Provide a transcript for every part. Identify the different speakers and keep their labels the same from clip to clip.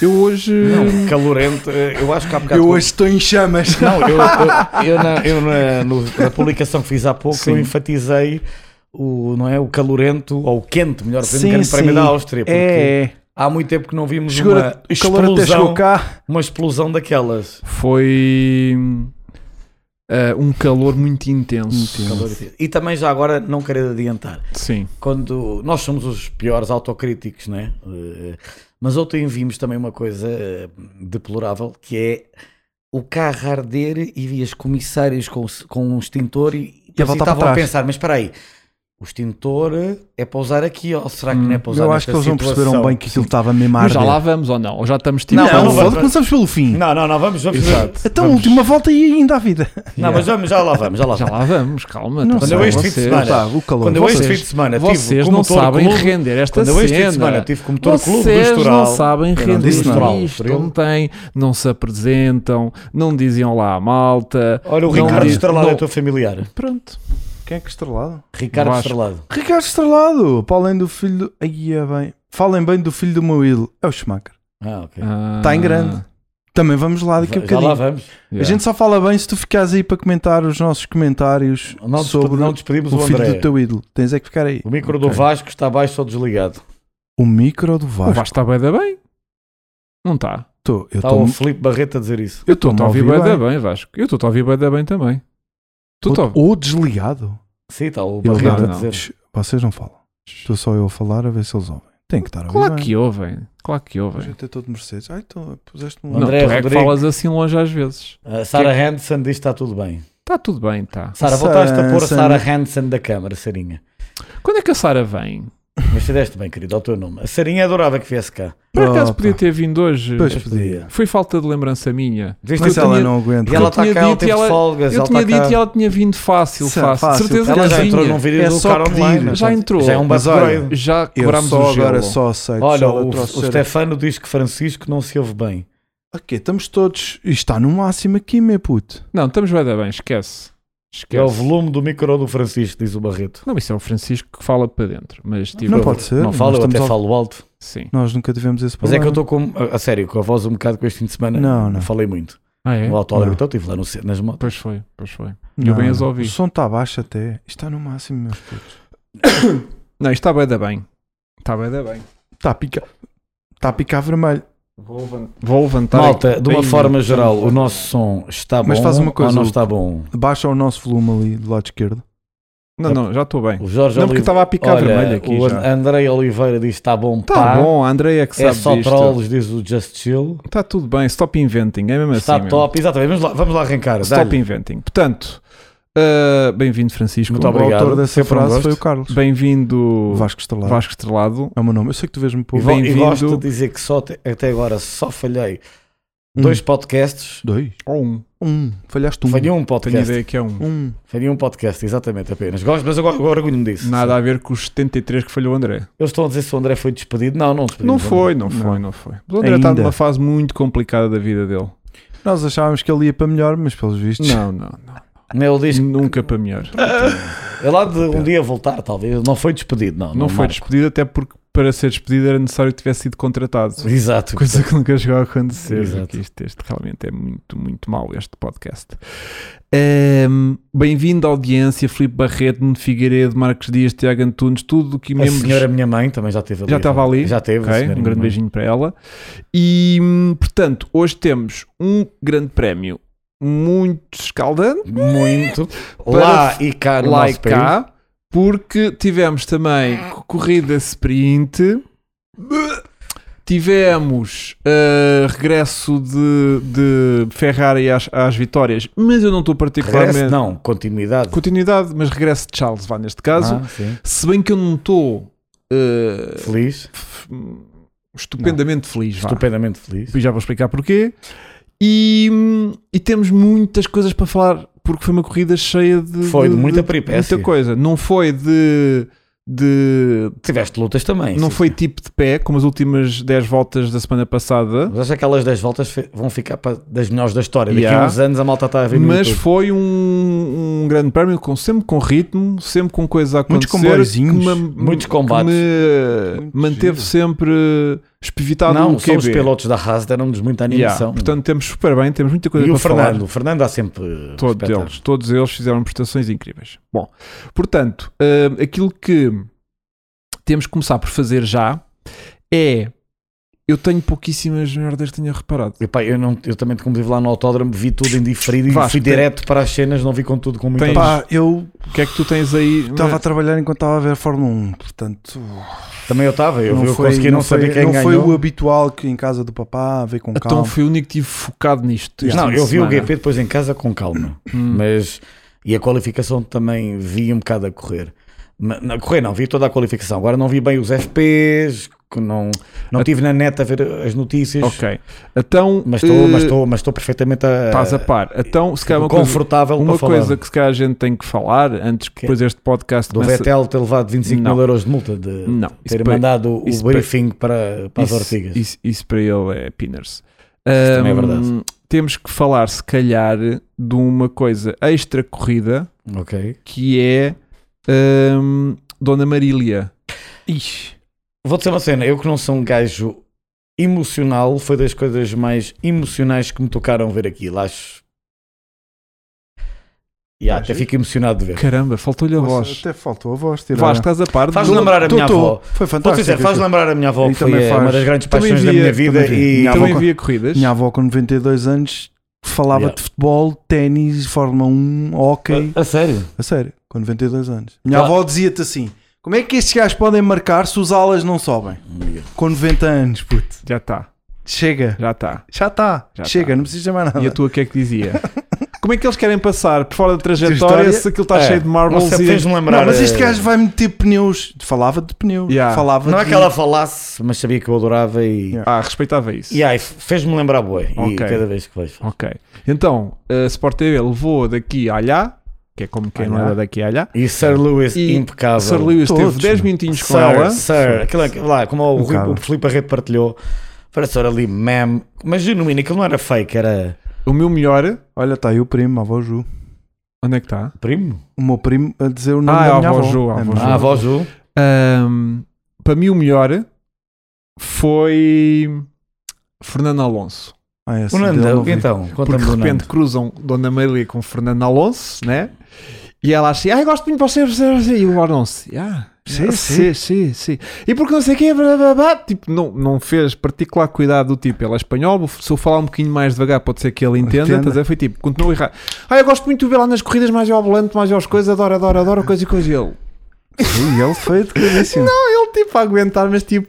Speaker 1: Eu hoje.
Speaker 2: Não, calorento. Eu acho que há bocado.
Speaker 1: eu hoje estou em chamas.
Speaker 2: Não, eu, eu, eu na, eu na, no- na publicação que fiz há pouco,
Speaker 1: Sim.
Speaker 2: eu enfatizei o, não é, o calorento, ou o quente, melhor dizendo, o
Speaker 1: Sim,
Speaker 2: grande prémio
Speaker 1: sim.
Speaker 2: da Áustria. Porque
Speaker 1: É, é.
Speaker 2: há muito tempo que não vimos
Speaker 1: Chegou
Speaker 2: uma
Speaker 1: a- o calor até chegou
Speaker 2: explosão,
Speaker 1: cá.
Speaker 2: uma explosão daquelas.
Speaker 3: Foi hum, ah, um calor muito intenso.
Speaker 2: Calor. E também já agora, não querer adiantar,
Speaker 3: Sim.
Speaker 2: quando nós somos os piores autocríticos, né? Eh, Mas ontem vimos também uma coisa eh, deplorável que é o carro a arder e vi as comissárias com, com um extintor e,
Speaker 1: E a voltar para
Speaker 2: estavam a
Speaker 1: trás.
Speaker 2: pensar, mas espera aí, o extintor é para usar aqui ou será que não é para usar
Speaker 1: Eu acho que
Speaker 2: nesta
Speaker 1: eles não perceberam
Speaker 2: situação?
Speaker 1: bem que aquilo estava mesmo a
Speaker 3: Mas já
Speaker 1: arder.
Speaker 3: lá vamos ou não? Ou já estamos tipo.
Speaker 2: Não,
Speaker 1: Não,
Speaker 2: não
Speaker 1: foda-se,
Speaker 2: vamos-
Speaker 1: começamos pelo fim.
Speaker 2: Não, não, não, vamos, vamos.
Speaker 3: Exato.
Speaker 1: Então, última volta e ainda à vida.
Speaker 2: Não, mas vamos, já lá vamos, já lá
Speaker 3: Já
Speaker 2: vamos.
Speaker 3: lá vamos, calma.
Speaker 1: Não
Speaker 3: atenção,
Speaker 1: sei,
Speaker 2: Quando eu este fim de
Speaker 3: vocês-
Speaker 2: semana,
Speaker 1: Tá, o calor.
Speaker 2: quando eu este
Speaker 3: Vocês-
Speaker 2: fim de semana tive
Speaker 3: Vocês
Speaker 2: com
Speaker 3: não
Speaker 2: motor
Speaker 3: sabem
Speaker 2: clube,
Speaker 3: render esta
Speaker 2: quando eu este fim
Speaker 3: cena.
Speaker 2: de semana tive como motor clube do
Speaker 3: Vocês
Speaker 2: Estoril.
Speaker 3: não sabem
Speaker 2: Eu não
Speaker 3: render
Speaker 2: disse nada.
Speaker 3: isto. Não têm, não se apresentam, não diziam lá à malta.
Speaker 2: Olha, o
Speaker 3: não
Speaker 2: Ricardo
Speaker 3: diz-
Speaker 2: Estrelado
Speaker 3: não-
Speaker 2: é teu familiar.
Speaker 3: Pronto.
Speaker 1: Quem é que estrelado?
Speaker 2: Ricardo
Speaker 3: Vasco.
Speaker 2: Estrelado.
Speaker 1: Ricardo Estrelado, para além do filho do. Aí é bem. Falem bem do filho do meu ídolo. É o Schumacher.
Speaker 2: Ah, ok.
Speaker 1: Está em grande. Também vamos lá daqui
Speaker 2: Já
Speaker 1: a
Speaker 2: lá
Speaker 1: bocadinho.
Speaker 2: vamos.
Speaker 1: A gente só fala bem se tu ficares aí para comentar os nossos comentários
Speaker 2: Não, despe-
Speaker 1: sobre
Speaker 2: não despedimos o,
Speaker 1: o filho
Speaker 2: André.
Speaker 1: do teu ídolo. Tens é que ficar aí.
Speaker 2: O micro do
Speaker 3: Ok.
Speaker 2: Vasco está baixo ou desligado.
Speaker 1: O micro do
Speaker 3: O
Speaker 1: Vasco.
Speaker 3: Vasco está bem da bem. Não tá. está.
Speaker 1: Tô- eu
Speaker 2: Está
Speaker 1: tô-
Speaker 2: o Filipe Barreto a dizer isso.
Speaker 3: Tu
Speaker 1: eu estou-me
Speaker 3: te
Speaker 1: a
Speaker 3: ouvi
Speaker 1: ouvir
Speaker 2: é
Speaker 3: bem da
Speaker 1: bem.
Speaker 3: bem, Vasco. Eu estou a ouvir bem da bem também. Tu te
Speaker 2: tá-
Speaker 1: Ou-
Speaker 3: ouvi-
Speaker 1: Ou desligado.
Speaker 2: Sim, está o
Speaker 1: Ele
Speaker 2: Barreto
Speaker 1: dá-
Speaker 2: a dizer.
Speaker 1: Shh, Vocês não falam. Estou só eu a falar a ver se eles ouvem. Tem que estar a ouvir.
Speaker 3: Claro
Speaker 1: bem.
Speaker 3: que ouvem. Claro que
Speaker 1: é. Hoje
Speaker 3: ouvem.
Speaker 1: até todo Mercedes. Ai, então, puseste-me
Speaker 3: Não,
Speaker 1: um.
Speaker 3: tu
Speaker 2: André
Speaker 3: é que
Speaker 2: Rodrigues.
Speaker 3: falas assim longe às vezes.
Speaker 2: A Sara Ah, Hansen diz que está tudo bem.
Speaker 3: Está tudo bem, tá. está.
Speaker 2: Sara, voltaste a pôr a
Speaker 1: Hansen.
Speaker 2: Sara Hansen da câmara, Sarinha.
Speaker 3: Quando é que a Sara vem?
Speaker 2: Mas fizeste bem, querido, ao teu nome. A Sarinha adorava que viesse cá.
Speaker 3: Por acaso
Speaker 1: Opa.
Speaker 3: podia ter vindo hoje.
Speaker 1: Pois podia.
Speaker 3: Foi falta de lembrança minha.
Speaker 2: Viste
Speaker 1: Mas
Speaker 3: eu
Speaker 1: ela
Speaker 3: tinha-
Speaker 1: não aguenta.
Speaker 2: E ela
Speaker 3: eu
Speaker 2: está
Speaker 3: tinha
Speaker 2: cá, ela
Speaker 3: dito e
Speaker 2: teve
Speaker 3: ela-
Speaker 2: folgas.
Speaker 3: Eu
Speaker 2: ela
Speaker 3: tinha
Speaker 2: está cá.
Speaker 3: dito e ela tinha vindo fácil,
Speaker 1: Sim,
Speaker 3: fácil.
Speaker 1: fácil.
Speaker 3: De certeza
Speaker 2: Ela
Speaker 3: que
Speaker 2: já
Speaker 3: vinha.
Speaker 2: entrou num vídeo
Speaker 1: É
Speaker 2: do
Speaker 1: só
Speaker 2: cara
Speaker 1: pedir.
Speaker 2: online.
Speaker 3: Já entrou.
Speaker 2: Já é um
Speaker 1: Mas
Speaker 2: upgrade.
Speaker 3: Já
Speaker 1: Eu
Speaker 3: quebrámos
Speaker 1: só
Speaker 3: o gelo.
Speaker 1: agora só aceito.
Speaker 2: Olha,
Speaker 1: só ela
Speaker 2: o,
Speaker 1: trouxe
Speaker 2: o
Speaker 1: ser-
Speaker 2: Stefano diz que Francisco não se ouve bem.
Speaker 1: Ok, estamos todos. Isto está no máximo aqui, meu puto.
Speaker 3: Não, estamos bem, bem. Esquece.
Speaker 2: Que é o
Speaker 3: Esquece.
Speaker 2: volume do micro do Francisco, diz o Barreto.
Speaker 3: Não, isso é o Francisco que fala para dentro. Mas tipo,
Speaker 1: Não pode ser.
Speaker 3: Não
Speaker 1: Nós
Speaker 2: Fala, eu
Speaker 1: estamos
Speaker 2: até
Speaker 1: ao-
Speaker 2: falo alto.
Speaker 3: Sim.
Speaker 1: Nós nunca tivemos esse
Speaker 2: Mas é
Speaker 1: problema.
Speaker 2: que eu estou com, a, a sério, com a voz um bocado com este fim de semana.
Speaker 1: Não, não.
Speaker 2: Falei muito.
Speaker 3: Ah, é?
Speaker 2: No autódromo,
Speaker 1: Não.
Speaker 2: então estive lá no, ce- nas motos.
Speaker 3: Pois foi, pois foi.
Speaker 1: Não,
Speaker 3: eu bem as
Speaker 1: não.
Speaker 3: ouvi.
Speaker 1: O som está baixo até. Isto está no máximo, meus putos.
Speaker 3: Não, isto está bem da bem. Está bem da bem.
Speaker 1: Está a picar. Está Tá a picar vermelho.
Speaker 3: Vou levantar.
Speaker 2: Malta, de uma
Speaker 3: Bem- um
Speaker 2: forma geral, o nosso som está bom
Speaker 1: Mas faz uma coisa,
Speaker 2: ou não
Speaker 1: Hugo.
Speaker 2: está bom?
Speaker 1: Baixa o nosso volume ali do lado esquerdo.
Speaker 3: Não, não, já estou bem.
Speaker 2: O Jorge
Speaker 3: Não, porque
Speaker 2: Oliveira-
Speaker 3: estava a picar
Speaker 2: Olha,
Speaker 3: vermelho aqui
Speaker 2: O
Speaker 3: já.
Speaker 2: Andrei Oliveira diz que está bom,
Speaker 3: Está
Speaker 2: pá.
Speaker 3: bom, a André é que sabe
Speaker 2: é só
Speaker 3: disto.
Speaker 2: trolls, diz o Just Chill.
Speaker 3: Está tudo bem, stop inventing, é mesmo
Speaker 2: está
Speaker 3: assim. meu.
Speaker 2: top, exatamente. Vamos lá, vamos lá arrancar.
Speaker 3: Stop
Speaker 2: dá-lhe.
Speaker 3: inventing. Portanto, uh, bem-vindo Francisco.
Speaker 2: Muito
Speaker 1: O
Speaker 2: Obrigado.
Speaker 1: autor dessa
Speaker 2: Sempre um
Speaker 1: frase
Speaker 2: gosto.
Speaker 1: foi o Carlos.
Speaker 3: Bem-vindo Vasco,
Speaker 1: Vasco Estalado.
Speaker 3: Vasco Estrelado.
Speaker 1: É o meu nome. Eu sei que tu vês-me
Speaker 2: E
Speaker 1: pouco.
Speaker 2: vo- E,
Speaker 3: Bem-vindo.
Speaker 2: gosto de dizer que só te- até agora só falhei
Speaker 3: Hum.
Speaker 1: Um,
Speaker 2: dois podcasts.
Speaker 1: Dois.
Speaker 3: Ou um.
Speaker 1: Um. Falhaste um.
Speaker 2: Falhei um
Speaker 3: Tenho a
Speaker 2: podcast.
Speaker 3: ideia que é um.
Speaker 1: Um.
Speaker 2: Falhei um podcast, exatamente, apenas. Gosto, mas agora, agora orgulho-me disso.
Speaker 3: Nada a ver com os 73 que falhou o André.
Speaker 2: Eles estão a dizer se o André foi despedido. Não, não despedido.
Speaker 3: Não foi, não foi, não foi. O André
Speaker 1: Ainda.
Speaker 3: está numa fase muito complicada da vida dele.
Speaker 1: Nós achávamos que ele ia para melhor, mas pelos vistos.
Speaker 3: Não, não, não.
Speaker 2: Ele diz
Speaker 3: Nunca para melhor.
Speaker 2: É lá de um dia voltar, talvez. Não foi despedido, não.
Speaker 3: Não, foi
Speaker 2: marco.
Speaker 3: despedido, até porque para ser despedido era necessário que tivesse sido contratado.
Speaker 2: Exato.
Speaker 3: Coisa que nunca chegou a acontecer.
Speaker 2: Exato.
Speaker 3: porque Isto, este realmente é muito, muito mau, este podcast. Ehm, Bem-vindo à audiência, Filipe Barreto, Nuno Figueiredo, Marcos Dias, Tiago Antunes, tudo o que
Speaker 2: A
Speaker 3: membros...
Speaker 2: senhora é minha mãe também já teve ali.
Speaker 3: Já estava ali?
Speaker 2: Já teve. a
Speaker 3: Ok,
Speaker 2: senhora é
Speaker 3: um
Speaker 2: minha
Speaker 3: grande
Speaker 2: mãe.
Speaker 3: beijinho para ela. E, hum, portanto, hoje temos um grande prémio muito escaldante,
Speaker 2: Muito. Lá e cá Tá no
Speaker 3: lá e
Speaker 2: nosso país.
Speaker 3: cá, porque tivemos também corrida sprint, tivemos uh, regresso de, de Ferrari às, às vitórias, mas eu não estou particularmente...
Speaker 2: Regresso, não. Continuidade.
Speaker 3: Continuidade, mas regresso de Charles Vá neste caso,
Speaker 2: Ah, sim.
Speaker 3: se bem que eu não estou... uh,
Speaker 2: Feliz.
Speaker 3: f- Estupendamente feliz, vá.
Speaker 2: Estupendamente feliz.
Speaker 3: Depois já vou explicar porquê. E, e temos muitas coisas para falar, porque foi uma corrida cheia de.
Speaker 2: Foi de muita
Speaker 3: muita
Speaker 2: peripécia.
Speaker 3: coisa. Não foi de. de
Speaker 2: Tiveste lutas também.
Speaker 3: não
Speaker 2: É, sim.
Speaker 3: foi tipo de pé, como as últimas 10 voltas da semana passada,
Speaker 2: Mas acho que aquelas 10 voltas fe- vão ficar para das melhores da história. Daqui
Speaker 3: Yeah.
Speaker 2: a uns anos a malta está a ver no
Speaker 3: mas
Speaker 2: YouTube.
Speaker 3: foi um, um grande prémio, com, sempre com ritmo, sempre com coisa a acontecer.
Speaker 1: Muitos comboiozinhos,
Speaker 3: que me-
Speaker 2: muitos combates.
Speaker 3: que me
Speaker 1: Muito
Speaker 3: manteve
Speaker 1: giro.
Speaker 3: sempre espivitado
Speaker 2: não,
Speaker 3: o
Speaker 2: só
Speaker 3: QB.
Speaker 2: os pilotos da Haas deram-nos muita
Speaker 3: Yeah,
Speaker 2: animação.
Speaker 3: Portanto, temos super bem, temos muita coisa
Speaker 2: e o
Speaker 3: para falar.
Speaker 2: Fernando, o Fernando há sempre eh,
Speaker 3: Todos
Speaker 2: espetáculo.
Speaker 3: eles, todos eles fizeram prestações incríveis. Bom, portanto, hum, aquilo que temos que começar por fazer já é. Eu tenho pouquíssimas merdas que tenha reparado.
Speaker 2: Epá, eu, não, eu também, como vivo lá no autódromo, vi tudo em diferido e
Speaker 3: Vasco,
Speaker 2: fui
Speaker 3: tem-
Speaker 2: direto para as cenas, não vi com tudo com muita
Speaker 3: Tens-
Speaker 2: luz.
Speaker 1: Pá, eu
Speaker 3: O que é que tu tens aí?
Speaker 1: estava a trabalhar enquanto estava a ver a Fórmula 1, portanto.
Speaker 2: Também eu estava, eu, eu consegui não,
Speaker 1: foi,
Speaker 2: saber quem
Speaker 1: não
Speaker 2: ganhou.
Speaker 1: foi o habitual que em casa do papá veio com
Speaker 3: Então
Speaker 1: calma.
Speaker 3: foi o único que tive focado nisto. este
Speaker 2: Não,
Speaker 3: fim de
Speaker 2: eu vi o é
Speaker 3: semana.
Speaker 2: GP depois em casa com calma,
Speaker 3: Hum.
Speaker 2: mas e a qualificação também vi um bocado a correr. Ma- Não, correr não, vi toda a qualificação. Agora não vi bem os FPs, que não, não
Speaker 3: A-
Speaker 2: tive na net a ver as notícias,
Speaker 3: Ok. Então.
Speaker 2: mas, estou,
Speaker 3: eh,
Speaker 2: mas, estou, eh, mas estou perfeitamente a,
Speaker 3: Estás a par. Então, se calhar uma coisa,
Speaker 2: confortável
Speaker 3: uma
Speaker 2: para falar.
Speaker 3: coisa que se calhar a gente tem que falar antes que
Speaker 2: Que- é
Speaker 3: depois este podcast
Speaker 2: do
Speaker 3: comece-
Speaker 2: Vettel ter levado 25
Speaker 3: Não.
Speaker 2: mil euros de multa de
Speaker 3: Não, isso
Speaker 2: ter
Speaker 3: para-
Speaker 2: mandado o-
Speaker 3: isso
Speaker 2: o briefing para, para as
Speaker 3: isso,
Speaker 2: Ortigas.
Speaker 3: Isso, isso para ele é Pinners.
Speaker 2: também é verdade.
Speaker 3: Temos que falar, se calhar, de uma coisa extra corrida
Speaker 2: Ok.
Speaker 3: que é hum, Dona Marília.
Speaker 2: Vou dizer uma cena, eu que não sou um gajo emocional, foi das coisas mais emocionais que me tocaram ver aquilo, acho. E até
Speaker 1: Achas?
Speaker 2: fico emocionado de ver.
Speaker 3: Caramba, faltou-lhe a
Speaker 1: Nossa,
Speaker 3: voz.
Speaker 1: Até faltou a voz. tirar.
Speaker 3: Vasco, estás a par?
Speaker 2: Faz
Speaker 3: do-
Speaker 2: lembrar a
Speaker 1: Tô,
Speaker 2: minha
Speaker 1: tô.
Speaker 2: avó.
Speaker 1: Foi
Speaker 2: Vou dizer,
Speaker 1: fantástico.
Speaker 2: faz lembrar a minha avó,
Speaker 1: E
Speaker 2: que foi
Speaker 1: também
Speaker 2: eh, uma
Speaker 1: faz.
Speaker 2: das grandes
Speaker 3: Também
Speaker 2: paixões da
Speaker 3: via-
Speaker 2: minha vida
Speaker 1: também via.
Speaker 2: e
Speaker 1: Minha avó
Speaker 3: Também
Speaker 1: com-
Speaker 3: via Tipo, corridas.
Speaker 1: Minha avó com 92 anos falava
Speaker 2: Yeah.
Speaker 1: de futebol, ténis, Fórmula 1, hóquei.
Speaker 2: A, a sério?
Speaker 1: A sério, com 92 anos. Minha
Speaker 2: Tá.
Speaker 1: avó dizia-te assim: como é que estes gajos podem marcar se os alas não sobem?
Speaker 2: Um
Speaker 1: Com 90 anos, puto.
Speaker 3: Já está,
Speaker 1: Chega.
Speaker 3: já está.
Speaker 1: Já está.
Speaker 3: Já
Speaker 1: Chega,
Speaker 3: tá.
Speaker 1: não precisa mais nada.
Speaker 3: E a tua o que é que dizia? Como é que eles querem passar por fora da trajetória
Speaker 1: Trajetória?
Speaker 3: se aquilo está
Speaker 2: É,
Speaker 3: cheio de marbles
Speaker 2: Não sei,
Speaker 3: e...
Speaker 2: fez-me lembrar.
Speaker 1: Não, mas este
Speaker 2: eh,
Speaker 1: gajo vai meter pneus. Falava de pneus.
Speaker 3: Yeah.
Speaker 1: Falava
Speaker 2: Não é
Speaker 1: de...
Speaker 2: que ela falasse, mas sabia que eu adorava e.
Speaker 1: Yeah.
Speaker 3: Ah, respeitava isso.
Speaker 2: E aí, fez-me lembrar boi.
Speaker 3: Ok.
Speaker 2: E cada vez que vejo.
Speaker 3: Ok. Então, a Sport TV levou daqui a Alhá, que é como quem não
Speaker 1: Alhá.
Speaker 3: era daqui a Alhá.
Speaker 2: E Sir Lewis,
Speaker 3: E
Speaker 2: impecável.
Speaker 3: Sir Lewis
Speaker 1: Todos,
Speaker 3: teve 10
Speaker 1: meu.
Speaker 3: minutinhos com
Speaker 2: Sir,
Speaker 3: ela.
Speaker 2: Sir, aquilo, é que- lá, como o, Rui,
Speaker 1: Impecável.
Speaker 2: o Filipe Arredo partilhou, para Sir ali, meme, mas genuíno, aquilo não era fake, era
Speaker 3: O meu melhor.
Speaker 1: Olha, está aí o primo, a avó Ju.
Speaker 3: Onde é que está?
Speaker 2: primo.
Speaker 1: O meu primo a dizer o nome
Speaker 3: Ah, é a
Speaker 1: da minha
Speaker 3: avó
Speaker 1: avó.
Speaker 3: Ju, a
Speaker 1: É,
Speaker 3: avó
Speaker 1: mas-
Speaker 3: Ju.
Speaker 2: Ah, a voz do.
Speaker 3: Ahm, para mim, o melhor foi Fernando Alonso.
Speaker 1: Ah, esse
Speaker 2: O
Speaker 1: dele não
Speaker 2: Nando,
Speaker 1: vi.
Speaker 2: então,
Speaker 3: Porque
Speaker 2: conta-me
Speaker 3: de
Speaker 2: do
Speaker 3: repente
Speaker 2: Nando.
Speaker 3: cruzam Dona Maria com Fernando Alonso, né? E ela acha, ah, eu gosto muito de você, você, você." e o Alonso, ah,
Speaker 1: Sim,
Speaker 3: sim, sim, sim, sim. E porque não sei o quê, blá, blá, blá. Tipo, não, não fez particular cuidado do tipo, ele é espanhol, vou- se eu falar um bocadinho mais devagar pode ser que ele entenda,
Speaker 1: Entenda.
Speaker 3: estás a ver? Foi tipo, continuou errado. Ah, eu gosto muito de ver lá nas corridas, mais ao volante, mais aos coisas, adoro, adoro, adoro, coisa e coisa. E ele,
Speaker 1: Ui, ele foi de caríssimo.
Speaker 3: ele tipo a aguentar, mas tipo,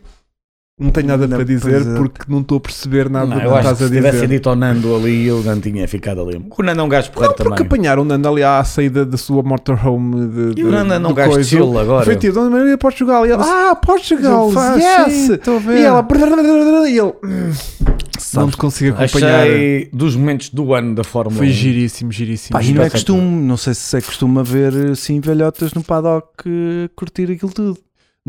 Speaker 3: não tenho nada
Speaker 1: Não,
Speaker 3: para
Speaker 1: pois
Speaker 3: dizer
Speaker 1: é.
Speaker 3: porque não estou a perceber nada
Speaker 2: Não,
Speaker 3: do que
Speaker 2: eu acho
Speaker 3: estás
Speaker 2: que
Speaker 3: a
Speaker 2: se tivessem
Speaker 3: dizer.
Speaker 2: dito ao Nando ali, o Nando tinha ficado ali. O Nando é um gajo porreiro
Speaker 3: Porque
Speaker 2: também.
Speaker 3: apanharam o Nando ali à saída da sua motorhome de, de
Speaker 2: E o Nando é
Speaker 3: de
Speaker 2: um gajo
Speaker 3: coisa.
Speaker 2: chill agora.
Speaker 3: Foi tipo, Dona Maria Portugal. E ela, ah, Portugal,
Speaker 1: Ele faz, sim,
Speaker 3: yes!
Speaker 1: estou a ver.
Speaker 3: E ela, brrr, brrr, brrr, e ele, "Hum, não
Speaker 1: Sabes,
Speaker 3: te consigo acompanhar.
Speaker 2: Achei dos momentos do ano da Fórmula
Speaker 3: Foi
Speaker 2: 1.
Speaker 3: giríssimo, giríssimo.
Speaker 1: Pá, e não é costume, não sei se é costume haver assim velhotas no paddock eh, curtir aquilo tudo.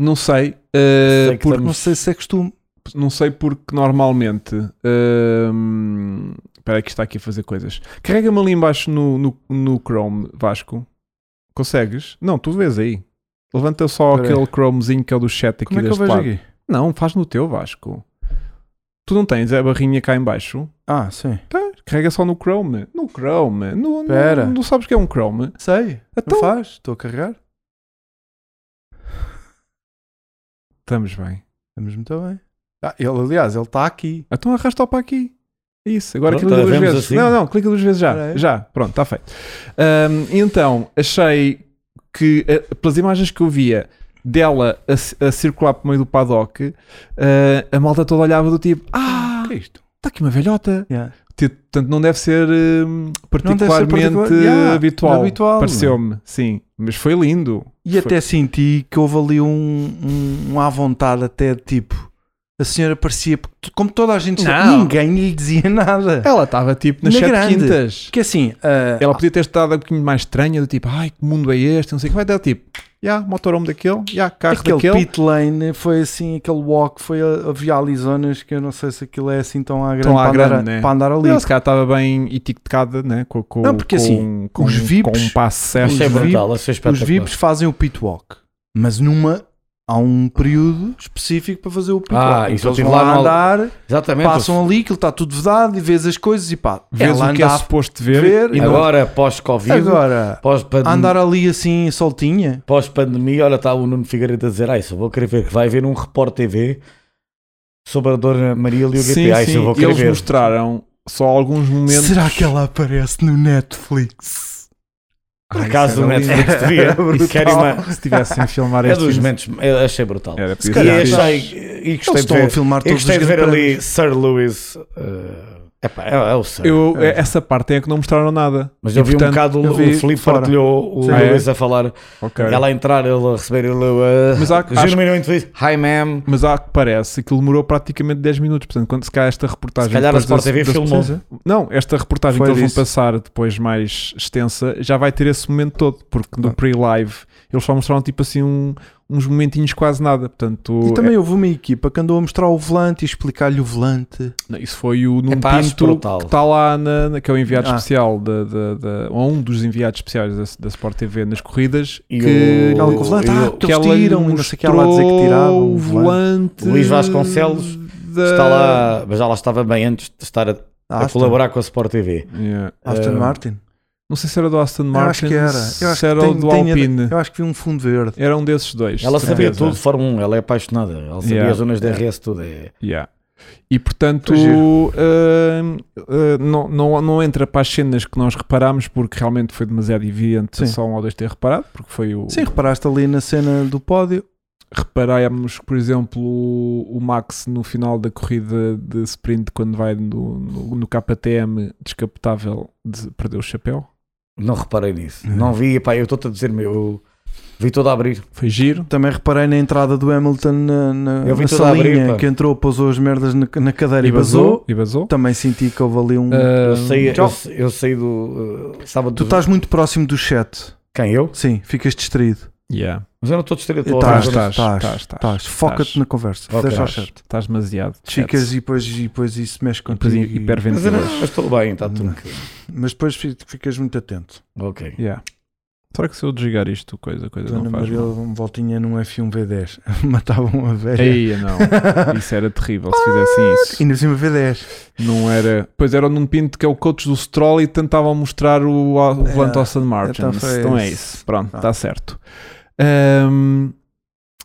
Speaker 3: Não sei, eh,
Speaker 2: Sei que
Speaker 3: por-
Speaker 2: Estamos-
Speaker 1: Não sei se é costume.
Speaker 3: não sei porque normalmente. ehm, Espera aí que está aqui a fazer coisas. Carrega-me ali embaixo no, no, no Chrome, Vasco. Consegues? Não, tu vês aí. Levanta só
Speaker 1: Espera aí.
Speaker 3: aquele Chromezinho que é o do chat aqui
Speaker 1: Como é que eu
Speaker 3: deste
Speaker 1: vejo
Speaker 3: lado.
Speaker 1: aqui?
Speaker 3: Não, faz no teu, Vasco. Tu não tens é a barrinha cá em baixo?
Speaker 1: Ah, sim.
Speaker 3: Carrega só no Chrome. No Chrome. No,
Speaker 1: Pera.
Speaker 3: no, não sabes o que é um Chrome?
Speaker 1: Sei.
Speaker 3: Então-
Speaker 1: Não faz? Estou a carregar.
Speaker 3: Estamos bem.
Speaker 1: Estamos muito bem. Ah, ele, aliás, ele está aqui.
Speaker 3: Então arrasta-o para aqui. Isso, agora
Speaker 2: Pronto,
Speaker 3: clica duas
Speaker 2: vemos
Speaker 3: vezes.
Speaker 2: assim.
Speaker 3: Não, não, clica duas vezes já.
Speaker 1: Espera aí.
Speaker 3: Já, pronto, está feito. Ahm, então, achei que, eh, pelas imagens que eu via dela a, ci- a circular por meio do paddock, eh, a malta toda olhava do tipo: Ah,
Speaker 1: O que é isto?
Speaker 3: está aqui uma velhota.
Speaker 1: Yeah.
Speaker 3: Tipo, Portanto, não deve ser eh, particularmente
Speaker 1: particular- Yeah,
Speaker 3: habitual.
Speaker 1: habitual, não é?
Speaker 3: Pareceu-me, sim. Mas foi lindo.
Speaker 1: E
Speaker 3: Foi-
Speaker 1: até senti que houve ali um, um, um à vontade, até de tipo. A senhora parecia, porque tu- como toda a gente sabe,
Speaker 3: Não.
Speaker 1: ninguém lhe dizia nada.
Speaker 3: Ela estava tipo nas
Speaker 1: Na
Speaker 3: sete
Speaker 1: grande.
Speaker 3: quintas.
Speaker 1: Porque assim, ah,
Speaker 3: Ela podia ter estado um bocadinho mais estranha, do tipo, ai, que mundo é este? Não sei o que. Vai dar tipo, já, motorhome daquele, já, carro
Speaker 1: aquele
Speaker 3: daquele.
Speaker 1: pit lane foi assim, aquele walk, foi a, havia ali zonas que eu não sei se aquilo é assim tão à grande,
Speaker 3: Tão à
Speaker 1: para, andar,
Speaker 3: grande, né?
Speaker 1: para andar ali.
Speaker 3: Ela se calhar estava bem etiquetada, né? Com, com,
Speaker 1: Não, porque
Speaker 3: com-
Speaker 1: assim,
Speaker 3: com,
Speaker 1: os VIPs-
Speaker 3: com um passo certo.
Speaker 2: Achei
Speaker 1: Os
Speaker 2: brutal, achei
Speaker 1: Os
Speaker 2: espetacular.
Speaker 1: VIPs fazem o pit walk, mas numa há um período específico para fazer o pick-up.
Speaker 2: Ah, isso
Speaker 1: então
Speaker 2: eu
Speaker 1: eles
Speaker 2: tive
Speaker 1: vão
Speaker 2: lá
Speaker 1: lá
Speaker 2: no-
Speaker 1: andar,
Speaker 2: Exatamente.
Speaker 1: passam ali, aquilo está tudo vedado e vês as coisas e pá,
Speaker 3: Vês
Speaker 1: ela
Speaker 3: o que é
Speaker 1: anda a
Speaker 3: suposto ver,
Speaker 1: ver
Speaker 3: e
Speaker 1: e
Speaker 3: não-
Speaker 2: Agora, pós-Covid,
Speaker 1: Agora, a
Speaker 2: pós-pandemia,
Speaker 1: andar ali assim soltinha,
Speaker 2: pós-pandemia, olha, está o Nuno Figueiredo a dizer, ah, isso eu vou querer ver, que vai haver um Repórter TV sobre a Dona Maria Lídia
Speaker 3: Sim,
Speaker 2: GP. Ah, isso eu
Speaker 3: sim.
Speaker 2: vou querer
Speaker 3: Eles
Speaker 2: ver.
Speaker 3: mostraram só alguns momentos.
Speaker 1: será que ela aparece no Netflix?
Speaker 2: Por
Speaker 3: Ai,
Speaker 2: acaso
Speaker 3: isso
Speaker 2: o
Speaker 3: era lindo.
Speaker 2: Netflix devia. Isso era uma-
Speaker 3: Se tivessem a filmar
Speaker 2: É
Speaker 3: este
Speaker 2: dos
Speaker 3: filme,
Speaker 2: momentos, eu achei brutal.
Speaker 3: era
Speaker 1: Se
Speaker 2: E
Speaker 1: calhar,
Speaker 3: podia-
Speaker 1: achei-
Speaker 2: achei, e
Speaker 1: Eles
Speaker 2: gostei de
Speaker 1: estão a
Speaker 2: ver,
Speaker 1: filmar
Speaker 2: eu
Speaker 1: todos os
Speaker 2: gostei de ver
Speaker 1: grandes
Speaker 2: ali Sir Lewis. eh, epá, é, é o Sir.
Speaker 3: Eu,
Speaker 2: É.
Speaker 3: essa parte é que não mostraram nada.
Speaker 2: Mas
Speaker 3: E,
Speaker 2: eu vi
Speaker 3: portanto,
Speaker 2: um
Speaker 3: eu
Speaker 2: bocado
Speaker 3: vi
Speaker 2: o Filipe
Speaker 3: fora.
Speaker 2: partilhou o
Speaker 3: Sim.
Speaker 2: Lewis a falar,
Speaker 3: Ok.
Speaker 2: ela a entrar, ele a receber, ele a.
Speaker 3: Mas há- acho-
Speaker 2: genuinamente feliz. Hi, ma'am.
Speaker 3: Mas há que parece que ele demorou praticamente 10 minutos. Portanto, quando se calhar esta reportagem.
Speaker 2: Se calhar a
Speaker 3: depois
Speaker 2: Sport
Speaker 3: da-
Speaker 2: TV
Speaker 3: da-
Speaker 2: filmou.
Speaker 3: Sim, sim. Não, esta reportagem
Speaker 1: Foi
Speaker 3: que eles
Speaker 1: disso.
Speaker 3: vão passar depois mais extensa já vai ter esse momento todo. Porque no pre-live eles só mostraram tipo assim um- uns momentinhos quase nada. Portanto,
Speaker 1: E
Speaker 2: é-
Speaker 1: também houve uma equipa que andou a mostrar o volante e explicar-lhe o volante.
Speaker 3: é- não, isso foi o Nuno
Speaker 2: Epá, acho
Speaker 3: Pinto
Speaker 2: brutal.
Speaker 3: que tá está lá, na, na- que é o enviado
Speaker 1: Ah.
Speaker 3: especial, da, da, da- ou um dos enviados especiais da, da Sport TV nas corridas.
Speaker 2: E
Speaker 3: que
Speaker 2: o-
Speaker 1: Ela com o volante,
Speaker 2: e
Speaker 1: ah,
Speaker 2: o-
Speaker 1: que
Speaker 3: que
Speaker 1: eles
Speaker 3: ela lhe
Speaker 1: tiram e não sei o que, ela a dizer que
Speaker 3: mostrou
Speaker 1: tiravam
Speaker 3: o
Speaker 1: o volante.
Speaker 3: volante.
Speaker 2: Luís Vasconcelos
Speaker 3: da-
Speaker 2: Está lá, mas já lá estava bem antes de estar a,
Speaker 3: Ah,
Speaker 2: a
Speaker 1: Aston,
Speaker 2: colaborar com a Sport TV.
Speaker 3: Yeah.
Speaker 1: Aston
Speaker 2: Eh,
Speaker 1: Martin?
Speaker 3: Não sei se era do Aston
Speaker 1: Eu acho
Speaker 3: Martin,
Speaker 1: que era.
Speaker 3: se
Speaker 1: Eu acho que
Speaker 3: era
Speaker 1: tem-
Speaker 3: o do
Speaker 1: tem-
Speaker 3: Alpine.
Speaker 1: Eu acho que vi um fundo verde.
Speaker 3: Era um desses dois.
Speaker 2: Ela
Speaker 3: de
Speaker 2: sabia
Speaker 3: certeza.
Speaker 2: tudo de Fórmula 1, ela é apaixonada. Ela sabia
Speaker 3: Yeah.
Speaker 2: as zonas de RS, tudo. É,
Speaker 3: Yeah. E portanto,
Speaker 1: Foi
Speaker 3: ahm, ah, não, não, não entra para as cenas que nós reparámos, porque realmente foi demasiado evidente
Speaker 1: Sim.
Speaker 3: só um ou dois ter reparado, porque foi o.
Speaker 1: Sim, reparaste ali na cena do pódio.
Speaker 3: Reparámos, por exemplo, o o Max no final da corrida de sprint, quando vai no, no, no KTM descapotável, de- perdeu o chapéu.
Speaker 2: Não reparei nisso.
Speaker 3: Uhum.
Speaker 2: Não vi, pá, eu estou-te a dizer, meu, eu vi toda a abrir.
Speaker 3: Foi giro.
Speaker 1: Também reparei na entrada do Hamilton na, na,
Speaker 2: Eu vi
Speaker 1: na
Speaker 2: tudo a abrir,
Speaker 1: salinha
Speaker 2: pá.
Speaker 1: que entrou, pousou as merdas na, na cadeira e vazou. Então,
Speaker 3: E vazou. Ah,
Speaker 1: Também senti que houve ali um.
Speaker 3: Ahm,
Speaker 2: Eu saí,
Speaker 1: tchau.
Speaker 2: eu, sa- eu saí do uh, sábado.
Speaker 1: tu estás muito próximo do chat.
Speaker 2: Quem? Eu?
Speaker 1: Sim, ficas distraído.
Speaker 3: yeah.
Speaker 2: Mas eu não estou distraído. estou a
Speaker 1: Estás,
Speaker 2: ouvir.
Speaker 1: estás,
Speaker 3: estás,
Speaker 1: estás,
Speaker 3: estás,
Speaker 1: estás.
Speaker 3: estás.
Speaker 1: Foca-te na conversa.
Speaker 2: Ok.
Speaker 1: Deixa o
Speaker 3: Estás-
Speaker 1: chat.
Speaker 3: Estás demasiado.
Speaker 1: Ficas e depois, e depois isso mexe contigo.
Speaker 3: Hiper-
Speaker 1: e-
Speaker 2: Mas eu não-
Speaker 3: hiperventilas.
Speaker 2: mas estou bem, está tudo.
Speaker 1: Mas depois fi- ficas muito atento.
Speaker 2: Ok.
Speaker 3: Uhum. Yeah. Será que se eu desligar isto, coisa, coisa
Speaker 1: Dona
Speaker 3: não faz
Speaker 1: Maria,
Speaker 3: mal?
Speaker 1: uma voltinha num F1 V10. Matavam a velha.
Speaker 3: Ei, não. Isso era terrível se fizessem isso.
Speaker 1: E no cima V10.
Speaker 3: Não era. Pois era o Nuno Pinto que é o coach do Stroll e tentavam mostrar o, o volante ao San Martin.
Speaker 1: então foi
Speaker 3: Então é
Speaker 1: isso.
Speaker 3: isso. Pronto,
Speaker 1: Pronto.
Speaker 3: está certo. Ahm,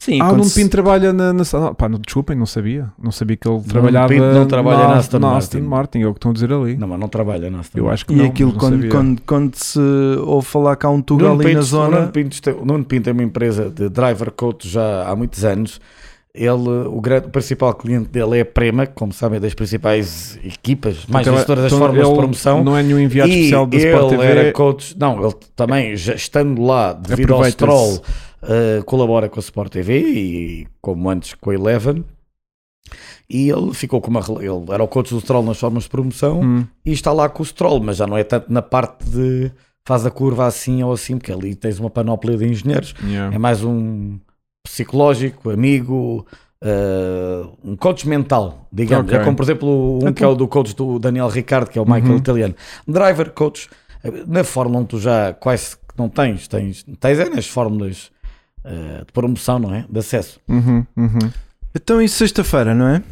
Speaker 2: Sim,
Speaker 3: ah, o Nuno Pinto trabalha na. na não, pá, não, desculpem, não sabia. Não sabia que ele trabalhava.
Speaker 2: Pinto não trabalha na Aston
Speaker 3: Aston
Speaker 2: Martin.
Speaker 3: Martin. É o que estão a dizer ali.
Speaker 2: Não, mas não trabalha, não.
Speaker 3: Eu acho que
Speaker 1: E
Speaker 3: não.
Speaker 1: aquilo
Speaker 3: não
Speaker 1: quando,
Speaker 3: sabia.
Speaker 1: quando, quando se ouve falar que há um Tuga ali na
Speaker 2: O
Speaker 1: zona.
Speaker 2: Nuno Pinto, tem- o Nuno Pinto é uma empresa de driver coach já há muitos anos. Ele, o, grande, o principal cliente dele é a Prema, que, como sabem, é das principais equipas, mais
Speaker 3: Então,
Speaker 2: gestoras das
Speaker 3: então
Speaker 2: fórmulas de
Speaker 3: ele
Speaker 2: promoção.
Speaker 3: Não é nenhum enviado
Speaker 2: E
Speaker 3: especial da
Speaker 2: ele
Speaker 3: Sport TV.
Speaker 2: era coach, não, ele também, já estando lá devido ao
Speaker 3: Aproveita-se.
Speaker 2: Stroll, eh, colabora com a Sport TV e como antes com a Eleven. E ele ficou com uma. rela- Ele era o coach do Stroll nas formas de promoção
Speaker 3: Hum.
Speaker 2: e está lá com o Stroll, mas já não é tanto na parte de faz a curva assim ou assim, porque ali tens uma panóplia de engenheiros.
Speaker 3: Yeah.
Speaker 2: É mais um psicológico, amigo, eh, um coach mental, digamos.
Speaker 3: Ok.
Speaker 2: É como, por exemplo, um
Speaker 3: Então-
Speaker 2: que é o do coach do Daniel Ricardo, que é o Michael
Speaker 3: Uhum.
Speaker 2: Italiano. Driver, coach, eh, na Fórmula 1 tu já quase que não tens, tens, tens é nas fórmulas eh, de promoção, não é? De acesso.
Speaker 3: Uhum, uhum.
Speaker 1: Então isso sexta-feira, não é?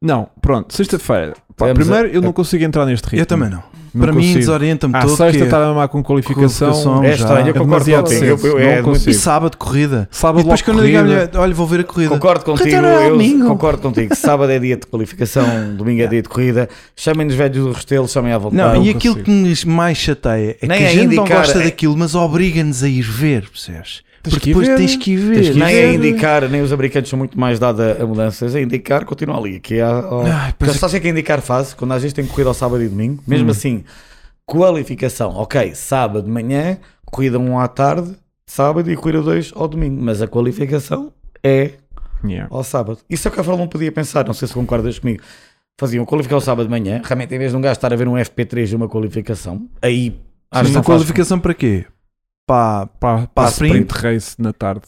Speaker 3: Não, pronto, sexta-feira. Pá,
Speaker 2: Temos
Speaker 3: Primeiro,
Speaker 2: a-
Speaker 3: eu não consigo entrar neste ritmo.
Speaker 1: Eu também não.
Speaker 3: Não
Speaker 1: Para mim
Speaker 3: consigo.
Speaker 1: desorienta-me
Speaker 3: À
Speaker 1: todo. que
Speaker 3: sexta tá-
Speaker 1: é-
Speaker 3: estava a má com qualificação.
Speaker 1: Qualificação.
Speaker 2: É
Speaker 1: já,
Speaker 2: estranho,
Speaker 1: é
Speaker 2: eu concordo
Speaker 3: demasiado
Speaker 2: contigo.
Speaker 3: cedo,
Speaker 2: Eu- eu-
Speaker 3: não
Speaker 2: é muito-
Speaker 3: consigo.
Speaker 1: E sábado corrida.
Speaker 3: Sábado
Speaker 1: E depois
Speaker 3: logo
Speaker 1: quando eu digo à
Speaker 3: corrida.
Speaker 1: mulher, olha, vou ver a corrida.
Speaker 2: Concordo contigo,
Speaker 1: não é
Speaker 2: eu
Speaker 1: domingo.
Speaker 2: concordo contigo. Sábado é dia de qualificação, domingo é dia de corrida. Chamem-nos velhos do Restelo, chamem à vontade.
Speaker 1: Não,
Speaker 3: Ah, Não
Speaker 1: e
Speaker 3: consigo.
Speaker 1: aquilo que nos mais chateia é
Speaker 2: Nem
Speaker 1: que a
Speaker 2: a
Speaker 1: gente não
Speaker 2: indicar,
Speaker 1: gosta
Speaker 2: é-
Speaker 1: daquilo, mas obriga-nos a ir ver, percebes?
Speaker 3: Tens que
Speaker 1: Porque
Speaker 3: ir
Speaker 1: depois
Speaker 3: ver.
Speaker 1: tens que ir ver.
Speaker 3: Tens que ir
Speaker 2: nem
Speaker 3: ver.
Speaker 2: a indicar, nem os americanos são muito mais dados a, a mudanças. A indicar, continua ali. Que é há, ao-
Speaker 1: Ai,
Speaker 2: que
Speaker 1: Ah, pois é Hum.
Speaker 2: eu só sei que a indicar faz quando às vezes tem corrida ao sábado e domingo. Mesmo assim, qualificação, ok, sábado de manhã, corrida 1 à tarde, sábado e corrida 2 ao domingo. Mas a qualificação é
Speaker 3: Yeah.
Speaker 2: ao sábado. Isso é o que a Fórmula 1 podia pensar, não sei se concordas comigo. Faziam qualificar ao sábado de manhã, realmente em vez de um gajo estar a ver um FP3 de uma qualificação, aí acho
Speaker 3: Ah, então
Speaker 1: Mas
Speaker 2: que não
Speaker 1: na
Speaker 2: faz
Speaker 1: qualificação para quê? Pá,
Speaker 3: Pá, pá,
Speaker 1: Pá,
Speaker 3: sprint race na tarde.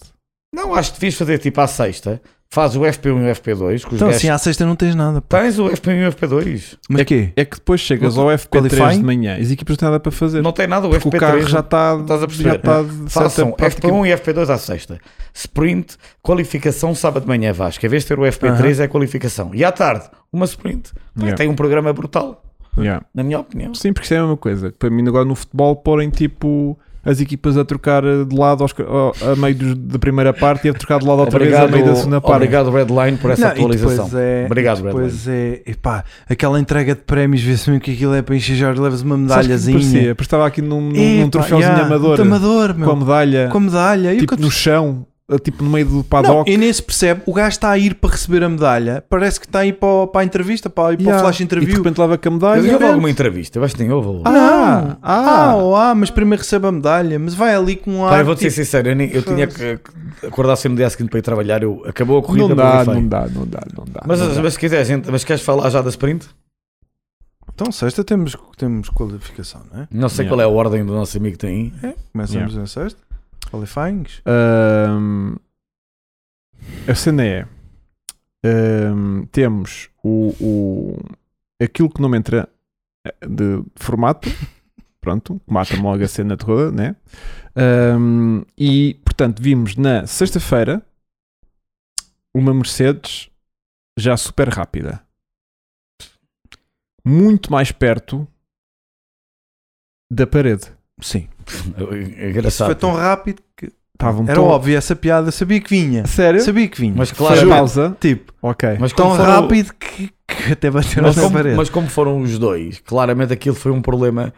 Speaker 2: Não, acho que devias fazer tipo à sexta, Faz o FP1 e o FP2. Com os
Speaker 1: Então,
Speaker 2: gajos-
Speaker 1: assim, à sexta não tens nada. pá.
Speaker 2: Tens o FP1 e o FP2.
Speaker 1: Mas quê?
Speaker 3: É que depois chegas
Speaker 1: Não,
Speaker 3: ao FP3
Speaker 1: qualifying?
Speaker 3: de manhã e as equipas não têm nada para fazer.
Speaker 2: Não tem nada o
Speaker 3: porque
Speaker 2: FP3.
Speaker 3: o carro já está.
Speaker 2: estás a perceber.
Speaker 3: já está de
Speaker 2: Façam
Speaker 3: certa prática-
Speaker 2: FP1 e FP2 à sexta. Sprint, qualificação sábado de manhã, é Vasco. Em vez de ter o FP3 é qualificação. E à tarde, uma sprint. Pá,
Speaker 3: Yeah.
Speaker 2: Tem um programa brutal,
Speaker 3: Yeah.
Speaker 2: na minha opinião.
Speaker 3: Sim, porque isso é a mesma coisa. Para mim, agora no futebol, porem tipo as equipas a trocar eh, de lado aos, ao- a meio dos- da primeira parte e a trocar de lado outra vez a meio da segunda parte.
Speaker 2: obrigado Redline por essa
Speaker 1: Não, e
Speaker 2: atualização.
Speaker 1: depois é-
Speaker 2: Obrigado Redline.
Speaker 1: Pois é, epá, aquela entrega de prémios, vê-se mesmo que aquilo é para encher já levas
Speaker 3: Sabes o que
Speaker 1: uma
Speaker 3: me
Speaker 1: medalhazinha.
Speaker 3: parecia? Porque estava aqui num, num,
Speaker 1: Epá,
Speaker 3: num troféuzinho
Speaker 1: É, yeah,
Speaker 3: amador,
Speaker 1: muito amador, meu.
Speaker 3: com a medalha,
Speaker 1: Com a medalha. E o que
Speaker 3: tipo
Speaker 1: eu-
Speaker 3: no chão, eh, tipo no meio do
Speaker 1: Não,
Speaker 3: paddock.
Speaker 1: e nem se percebe, o gajo está a ir para receber a medalha, parece que está a ir para, o- para a entrevista, para, ir para
Speaker 3: Yeah.
Speaker 1: o flash
Speaker 3: E de
Speaker 1: interview.
Speaker 3: repente leva com a
Speaker 2: Eu
Speaker 3: medalha.
Speaker 2: houve alguma entrevista, eu acho que nem houve.
Speaker 3: Ah,
Speaker 1: não,
Speaker 3: ah.
Speaker 1: ah, oh, ah, mas primeiro recebe a medalha, mas vai ali com um
Speaker 2: Pá,
Speaker 1: ar.
Speaker 2: eu vou-te ser
Speaker 1: tipo,
Speaker 2: sincero, eu, nem- eu tinha que que acordar sempre no dia seguinte para ir trabalhar. Eu, acabou a corrida,
Speaker 3: não,
Speaker 2: eu
Speaker 3: dá,
Speaker 2: borrifei.
Speaker 3: não dá, não dá, não dá.
Speaker 2: Mas,
Speaker 3: não dá.
Speaker 2: mas se quiser, gente, mas queres falar já da sprint?
Speaker 1: Então, sexta temos, temos qualificação, não é?
Speaker 2: Não sei
Speaker 3: Yeah.
Speaker 2: qual é a ordem do nosso amigo É, que tem. aí.
Speaker 1: Começamos na sexta, qualifyings.
Speaker 3: Ahm, a cena é: ahm, temos o, o- aquilo que não me entra eh, de formato, pronto, que mata-me logo a cena toda, né? Ahm, e portanto, vimos na sexta-feira uma Mercedes já super rápida, muito mais perto da parede.
Speaker 1: Sim,
Speaker 2: É
Speaker 1: isso foi
Speaker 2: Engraçado.
Speaker 1: tão rápido que
Speaker 3: Estavam
Speaker 1: era
Speaker 3: tão-
Speaker 1: óbvio essa piada, sabia que vinha,
Speaker 3: Sério?
Speaker 1: sabia que vinha.
Speaker 2: um Mas
Speaker 3: Foi
Speaker 2: claramente-
Speaker 3: pausa.
Speaker 1: tipo,
Speaker 3: Ok.
Speaker 2: Mas
Speaker 1: tão
Speaker 2: como foram-
Speaker 1: rápido que, que até bateram
Speaker 2: Mas
Speaker 1: na parede.
Speaker 2: como, mas como foram os dois, claramente aquilo foi um problema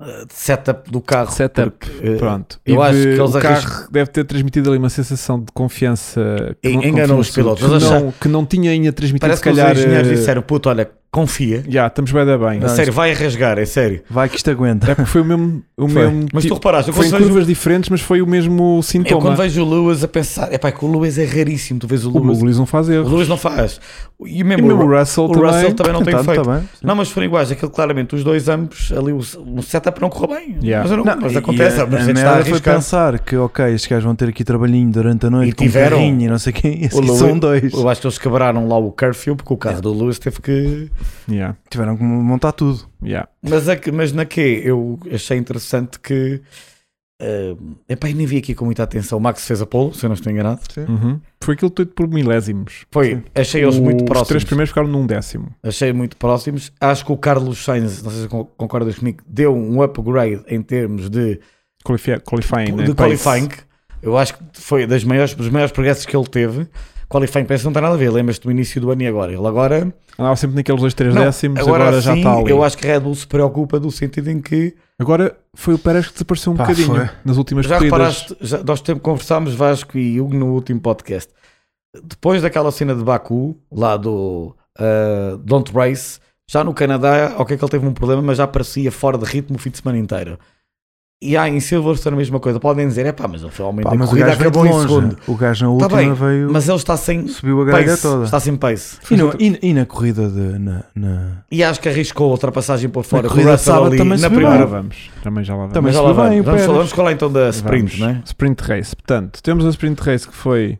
Speaker 2: eh, de setup do carro.
Speaker 3: Setup,
Speaker 2: porque, eh,
Speaker 3: Pronto.
Speaker 2: Eu
Speaker 3: E
Speaker 2: acho
Speaker 3: de-
Speaker 2: que eles
Speaker 3: o carro
Speaker 2: arriscam-
Speaker 3: deve ter transmitido ali uma sensação de confiança que
Speaker 2: En-
Speaker 3: não-
Speaker 2: enganou
Speaker 3: confiança
Speaker 2: os pilotos.
Speaker 3: Que,
Speaker 2: Eles
Speaker 3: não,
Speaker 2: acharam-
Speaker 3: que não tinha ainda transmitido,
Speaker 2: Parece
Speaker 3: se
Speaker 2: que
Speaker 3: calhar.
Speaker 2: os engenheiros
Speaker 3: eh,
Speaker 2: disseram: puto, olha, confia.
Speaker 3: "Ya, estamos bem da bem.
Speaker 2: A sério, vai rasgar, é sério.
Speaker 1: Vai que isto aguenta.
Speaker 3: É porque foi o mesmo. O
Speaker 1: Foi.
Speaker 3: mesmo
Speaker 2: Mas tu
Speaker 3: tipo-
Speaker 2: reparaste, eu
Speaker 3: foi
Speaker 2: quando
Speaker 3: em
Speaker 2: vejo,
Speaker 3: curvas diferentes, mas foi o mesmo
Speaker 2: eu
Speaker 3: sintoma.
Speaker 2: quando vejo o Lewis a pensar, é pá, que o Lewis é raríssimo. Tu vês o
Speaker 3: O
Speaker 2: Lewis,
Speaker 3: Lewis não faz
Speaker 2: o
Speaker 3: erro.
Speaker 2: Lewis não faz. E
Speaker 3: E
Speaker 2: mesmo,
Speaker 3: mesmo
Speaker 2: o,
Speaker 3: o Russell
Speaker 2: o
Speaker 3: também.
Speaker 2: Russell também não tem
Speaker 1: Tá- tá
Speaker 2: feito.
Speaker 1: bem.
Speaker 2: Não, mas foram iguais. Aquilo claramente, os dois, ambos, ali o, o setup não correu bem.
Speaker 3: Yeah.
Speaker 2: Mas, eu não,
Speaker 1: Não,
Speaker 2: mas
Speaker 1: e
Speaker 2: acontece,
Speaker 1: a,
Speaker 2: a Mercedes
Speaker 1: a é
Speaker 2: está a
Speaker 1: merda foi
Speaker 2: arriscar.
Speaker 1: pensar que, ok, estes gajos vão ter aqui trabalhinho durante a
Speaker 2: E
Speaker 1: noite com
Speaker 2: tiveram.
Speaker 1: carrinho e não sei o quê. E a seguir
Speaker 2: Lewis-
Speaker 1: são dois.
Speaker 2: Eu acho que eles quebraram lá o curfew porque o carro do Lewis teve que.
Speaker 3: Ya,
Speaker 1: Tiveram que montar tudo.
Speaker 3: ya.
Speaker 2: Mas, a que- mas na que eu achei interessante que. eh, epá, eu nem vi aqui com muita atenção. O Max fez a pole, se eu não estou enganado.
Speaker 3: Uhum. Foi aquilo tudo por milésimos.
Speaker 2: Foi, achei eles muito
Speaker 3: Os três
Speaker 2: próximos.
Speaker 3: primeiros ficaram num décimo.
Speaker 2: Achei muito próximos. Acho que o Carlos Sainz, não sei se con- concordas comigo, deu um upgrade em termos de,
Speaker 3: Qualifi- Qualifying, né?
Speaker 2: de
Speaker 3: Pace.
Speaker 2: qualifying. é Eu acho que foi das maiores, dos maiores progressos que ele teve. Qualifying parece que não tem nada a ver. Lembras-te do início do ano e agora? Ele agora.
Speaker 3: Andava sempre naqueles dois, três
Speaker 2: Não,
Speaker 3: décimos,
Speaker 2: agora
Speaker 3: agora, já
Speaker 2: sim,
Speaker 3: está ali.
Speaker 2: Eu acho que a Red Bull se preocupa no sentido em que
Speaker 3: Agora foi o Pérez que desapareceu um
Speaker 1: Pá,
Speaker 3: bocadinho
Speaker 1: foi.
Speaker 3: nas últimas
Speaker 2: já
Speaker 3: corridas.
Speaker 2: reparaste, já- nós tempo conversámos Vasco e Hugo no último podcast. Depois daquela cena de Baku, lá do ah, Don't Race, já no Canadá, ok que ele teve um problema, mas já parecia fora de ritmo o fim de semana inteiro. E há em Silverstone a mesma coisa. Podem dizer, é pá, mas ele foi
Speaker 1: Pá,
Speaker 2: aumentar a
Speaker 1: mas o
Speaker 2: corrida,
Speaker 1: gajo veio de
Speaker 2: acabou em
Speaker 1: longe.
Speaker 2: segundo.
Speaker 1: O gajo na
Speaker 2: Tá
Speaker 1: última
Speaker 2: bem,
Speaker 1: veio,
Speaker 2: Mas ele está sem
Speaker 1: subiu a grelha
Speaker 2: pace,
Speaker 1: toda.
Speaker 2: está sem pace.
Speaker 1: E, no- e- e na corrida de. Na, na-
Speaker 2: E acho que arriscou a ultrapassagem por fora.
Speaker 1: Na
Speaker 2: com o
Speaker 1: corrida
Speaker 2: Russell
Speaker 1: sábado
Speaker 2: ali
Speaker 1: também
Speaker 2: na
Speaker 1: subiu bem.
Speaker 3: Agora
Speaker 2: primeira.
Speaker 3: vamos. Também já lá vamos.
Speaker 1: Também
Speaker 2: Mas já lá
Speaker 1: subiu bem
Speaker 2: vamos. Vamos,
Speaker 1: o
Speaker 2: falar-
Speaker 1: Pérez.
Speaker 2: vamos falar então da sprint,
Speaker 3: Vamos.
Speaker 2: não é?
Speaker 3: Sprint Race. Portanto, temos a Sprint Race que foi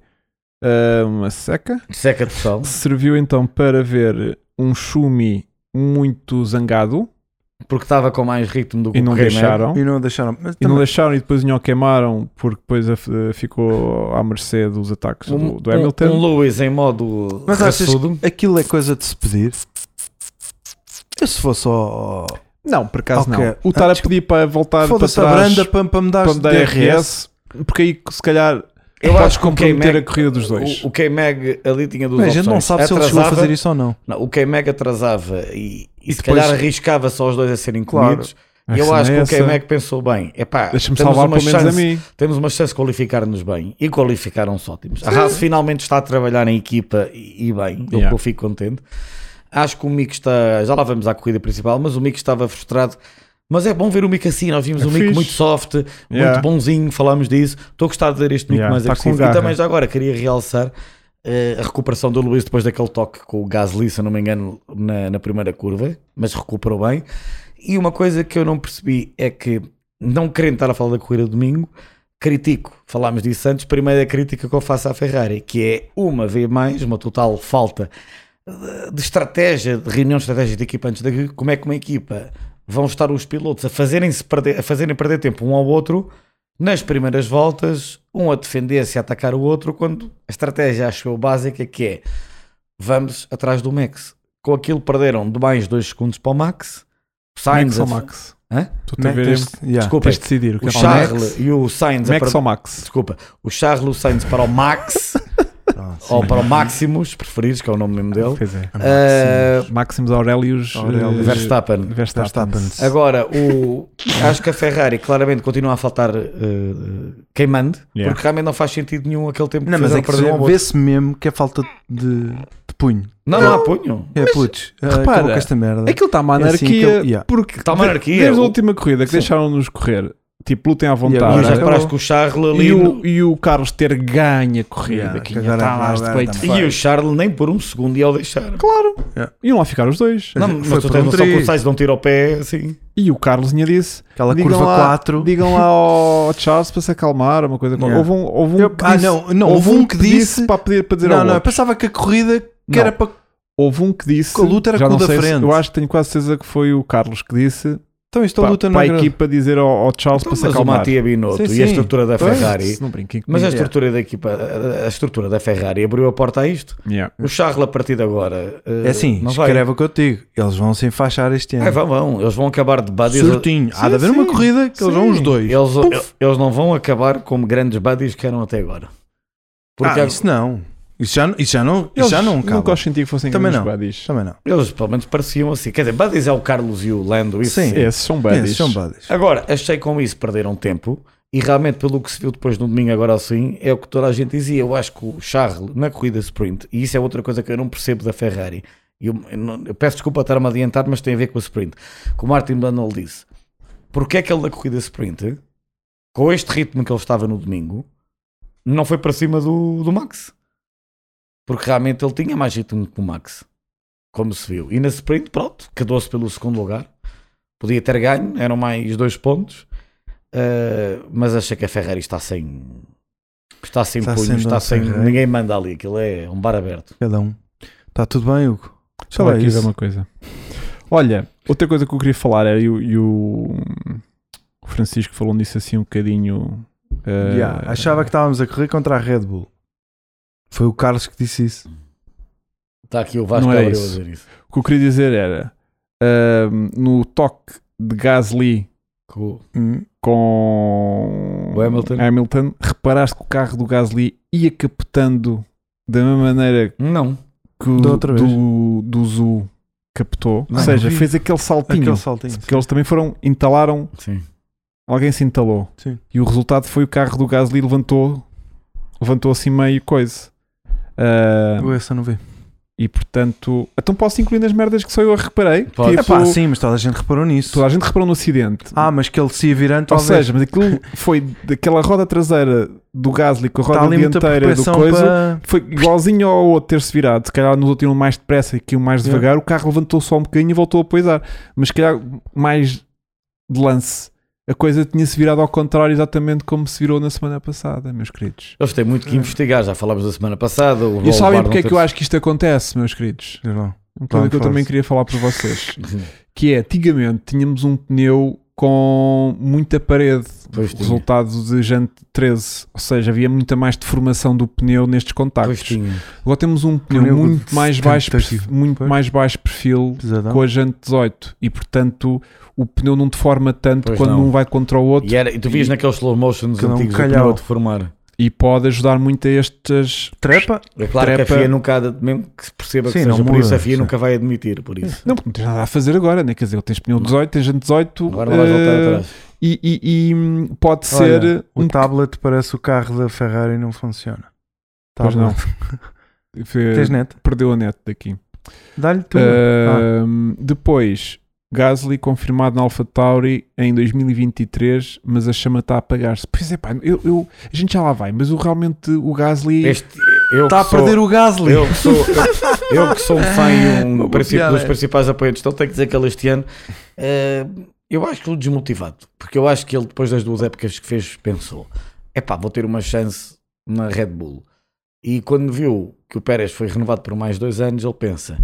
Speaker 3: ah, uma seca.
Speaker 2: Seca de sol.
Speaker 3: Serviu então para ver um Schumi muito zangado
Speaker 2: porque estava com mais ritmo do que
Speaker 3: e não
Speaker 2: o Reimer.
Speaker 3: deixaram.
Speaker 1: E não deixaram. Mas
Speaker 3: E não
Speaker 1: também-
Speaker 3: deixaram e depois o queimaram porque depois a- eh, ficou à mercê dos ataques
Speaker 2: Um,
Speaker 3: do, do Hamilton.
Speaker 2: um Lewis em modo
Speaker 1: Mas achas
Speaker 2: raçudo.
Speaker 1: que aquilo é coisa de se pedir? Eu se fosse ao.
Speaker 3: Não, por acaso
Speaker 1: Ok.
Speaker 3: não. O estar
Speaker 1: Ah,
Speaker 3: a pedir para voltar para
Speaker 1: Foda-se a
Speaker 3: trás
Speaker 1: branda para, para me dar
Speaker 3: para me dar RS, porque aí se calhar
Speaker 2: Eu
Speaker 3: podes
Speaker 2: acho que o
Speaker 3: comprometer
Speaker 2: K-Mag-
Speaker 3: a corrida dos dois.
Speaker 2: O, o K-Mag ali tinha duas
Speaker 1: Bem, a
Speaker 2: opções.
Speaker 1: gente não sabe se ele chegou a
Speaker 2: Atrasava-
Speaker 1: fazer isso ou não.
Speaker 2: não, o K-Mag atrasava e, e,
Speaker 1: E
Speaker 2: se
Speaker 1: depois-
Speaker 2: calhar arriscava só os dois a serem
Speaker 1: Claro.
Speaker 2: comidos. E eu
Speaker 3: Essa
Speaker 2: acho
Speaker 3: não
Speaker 2: que
Speaker 3: é
Speaker 2: o
Speaker 3: essa.
Speaker 2: K-Mag pensou bem. Epá,
Speaker 3: Deixa-me
Speaker 2: temos
Speaker 3: salvar
Speaker 2: uma
Speaker 3: pelo menos a
Speaker 2: chance-
Speaker 3: mim.
Speaker 2: Temos uma chance de qualificar-nos bem. E qualificaram-se ótimos. A Haas finalmente está a trabalhar em equipa e, e bem, eu-
Speaker 3: Yeah.
Speaker 2: eu fico contente. Acho que o Mick está. Já lá vamos à corrida principal, mas o Mick estava frustrado. Mas é bom ver o Mick assim. Nós vimos
Speaker 3: É
Speaker 2: um Mick
Speaker 3: fixe.
Speaker 2: muito soft,
Speaker 3: Yeah.
Speaker 2: muito bonzinho. Falámos disso. Estou a gostar de ver este Mick
Speaker 3: Yeah,
Speaker 2: mais
Speaker 3: está com
Speaker 2: agressivo. E
Speaker 3: garra.
Speaker 2: também já agora queria realçar eh, a recuperação do Luís depois daquele toque com o Gasly, se eu não me engano, na, na primeira curva. Mas recuperou bem. E uma coisa que eu não percebi é que, não querendo estar a falar da corrida de domingo, critico, falámos disso antes, primeira crítica que eu faço à Ferrari, que é uma vez mais uma total falta de- de estratégia, de reunião de estratégia de equipa antes de como é que uma equipa vão estar os pilotos a fazerem, -se perder, a fazerem perder tempo um ao outro nas primeiras voltas, um a defender-se e a atacar o outro, quando a estratégia acho eu básica que é vamos atrás do Max. Com aquilo perderam de mais 2 segundos para o Max.
Speaker 3: Max
Speaker 2: Sainz a-
Speaker 3: ou Max?
Speaker 2: Hã?
Speaker 3: Estou a ver.
Speaker 1: Tens- yeah.
Speaker 2: Desculpa,
Speaker 3: Tens de decidir o que
Speaker 2: o
Speaker 3: é que é.
Speaker 2: Charles e o Sainz a
Speaker 3: Max
Speaker 2: perder-
Speaker 3: ou Max?
Speaker 2: desculpa, o Charles o Sainz para o Max
Speaker 1: Pronto,
Speaker 2: ou
Speaker 1: sim.
Speaker 2: para o Maximus, preferidos, que é o nome mesmo dele.
Speaker 3: Pois é.
Speaker 2: Ah,
Speaker 3: Maximus Aurelius
Speaker 1: Aurelius.
Speaker 3: eh,
Speaker 2: Verstappen.
Speaker 3: Verstappen.
Speaker 1: Verstappen.
Speaker 2: Agora, o, acho que a Ferrari claramente continua a faltar eh, quem mande,
Speaker 3: Yeah.
Speaker 2: porque realmente não faz sentido nenhum aquele tempo
Speaker 1: Não,
Speaker 2: que
Speaker 1: mas
Speaker 2: fizeram
Speaker 1: é que
Speaker 2: perder um ao
Speaker 1: se-
Speaker 2: outro.
Speaker 1: vê-se mesmo que é falta de, de punho.
Speaker 2: Não, não há punho.
Speaker 1: É, putz,
Speaker 3: repara,
Speaker 1: acabou com esta merda.
Speaker 3: Aquilo está uma
Speaker 1: É assim,
Speaker 3: anarquia.
Speaker 1: aquilo- yeah.
Speaker 3: Porque
Speaker 2: Está uma
Speaker 3: de-
Speaker 2: anarquia.
Speaker 3: Desde a
Speaker 2: O-
Speaker 3: última corrida que
Speaker 1: Sim.
Speaker 3: deixaram-nos correr, tipo, lutem à
Speaker 2: E
Speaker 1: agora-
Speaker 3: vontade.
Speaker 2: já
Speaker 1: Agora
Speaker 2: reparaste
Speaker 1: acabou.
Speaker 2: é? que o Charles ali.
Speaker 3: E o,
Speaker 2: no-
Speaker 3: e o Carlos ter ganho a corrida.
Speaker 1: Yeah,
Speaker 3: que
Speaker 1: que
Speaker 3: ainda
Speaker 1: agora-
Speaker 3: tá lá,
Speaker 1: agora
Speaker 3: de peito.
Speaker 1: tá-
Speaker 2: E o Charles nem por um segundo ia ao deixar.
Speaker 3: Claro.
Speaker 1: Yeah.
Speaker 3: Iam lá ficar os dois.
Speaker 2: Não,
Speaker 1: foi
Speaker 2: mas tu
Speaker 1: por
Speaker 2: tens
Speaker 1: um
Speaker 2: noção que o
Speaker 1: triz.
Speaker 2: Sainz não tira o pé assim.
Speaker 3: E o Carlos tinha disse.
Speaker 1: Aquela
Speaker 3: digam
Speaker 1: curva
Speaker 3: lá,
Speaker 1: 4.
Speaker 3: Digam lá ao Charles para se acalmar, uma coisa qualquer.
Speaker 1: Yeah.
Speaker 3: Houve um, houve um
Speaker 1: Eu-
Speaker 3: que
Speaker 1: ah,
Speaker 3: disse-
Speaker 1: não, não, houve um que disse-
Speaker 3: para pedir para dizer
Speaker 1: Não,
Speaker 3: ao
Speaker 1: não, eu
Speaker 3: outro.
Speaker 1: pensava que a corrida que
Speaker 3: Não.
Speaker 1: era para.
Speaker 3: Houve um que disse.
Speaker 1: Que a luta era
Speaker 3: já
Speaker 1: com o
Speaker 3: não
Speaker 1: da
Speaker 3: sei se-
Speaker 1: frente.
Speaker 3: eu acho que tenho quase certeza que foi o Carlos que disse
Speaker 1: Então isto a
Speaker 3: para,
Speaker 1: luta
Speaker 3: para
Speaker 1: não
Speaker 3: a
Speaker 1: é grande.
Speaker 3: equipa dizer ao, ao Charles
Speaker 2: Então,
Speaker 3: para se
Speaker 2: mas o
Speaker 3: acalmar.
Speaker 2: Matia Binotto
Speaker 1: Sim,
Speaker 2: e a
Speaker 1: sim.
Speaker 2: estrutura da
Speaker 1: Pois.
Speaker 2: Ferrari.
Speaker 3: Não brinquem
Speaker 2: Mas a
Speaker 1: Yeah.
Speaker 2: estrutura da equipa, a- a estrutura da Ferrari abriu a porta a isto.
Speaker 3: Yeah.
Speaker 2: O Charles, a partir de agora, eh,
Speaker 1: É assim,
Speaker 2: não vai.
Speaker 1: escreve o que eu te digo. Eles vão se enfaixar este
Speaker 2: Ah,
Speaker 1: ano.
Speaker 2: vão, vão. Eles vão acabar de buddies.
Speaker 1: Certinho. Há de haver
Speaker 3: Sim,
Speaker 1: uma
Speaker 3: sim.
Speaker 1: corrida que eles vão os dois.
Speaker 2: Eles, eles não vão acabar como grandes buddies que eram até agora. Porque
Speaker 1: ah,
Speaker 3: é-
Speaker 2: há-
Speaker 1: isso não. Isso já, isso já não, isso
Speaker 3: Eles
Speaker 1: já não
Speaker 3: nunca
Speaker 1: cabe.
Speaker 3: os senti que fossem
Speaker 1: Também
Speaker 3: grandes
Speaker 1: não.
Speaker 3: buddies.
Speaker 1: Também não.
Speaker 2: eles pelo menos pareciam assim. Quer dizer, buddies é o Carlos e o Lando. Isso
Speaker 1: Sim.
Speaker 2: sim.
Speaker 3: Esses são buddies.
Speaker 1: Esses são buddies.
Speaker 2: Agora, achei que com isso perderam tempo e realmente pelo que se viu depois no domingo agora assim, é o que toda a gente dizia. Eu acho que o Charles na corrida sprint, e isso é outra coisa que eu não percebo da Ferrari, e eu, eu não- eu peço desculpa estar-me a adiantar, mas tem a ver com a sprint, que o Martin Brundle disse. Porque é que ele na corrida sprint, com este ritmo que ele estava no domingo, não foi para cima do, do Max? Porque realmente ele tinha mais ritmo que o Max, como se viu. E na sprint, pronto, quedou-se pelo segundo lugar podia ter ganho, eram mais dois pontos, Uh, mas achei que a Ferrari está sem está sem
Speaker 1: Está
Speaker 2: punhos,
Speaker 1: sendo
Speaker 2: está
Speaker 1: um
Speaker 2: sem
Speaker 1: Ferrari.
Speaker 2: ninguém manda ali, aquilo é um bar aberto.
Speaker 1: Cada um. Está tudo bem, Hugo?
Speaker 3: Deixa lá
Speaker 1: Olha
Speaker 3: aqui
Speaker 1: isso.
Speaker 3: ver uma coisa. Olha, outra coisa que eu queria falar era, e o, e o o Francisco falou nisso assim um bocadinho. eh,
Speaker 1: Yeah, Achava que estávamos a correr contra a Red Bull. Foi o Carlos que disse isso.
Speaker 2: Está aqui o Vasco
Speaker 3: Não era
Speaker 2: Gabriel a
Speaker 3: isso.
Speaker 2: dizer isso.
Speaker 3: O que eu queria dizer era ahm, no toque de Gasly
Speaker 2: Que o-
Speaker 3: com
Speaker 2: O Hamilton.
Speaker 3: reparaste que o carro do Gasly ia captando da mesma maneira
Speaker 2: Não,
Speaker 3: que o
Speaker 1: Da outra vez.
Speaker 3: do, do Zu captou, ou
Speaker 1: Ah,
Speaker 3: seja,
Speaker 1: não vi.
Speaker 3: fez aquele saltinho.
Speaker 1: Aquele saltinho.
Speaker 3: Porque eles também foram, entalaram,
Speaker 2: sim.
Speaker 3: alguém se entalou.
Speaker 1: Sim.
Speaker 3: E o resultado foi o carro do Gasly levantou, levantou assim meio coisa. Ah,
Speaker 1: Eu essa não vi.
Speaker 3: e portanto, então posso incluir nas merdas que só eu reparei.
Speaker 2: Pode.
Speaker 3: Tipo,
Speaker 1: Epá, sim, mas toda a gente reparou nisso.
Speaker 3: toda a gente reparou no acidente.
Speaker 1: Ah, mas que ele se ia virando,
Speaker 3: Ou
Speaker 1: talvez.
Speaker 3: seja, mas aquilo foi daquela roda traseira do Gasly com a
Speaker 1: está
Speaker 3: roda
Speaker 1: tá ali muita
Speaker 3: dianteira do
Speaker 1: preparação
Speaker 3: coisa.
Speaker 1: para...
Speaker 3: Foi igualzinho ao outro ter-se virado. Se calhar nos outro iam mais depressa e aqui um mais
Speaker 1: Yeah.
Speaker 3: devagar. O carro levantou só um bocadinho e voltou a poisar. Mas se calhar mais de lance. A coisa tinha-se virado ao contrário, exatamente como se virou na semana passada, meus queridos.
Speaker 2: Eles têm muito que investigar, já falámos da semana passada. O
Speaker 3: É. E
Speaker 2: Roll
Speaker 3: sabem
Speaker 2: Bar
Speaker 3: porque é
Speaker 2: não
Speaker 3: que eu acho que isto acontece, meus queridos?
Speaker 1: Diz lá.
Speaker 3: Uma coisa que eu
Speaker 1: força.
Speaker 3: também queria falar para vocês.
Speaker 2: teve-
Speaker 3: Que é, antigamente tínhamos um pneu com muita parede.
Speaker 2: Pois tinha.
Speaker 3: resultado de Jante 13, ou seja, havia muita mais deformação do pneu nestes
Speaker 2: Pois
Speaker 3: contactos.
Speaker 2: tinha.
Speaker 3: Agora temos um pneu,
Speaker 1: Pneu
Speaker 3: muito,
Speaker 1: de
Speaker 3: mais baixo,
Speaker 1: 70,
Speaker 3: perfil, muito
Speaker 1: pois.
Speaker 3: mais baixo perfil
Speaker 1: Pesadão.
Speaker 3: com a Jante 18 e, portanto, o pneu não deforma tanto
Speaker 2: Pois
Speaker 3: quando
Speaker 2: não.
Speaker 3: um vai contra o outro
Speaker 2: E, era, e tu vias
Speaker 3: E-
Speaker 2: naqueles slow motions
Speaker 1: Cada um
Speaker 2: antigos
Speaker 1: calhau.
Speaker 2: o pneu a formar.
Speaker 3: e pode ajudar muito a estas.
Speaker 1: Trepa?
Speaker 2: É claro que a
Speaker 3: Trepa.
Speaker 2: FIA nunca, há de- mesmo que se perceba
Speaker 1: Sim,
Speaker 2: que seja
Speaker 1: não
Speaker 2: por
Speaker 1: muda,
Speaker 2: isso, a FIA
Speaker 1: sim.
Speaker 2: nunca vai admitir por isso.
Speaker 3: Não, porque não tens nada a fazer agora, né? quer dizer, tens pneu 18, tens Jante 18
Speaker 2: Agora não vais voltar
Speaker 3: eh,
Speaker 2: atrás.
Speaker 3: E, e- e, hum, pode
Speaker 1: Olha,
Speaker 3: ser
Speaker 1: o
Speaker 3: um
Speaker 1: tablet parece o carro da Ferrari e não funciona.
Speaker 3: Pois não. Fe-
Speaker 1: Tens net?
Speaker 3: Perdeu a net daqui.
Speaker 1: Dá-lhe tu.
Speaker 3: Eh,
Speaker 2: Ah.
Speaker 3: Ahm, Depois, Gasly confirmado na AlphaTauri em 2023, mas a chama está a apagar-se. Pois é, pá, eu, eu- a gente já lá vai, mas o, realmente o Gasly.
Speaker 2: Este, eu
Speaker 1: Está tá a
Speaker 2: que sou-
Speaker 1: perder o Gasly.
Speaker 2: Eu que sou, eu, eu que sou um fã e um
Speaker 1: Uma
Speaker 2: princípio-
Speaker 1: piada.
Speaker 2: dos principais apoiantes, então tenho que dizer que ele este ano eh, eu acho que o desmotivado, porque eu acho que ele depois das duas épocas que fez pensou epá, vou ter uma chance na Red Bull. E quando viu que o Pérez foi renovado por mais dois anos, ele pensa: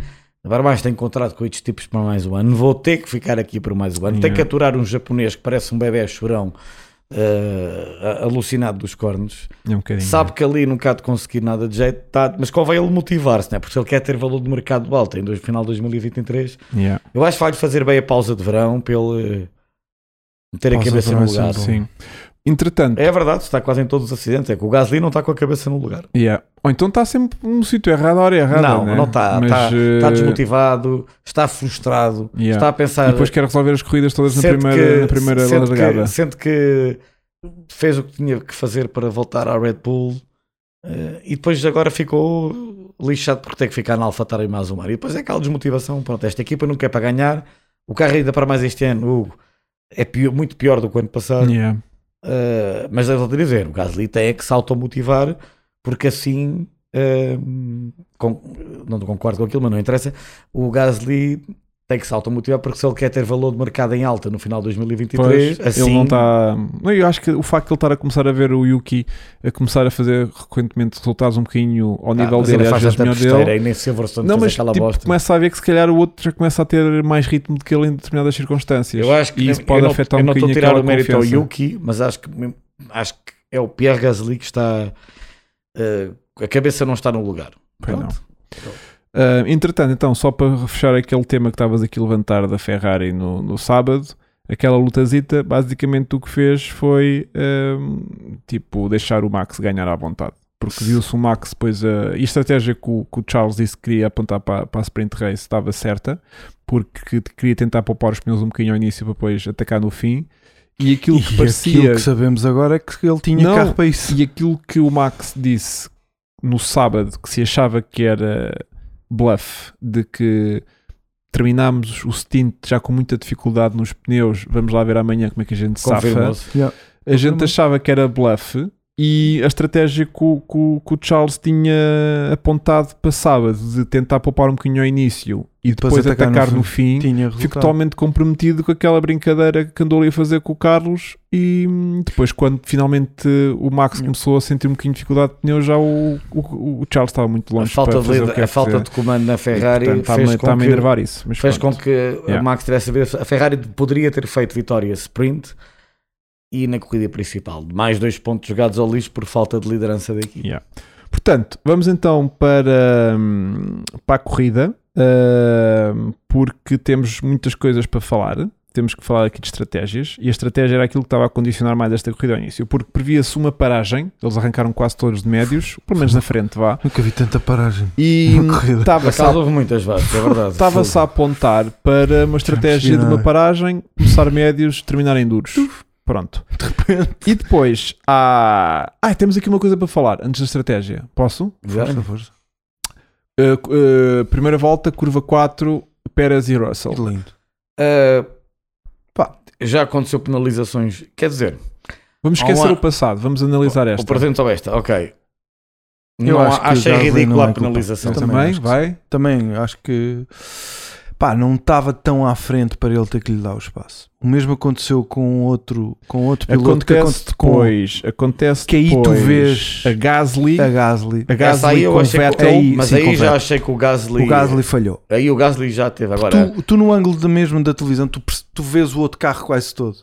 Speaker 2: agora mais tenho contrato com estes tipos por mais um ano, vou ter que ficar aqui por mais um ano, tenho que
Speaker 3: Yeah.
Speaker 2: aturar um japonês que parece um bebê chorão, eh, alucinado dos cornos.
Speaker 3: É um bocadinho.
Speaker 2: Sabe que ali nunca há de conseguir nada de jeito, tá, mas convém ele motivar-se, né? porque se ele quer ter valor de mercado alto em dois- final de 2023,
Speaker 3: Yeah.
Speaker 2: eu acho que vai-lhe fazer bem a pausa de verão para ele eh, meter a
Speaker 3: Pausa
Speaker 2: cabeça
Speaker 3: para
Speaker 2: no
Speaker 3: mais um,
Speaker 2: lugar.
Speaker 3: Sim. Entretanto,
Speaker 2: É verdade, está quase em todos os acidentes. É que o Gasly não está com a cabeça no lugar.
Speaker 3: yeah. ou então está sempre no sítio errado, à hora errada.
Speaker 2: não,
Speaker 3: né?
Speaker 2: não está.
Speaker 3: Mas,
Speaker 2: Está,
Speaker 3: eh,
Speaker 2: está desmotivado, está frustrado,
Speaker 3: yeah.
Speaker 2: está a pensar.
Speaker 3: E depois quer resolver as corridas todas na
Speaker 2: sente
Speaker 3: primeira, na primeira
Speaker 2: sente que-
Speaker 3: largada.
Speaker 2: sente que fez o que tinha que fazer para voltar à Red Bull eh, e depois agora ficou lixado porque tem que ficar na AlphaTauri mais uma hora. E depois é aquela desmotivação. Pronto, esta equipa não quer para ganhar. O carro ainda para mais este ano, Hugo, é pior- muito pior do que o ano passado.
Speaker 3: Yeah.
Speaker 2: Uh, mas eu vou te dizer, o Gasly tem é que se automotivar, porque assim um, con- não concordo com aquilo, mas não interessa. O Gasly tem que se automotivar porque se ele quer ter valor de mercado em alta no final de 2023,
Speaker 3: Pois,
Speaker 2: assim
Speaker 3: ele não tá está. Não, Eu acho que o facto de ele estar a começar a ver o Yuki a começar a fazer frequentemente resultados um bocadinho ao nível
Speaker 2: Ah, mas
Speaker 3: dele,
Speaker 2: ainda
Speaker 3: às
Speaker 2: faz
Speaker 3: vezes
Speaker 2: tanta
Speaker 3: melhor
Speaker 2: besteira
Speaker 3: dele.
Speaker 2: e nem se Silverstone
Speaker 3: Não,
Speaker 2: fez
Speaker 3: mas
Speaker 2: aquela
Speaker 3: tipo,
Speaker 2: bosta.
Speaker 3: começa a ver que se calhar o outro já começa a ter mais ritmo do que ele em determinadas circunstâncias.
Speaker 2: Eu acho que
Speaker 3: e isso pode
Speaker 2: eu não,
Speaker 3: afetar
Speaker 2: eu
Speaker 3: um
Speaker 2: não estou a
Speaker 3: bocadinho
Speaker 2: tirar
Speaker 3: aquela
Speaker 2: o mérito
Speaker 3: confiança.
Speaker 2: ao Yuki, mas acho que, mesmo- acho que é o Pierre Gasly que está. uh, a cabeça não está no lugar.
Speaker 3: Pois não.
Speaker 2: Pronto.
Speaker 3: Ah, entretanto, então, só para fechar aquele tema que estavas aqui a levantar da Ferrari no, no sábado, aquela lutazita, basicamente o que fez foi ahm, tipo deixar o Max ganhar à vontade. Porque viu-se o Max depois a. E a estratégia que o, que o Charles disse que queria apontar para, para a Sprint Race estava certa, porque queria tentar poupar os pneus um bocadinho ao início para depois atacar no fim. E aquilo que
Speaker 1: e
Speaker 3: parecia.
Speaker 1: aquilo é assim, que sabemos agora é que ele tinha
Speaker 3: Não,
Speaker 1: carro para isso.
Speaker 3: E aquilo que o Max disse no sábado, que se achava que era bluff, de que terminámos o stint já com muita dificuldade nos pneus, vamos lá ver amanhã como é que a gente safa.
Speaker 2: Confirmou-se.
Speaker 3: A gente
Speaker 1: Confirmou.
Speaker 3: achava que era bluff e a estratégia que o, que o- que o Charles tinha apontado para sábado, de tentar poupar um bocadinho ao início e
Speaker 1: Depois
Speaker 3: depois,
Speaker 1: atacar
Speaker 3: atacar,
Speaker 1: no
Speaker 3: no fim
Speaker 1: Tinha
Speaker 3: fico
Speaker 1: resultado.
Speaker 3: totalmente comprometido com aquela brincadeira que andou ali a fazer com o Carlos e hum, depois quando finalmente o Max começou a sentir um bocadinho de dificuldade de pneu já o, o- o Charles estava muito
Speaker 2: A
Speaker 3: longe
Speaker 2: falta,
Speaker 3: para
Speaker 2: de,
Speaker 3: fazer o
Speaker 2: lider-
Speaker 3: que
Speaker 2: a
Speaker 3: é
Speaker 2: falta
Speaker 3: fazer.
Speaker 2: de comando na
Speaker 3: E,
Speaker 2: Ferrari
Speaker 3: portanto, está-me-
Speaker 2: fez, com
Speaker 3: está-me a
Speaker 2: que,
Speaker 3: enervar isso mas
Speaker 2: fez
Speaker 3: pronto.
Speaker 2: com que
Speaker 3: Yeah.
Speaker 2: a Max tivesse a ver. A Ferrari poderia ter feito vitória sprint e na corrida principal. Mais dois pontos jogados ao lixo por falta de liderança da equipe.
Speaker 3: Yeah. Portanto, vamos então para, hum, para a corrida, hum, porque temos muitas coisas para falar. Temos que falar aqui de estratégias, e a estratégia era aquilo que estava a condicionar mais esta corrida ao início, porque previa-se uma paragem, eles arrancaram quase todos de médios, pelo menos na frente, vá,
Speaker 1: Nunca vi tanta paragem.
Speaker 3: e
Speaker 1: Uma corrida.
Speaker 2: Por
Speaker 3: estava-se
Speaker 2: acaso
Speaker 3: a,
Speaker 2: houve muitas vastas, é verdade.
Speaker 3: estava-se a apontar para uma estratégia de uma
Speaker 1: impressionante.
Speaker 3: paragem, começar médios, terminar em duros. Pronto. E depois há. Ah, temos aqui uma coisa para falar antes da estratégia. Posso?
Speaker 2: Já?
Speaker 1: Força, força.
Speaker 3: Uh, cu- uh, primeira volta, curva 4, Pérez e Russell.
Speaker 1: Que lindo.
Speaker 2: Ah, pá, já aconteceu penalizações. Quer dizer,
Speaker 3: Vamos
Speaker 2: Há
Speaker 3: esquecer
Speaker 2: uma-
Speaker 3: o passado, vamos analisar
Speaker 2: o
Speaker 3: esta.
Speaker 2: presente ou esta, ok.
Speaker 1: Eu
Speaker 2: não,
Speaker 1: acho que
Speaker 2: achei
Speaker 1: o Gasly não
Speaker 2: ridícula
Speaker 1: é
Speaker 2: a
Speaker 1: culpa.
Speaker 2: penalização.
Speaker 1: Eu
Speaker 3: Também,
Speaker 1: também acho que
Speaker 3: vai.
Speaker 1: Também acho que pá, não estava tão à frente para ele ter que lhe dar o espaço. O mesmo aconteceu com outro, com outro piloto
Speaker 3: Acontece
Speaker 1: que aconteceu
Speaker 3: depois, acontece
Speaker 1: que aí tu
Speaker 3: depois.
Speaker 1: vês
Speaker 3: a Gasly,
Speaker 1: com a Gasly.
Speaker 3: a
Speaker 2: Essa aí
Speaker 3: Gasly
Speaker 2: eu
Speaker 3: com
Speaker 2: achei que,
Speaker 3: Vettel.
Speaker 1: aí,
Speaker 2: mas
Speaker 1: sim, com
Speaker 2: aí já
Speaker 1: Vettel.
Speaker 2: achei que o Gasly,
Speaker 1: O Gasly falhou.
Speaker 2: aí o Gasly já teve agora
Speaker 1: Tu, tu no ângulo de mesmo da televisão, tu, perce- tu vês o outro carro quase todo.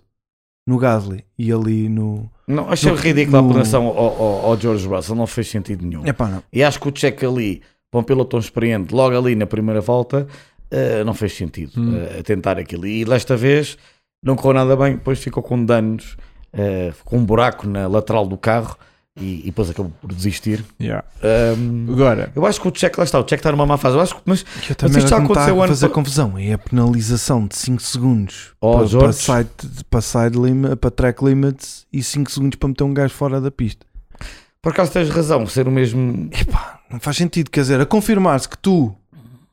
Speaker 1: No Gasly e ali no.
Speaker 2: Não, achei
Speaker 1: No-
Speaker 2: ridícula a
Speaker 1: no-
Speaker 2: apelação ao, ao- ao George Russell, não fez sentido nenhum.
Speaker 1: É pá, não.
Speaker 2: E acho que o check ali, para um piloto tão experiente, logo ali na primeira volta, eh, não fez sentido
Speaker 3: Hum.
Speaker 2: eh, a tentar aquilo. E desta vez não correu nada bem, depois ficou com danos, eh, com um buraco na lateral do carro e, e depois acabou por desistir.
Speaker 3: Yeah.
Speaker 2: Ahm,
Speaker 3: Agora,
Speaker 2: eu acho que o check, lá está, o check está numa má fase. Eu acho que, mas
Speaker 1: Eu também
Speaker 2: isto já
Speaker 1: não
Speaker 2: aconteceu
Speaker 1: está a
Speaker 2: ano
Speaker 1: fazer
Speaker 2: pa-
Speaker 1: confusão. É a penalização de 5 segundos
Speaker 2: Oh,
Speaker 1: para, para,
Speaker 2: Jorge.
Speaker 1: side, para, side lim, para track limits e 5 segundos para meter um gajo fora da pista.
Speaker 2: por acaso tens razão, ser o mesmo.
Speaker 1: Epá, não faz sentido. Quer dizer, a confirmar-se que tu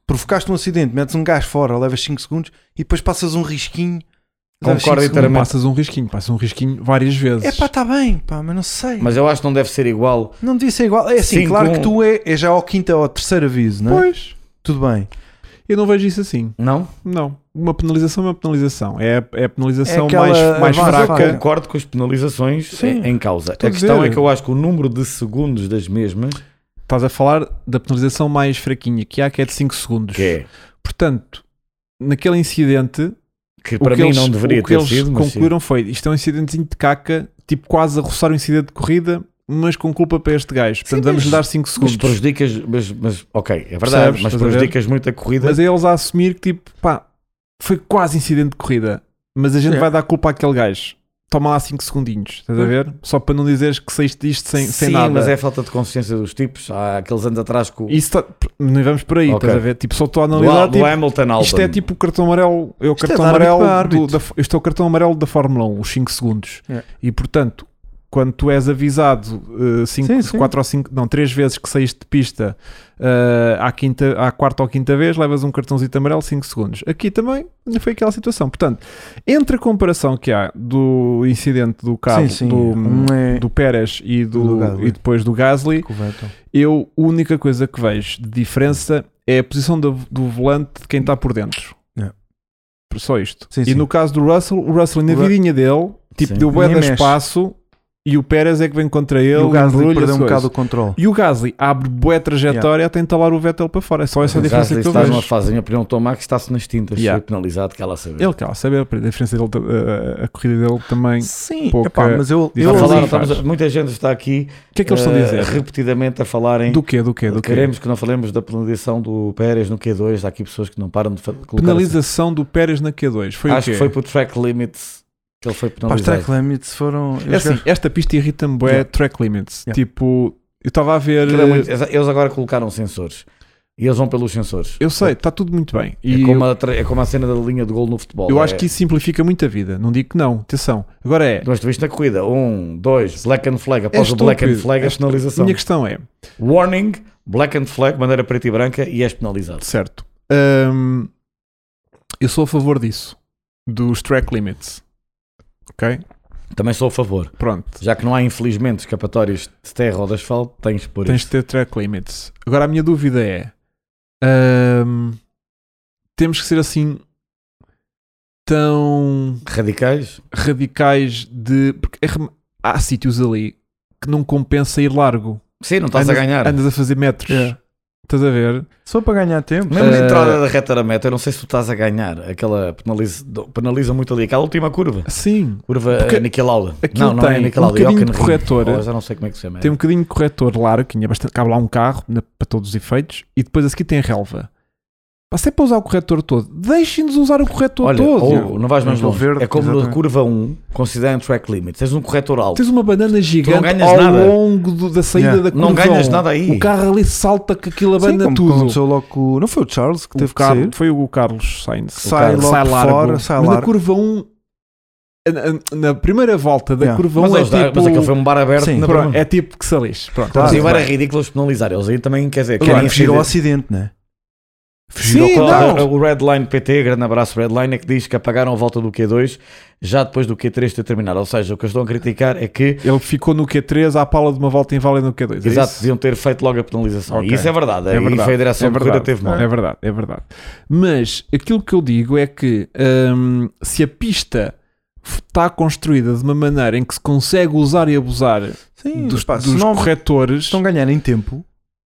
Speaker 1: provocaste um acidente, metes um gajo fora, levas 5 segundos e depois passas um risquinho. levas
Speaker 2: Concordo
Speaker 1: cinco
Speaker 3: não
Speaker 2: inteiramente.
Speaker 3: Então,
Speaker 2: É
Speaker 3: passas um risquinho, passas um risquinho várias vezes.
Speaker 1: segundos. Epá, está bem, pá, mas não sei.
Speaker 2: Mas eu acho que não deve ser igual.
Speaker 1: Não devia ser igual. É assim,
Speaker 2: Cinco,
Speaker 1: claro
Speaker 2: um.
Speaker 1: que tu é, é já ao quinto ou ao terceiro aviso, não é?
Speaker 3: Pois.
Speaker 1: Tudo bem.
Speaker 3: né? Eu não vejo isso assim.
Speaker 2: Não?
Speaker 3: Não. Uma penalização é uma penalização. É a, é a penalização
Speaker 1: É aquela
Speaker 3: mais, mais
Speaker 1: vá,
Speaker 3: fraca.
Speaker 1: vá.
Speaker 2: Concordo com as penalizações
Speaker 3: Sim.
Speaker 2: em causa.
Speaker 3: Estou
Speaker 2: a
Speaker 3: a
Speaker 2: questão
Speaker 3: dizer.
Speaker 2: é que eu acho que o número de segundos das mesmas
Speaker 3: Estás a falar da penalização mais fraquinha, que há que é de 5 segundos.
Speaker 2: que é
Speaker 3: Portanto, naquele incidente,
Speaker 2: que
Speaker 3: o
Speaker 2: para
Speaker 3: que
Speaker 2: mim
Speaker 3: eles,
Speaker 2: não deveria
Speaker 3: o que
Speaker 2: ter
Speaker 3: eles
Speaker 2: sido, mas sim.
Speaker 3: concluíram foi: isto é um incidentezinho de caca, tipo quase a roçar um incidente de corrida, mas com culpa para este gajo. Portanto, vamos lhe dar 5
Speaker 2: mas
Speaker 3: segundos. Mas,
Speaker 2: prejudicas, mas, mas ok, é verdade,
Speaker 3: Percebes?
Speaker 2: mas
Speaker 3: Estás a ver?
Speaker 2: prejudicas muito a corrida.
Speaker 3: é eles a assumir que, tipo, pá, foi quase incidente de corrida, mas a gente
Speaker 1: É.
Speaker 3: vai dar culpa àquele gajo. Toma lá 5 segundinhos, estás a ver? Só para não dizeres que saíste disto sem, sem
Speaker 2: Hum. sim,
Speaker 3: nada.
Speaker 2: mas é a falta de consciência dos tipos. Há aqueles anos atrás com
Speaker 3: Isso tá, não vamos por aí,
Speaker 2: Ok.
Speaker 3: estás a ver? Tipo, só estou a
Speaker 2: do,
Speaker 3: analisar.
Speaker 2: do
Speaker 3: tipo,
Speaker 2: Hamilton Albon.
Speaker 3: isto é tipo o cartão amarelo. É o
Speaker 1: Isto é
Speaker 3: cartão
Speaker 1: de árbitro
Speaker 3: amarelo.
Speaker 1: para
Speaker 3: do-
Speaker 1: árbitro.
Speaker 3: da, isto é o cartão amarelo da Fórmula 1, os 5 segundos.
Speaker 1: É.
Speaker 3: E portanto, quando tu és avisado
Speaker 1: Sim, sim.
Speaker 3: 4 ou 5, não, 3 vezes que saíste de pista eh, à, quinta, à quarta ou quinta vez, levas um cartãozinho amarelo 5 segundos. Aqui também não foi aquela situação. Portanto, entre a comparação que há do incidente do carro
Speaker 1: Sim, sim.
Speaker 3: do,
Speaker 1: Um é-
Speaker 3: do Pérez e,
Speaker 1: Do
Speaker 3: do,
Speaker 1: Gasly.
Speaker 3: e depois do Gasly,
Speaker 1: Com o Vettel.
Speaker 3: eu, a única coisa que vejo de diferença é a posição do, do volante de quem está por dentro.
Speaker 1: É.
Speaker 3: Por Só isto.
Speaker 1: Sim,
Speaker 3: e
Speaker 1: sim.
Speaker 3: no caso do Russell, o Russell na
Speaker 1: O Ru-
Speaker 3: vidinha dele, tipo,
Speaker 2: Sim.
Speaker 3: deu bué
Speaker 1: Nem
Speaker 3: de
Speaker 1: mexe.
Speaker 3: espaço e o Pérez é que vem contra
Speaker 1: E
Speaker 3: ele.
Speaker 1: o Gasly
Speaker 3: embrulha-se,
Speaker 1: perdeu um
Speaker 3: coisa.
Speaker 1: bocado o controle.
Speaker 3: E o Gasly abre boa trajetória a tentar lá o Vettel para fora. É só essa a
Speaker 2: o
Speaker 3: diferença
Speaker 2: Gasly
Speaker 3: que eu
Speaker 2: está
Speaker 3: vejo.
Speaker 2: numa fase, em minha opinião, o Tom Max está-se nas tintas,
Speaker 3: Yeah.
Speaker 2: foi penalizado, que ela sabe.
Speaker 3: Ele, claro, sabe a diferença dele, a, a- a corrida dele também.
Speaker 1: Sim,
Speaker 3: pouca-
Speaker 1: epá, mas eu,
Speaker 3: Ele
Speaker 1: eu
Speaker 2: A
Speaker 3: Vamos
Speaker 1: ali-
Speaker 2: falar,
Speaker 3: ali
Speaker 2: estamos-
Speaker 3: faz.
Speaker 2: muita gente está aqui
Speaker 3: O que é que eles estão a
Speaker 2: eh,
Speaker 3: dizer?
Speaker 2: repetidamente a falarem.
Speaker 3: Do quê, do quê, do quê?
Speaker 2: Queremos que não falemos da penalização do Pérez no Q2. Há aqui pessoas que não param de fa- colocar.
Speaker 1: assim.
Speaker 3: Penalização do Pérez na Q2. Foi o
Speaker 2: Acho
Speaker 3: quê?
Speaker 2: que foi por track limits que ele foi
Speaker 1: Pá, os
Speaker 2: penalizado.
Speaker 1: track limits foram.
Speaker 3: É
Speaker 1: eles-
Speaker 3: assim, esta pista irrita-me bué
Speaker 1: Yeah.
Speaker 3: track limits.
Speaker 1: Yeah.
Speaker 3: Tipo, eu estava a ver.
Speaker 2: Aquilo é muito- Eles agora colocaram sensores e eles vão pelos sensores.
Speaker 3: Eu sei, está tudo muito bem.
Speaker 2: É
Speaker 3: E
Speaker 2: como,
Speaker 3: eu,
Speaker 2: a, tra- é como a cena da linha de gol no futebol.
Speaker 3: eu
Speaker 2: é-
Speaker 3: acho que isso simplifica muito a vida. Não digo que não, atenção. Agora é.
Speaker 2: Nós viste na corrida. Um, dois, black and flag. Após
Speaker 3: É
Speaker 2: o black and
Speaker 3: estúpido.
Speaker 2: flag,
Speaker 3: É
Speaker 2: a penalização.
Speaker 3: Minha questão é,
Speaker 2: Warning, black and flag, bandeira preta e branca e és penalizado.
Speaker 3: certo. hum, eu sou a favor disso. Dos track limits. Ok?
Speaker 2: Também sou a favor.
Speaker 3: Pronto.
Speaker 2: Já que não há, infelizmente, escapatórios de terra ou de asfalto, tens de pôr
Speaker 3: Tens
Speaker 2: isso.
Speaker 3: de ter track limits. Agora a minha dúvida é. hum, temos que ser assim. Tão.
Speaker 2: Radicais?
Speaker 3: radicais de. Porque é rem- há sítios ali que não compensa ir largo.
Speaker 2: Sim, não estás a ganhar.
Speaker 3: Andas a fazer metros.
Speaker 1: É.
Speaker 3: Estás a ver?
Speaker 1: Só para ganhar tempo.
Speaker 2: Mesmo na
Speaker 3: Eh,
Speaker 2: entrada da reta da meta, eu não sei se tu estás a ganhar. Aquela penaliza, do- penaliza muito ali, aquela última curva.
Speaker 3: Sim.
Speaker 2: Curva
Speaker 3: Porque
Speaker 2: eh, aniquilada.
Speaker 3: aquilo
Speaker 2: Não, não é
Speaker 3: tem
Speaker 2: aniquilada,
Speaker 3: um
Speaker 2: é
Speaker 3: bocadinho de
Speaker 2: Hockenheim.
Speaker 3: corretora.
Speaker 2: Ou já não sei como é que se chama.
Speaker 3: Tem um bocadinho de corretor largo, que tinha bastante. Cabe lá um carro na- para todos os efeitos. E depois a seguir tem relva. Mas se é para usar o corretor todo, deixem-nos usar o corretor
Speaker 2: Olha,
Speaker 3: todo. eh,
Speaker 2: ou, não vais mais
Speaker 1: Tem
Speaker 2: longe.
Speaker 1: verde,
Speaker 2: é como na
Speaker 1: exatamente.
Speaker 2: curva 1, considerem track limit. Tens um corretor alto.
Speaker 3: Tens uma banana gigante
Speaker 2: ganhas
Speaker 3: ao
Speaker 2: nada. É.
Speaker 3: longo do- da saída
Speaker 1: Yeah.
Speaker 3: da curva.
Speaker 2: Não ganhas nada aí.
Speaker 3: O carro ali salta que aquilo
Speaker 1: Sim,
Speaker 3: abana
Speaker 1: como
Speaker 3: tudo.
Speaker 1: aconteceu logo com o- Não foi o Charles que
Speaker 3: O
Speaker 1: teve que
Speaker 3: Carlos-
Speaker 1: sair?
Speaker 3: Foi o Carlos Sainz.
Speaker 1: Sai
Speaker 3: O Carlos
Speaker 1: logo fora, sai
Speaker 3: Mas na
Speaker 1: largo.
Speaker 3: curva 1, na- na, primeira volta da
Speaker 1: Yeah.
Speaker 3: curva
Speaker 2: Mas,
Speaker 3: 1 é
Speaker 2: eles dá-
Speaker 3: tipo...
Speaker 2: mas aquilo foi um bar aberto
Speaker 1: Sim,
Speaker 2: na
Speaker 3: Pronto,
Speaker 2: Berlim.
Speaker 3: é tipo que salis. Pronto.
Speaker 1: Claro.
Speaker 2: Sim, era ridículo eles penalizarem. Eles aí também, quer dizer,
Speaker 1: Querem
Speaker 2: querem
Speaker 1: fugir ao
Speaker 2: decidir.
Speaker 1: acidente, né?
Speaker 3: Sim,
Speaker 1: ao
Speaker 3: não.
Speaker 1: carro.
Speaker 2: O Redline PT, grande abraço Redline, é que diz que apagaram a volta do Q2 já depois do Q3 ter terminado. Ou seja, o que eles estão a criticar é que,
Speaker 3: Ele ficou no Q3 à pala de uma volta em válida no Q2. é
Speaker 2: exato,
Speaker 3: isso?
Speaker 2: deviam ter feito logo a penalização.
Speaker 3: Ok.
Speaker 2: E isso é verdade.
Speaker 3: É
Speaker 2: aí
Speaker 3: verdade,
Speaker 2: foi a direção
Speaker 3: é
Speaker 2: de corrida
Speaker 3: verdade,
Speaker 2: teve mal.
Speaker 3: É verdade, é verdade. Mas aquilo que eu digo é que hum, se a pista está construída de uma maneira em que se consegue usar e abusar
Speaker 1: Sim,
Speaker 3: dos,
Speaker 1: pá, se
Speaker 3: dos
Speaker 1: não
Speaker 3: corretores,
Speaker 2: Então
Speaker 1: estão a ganhar em tempo,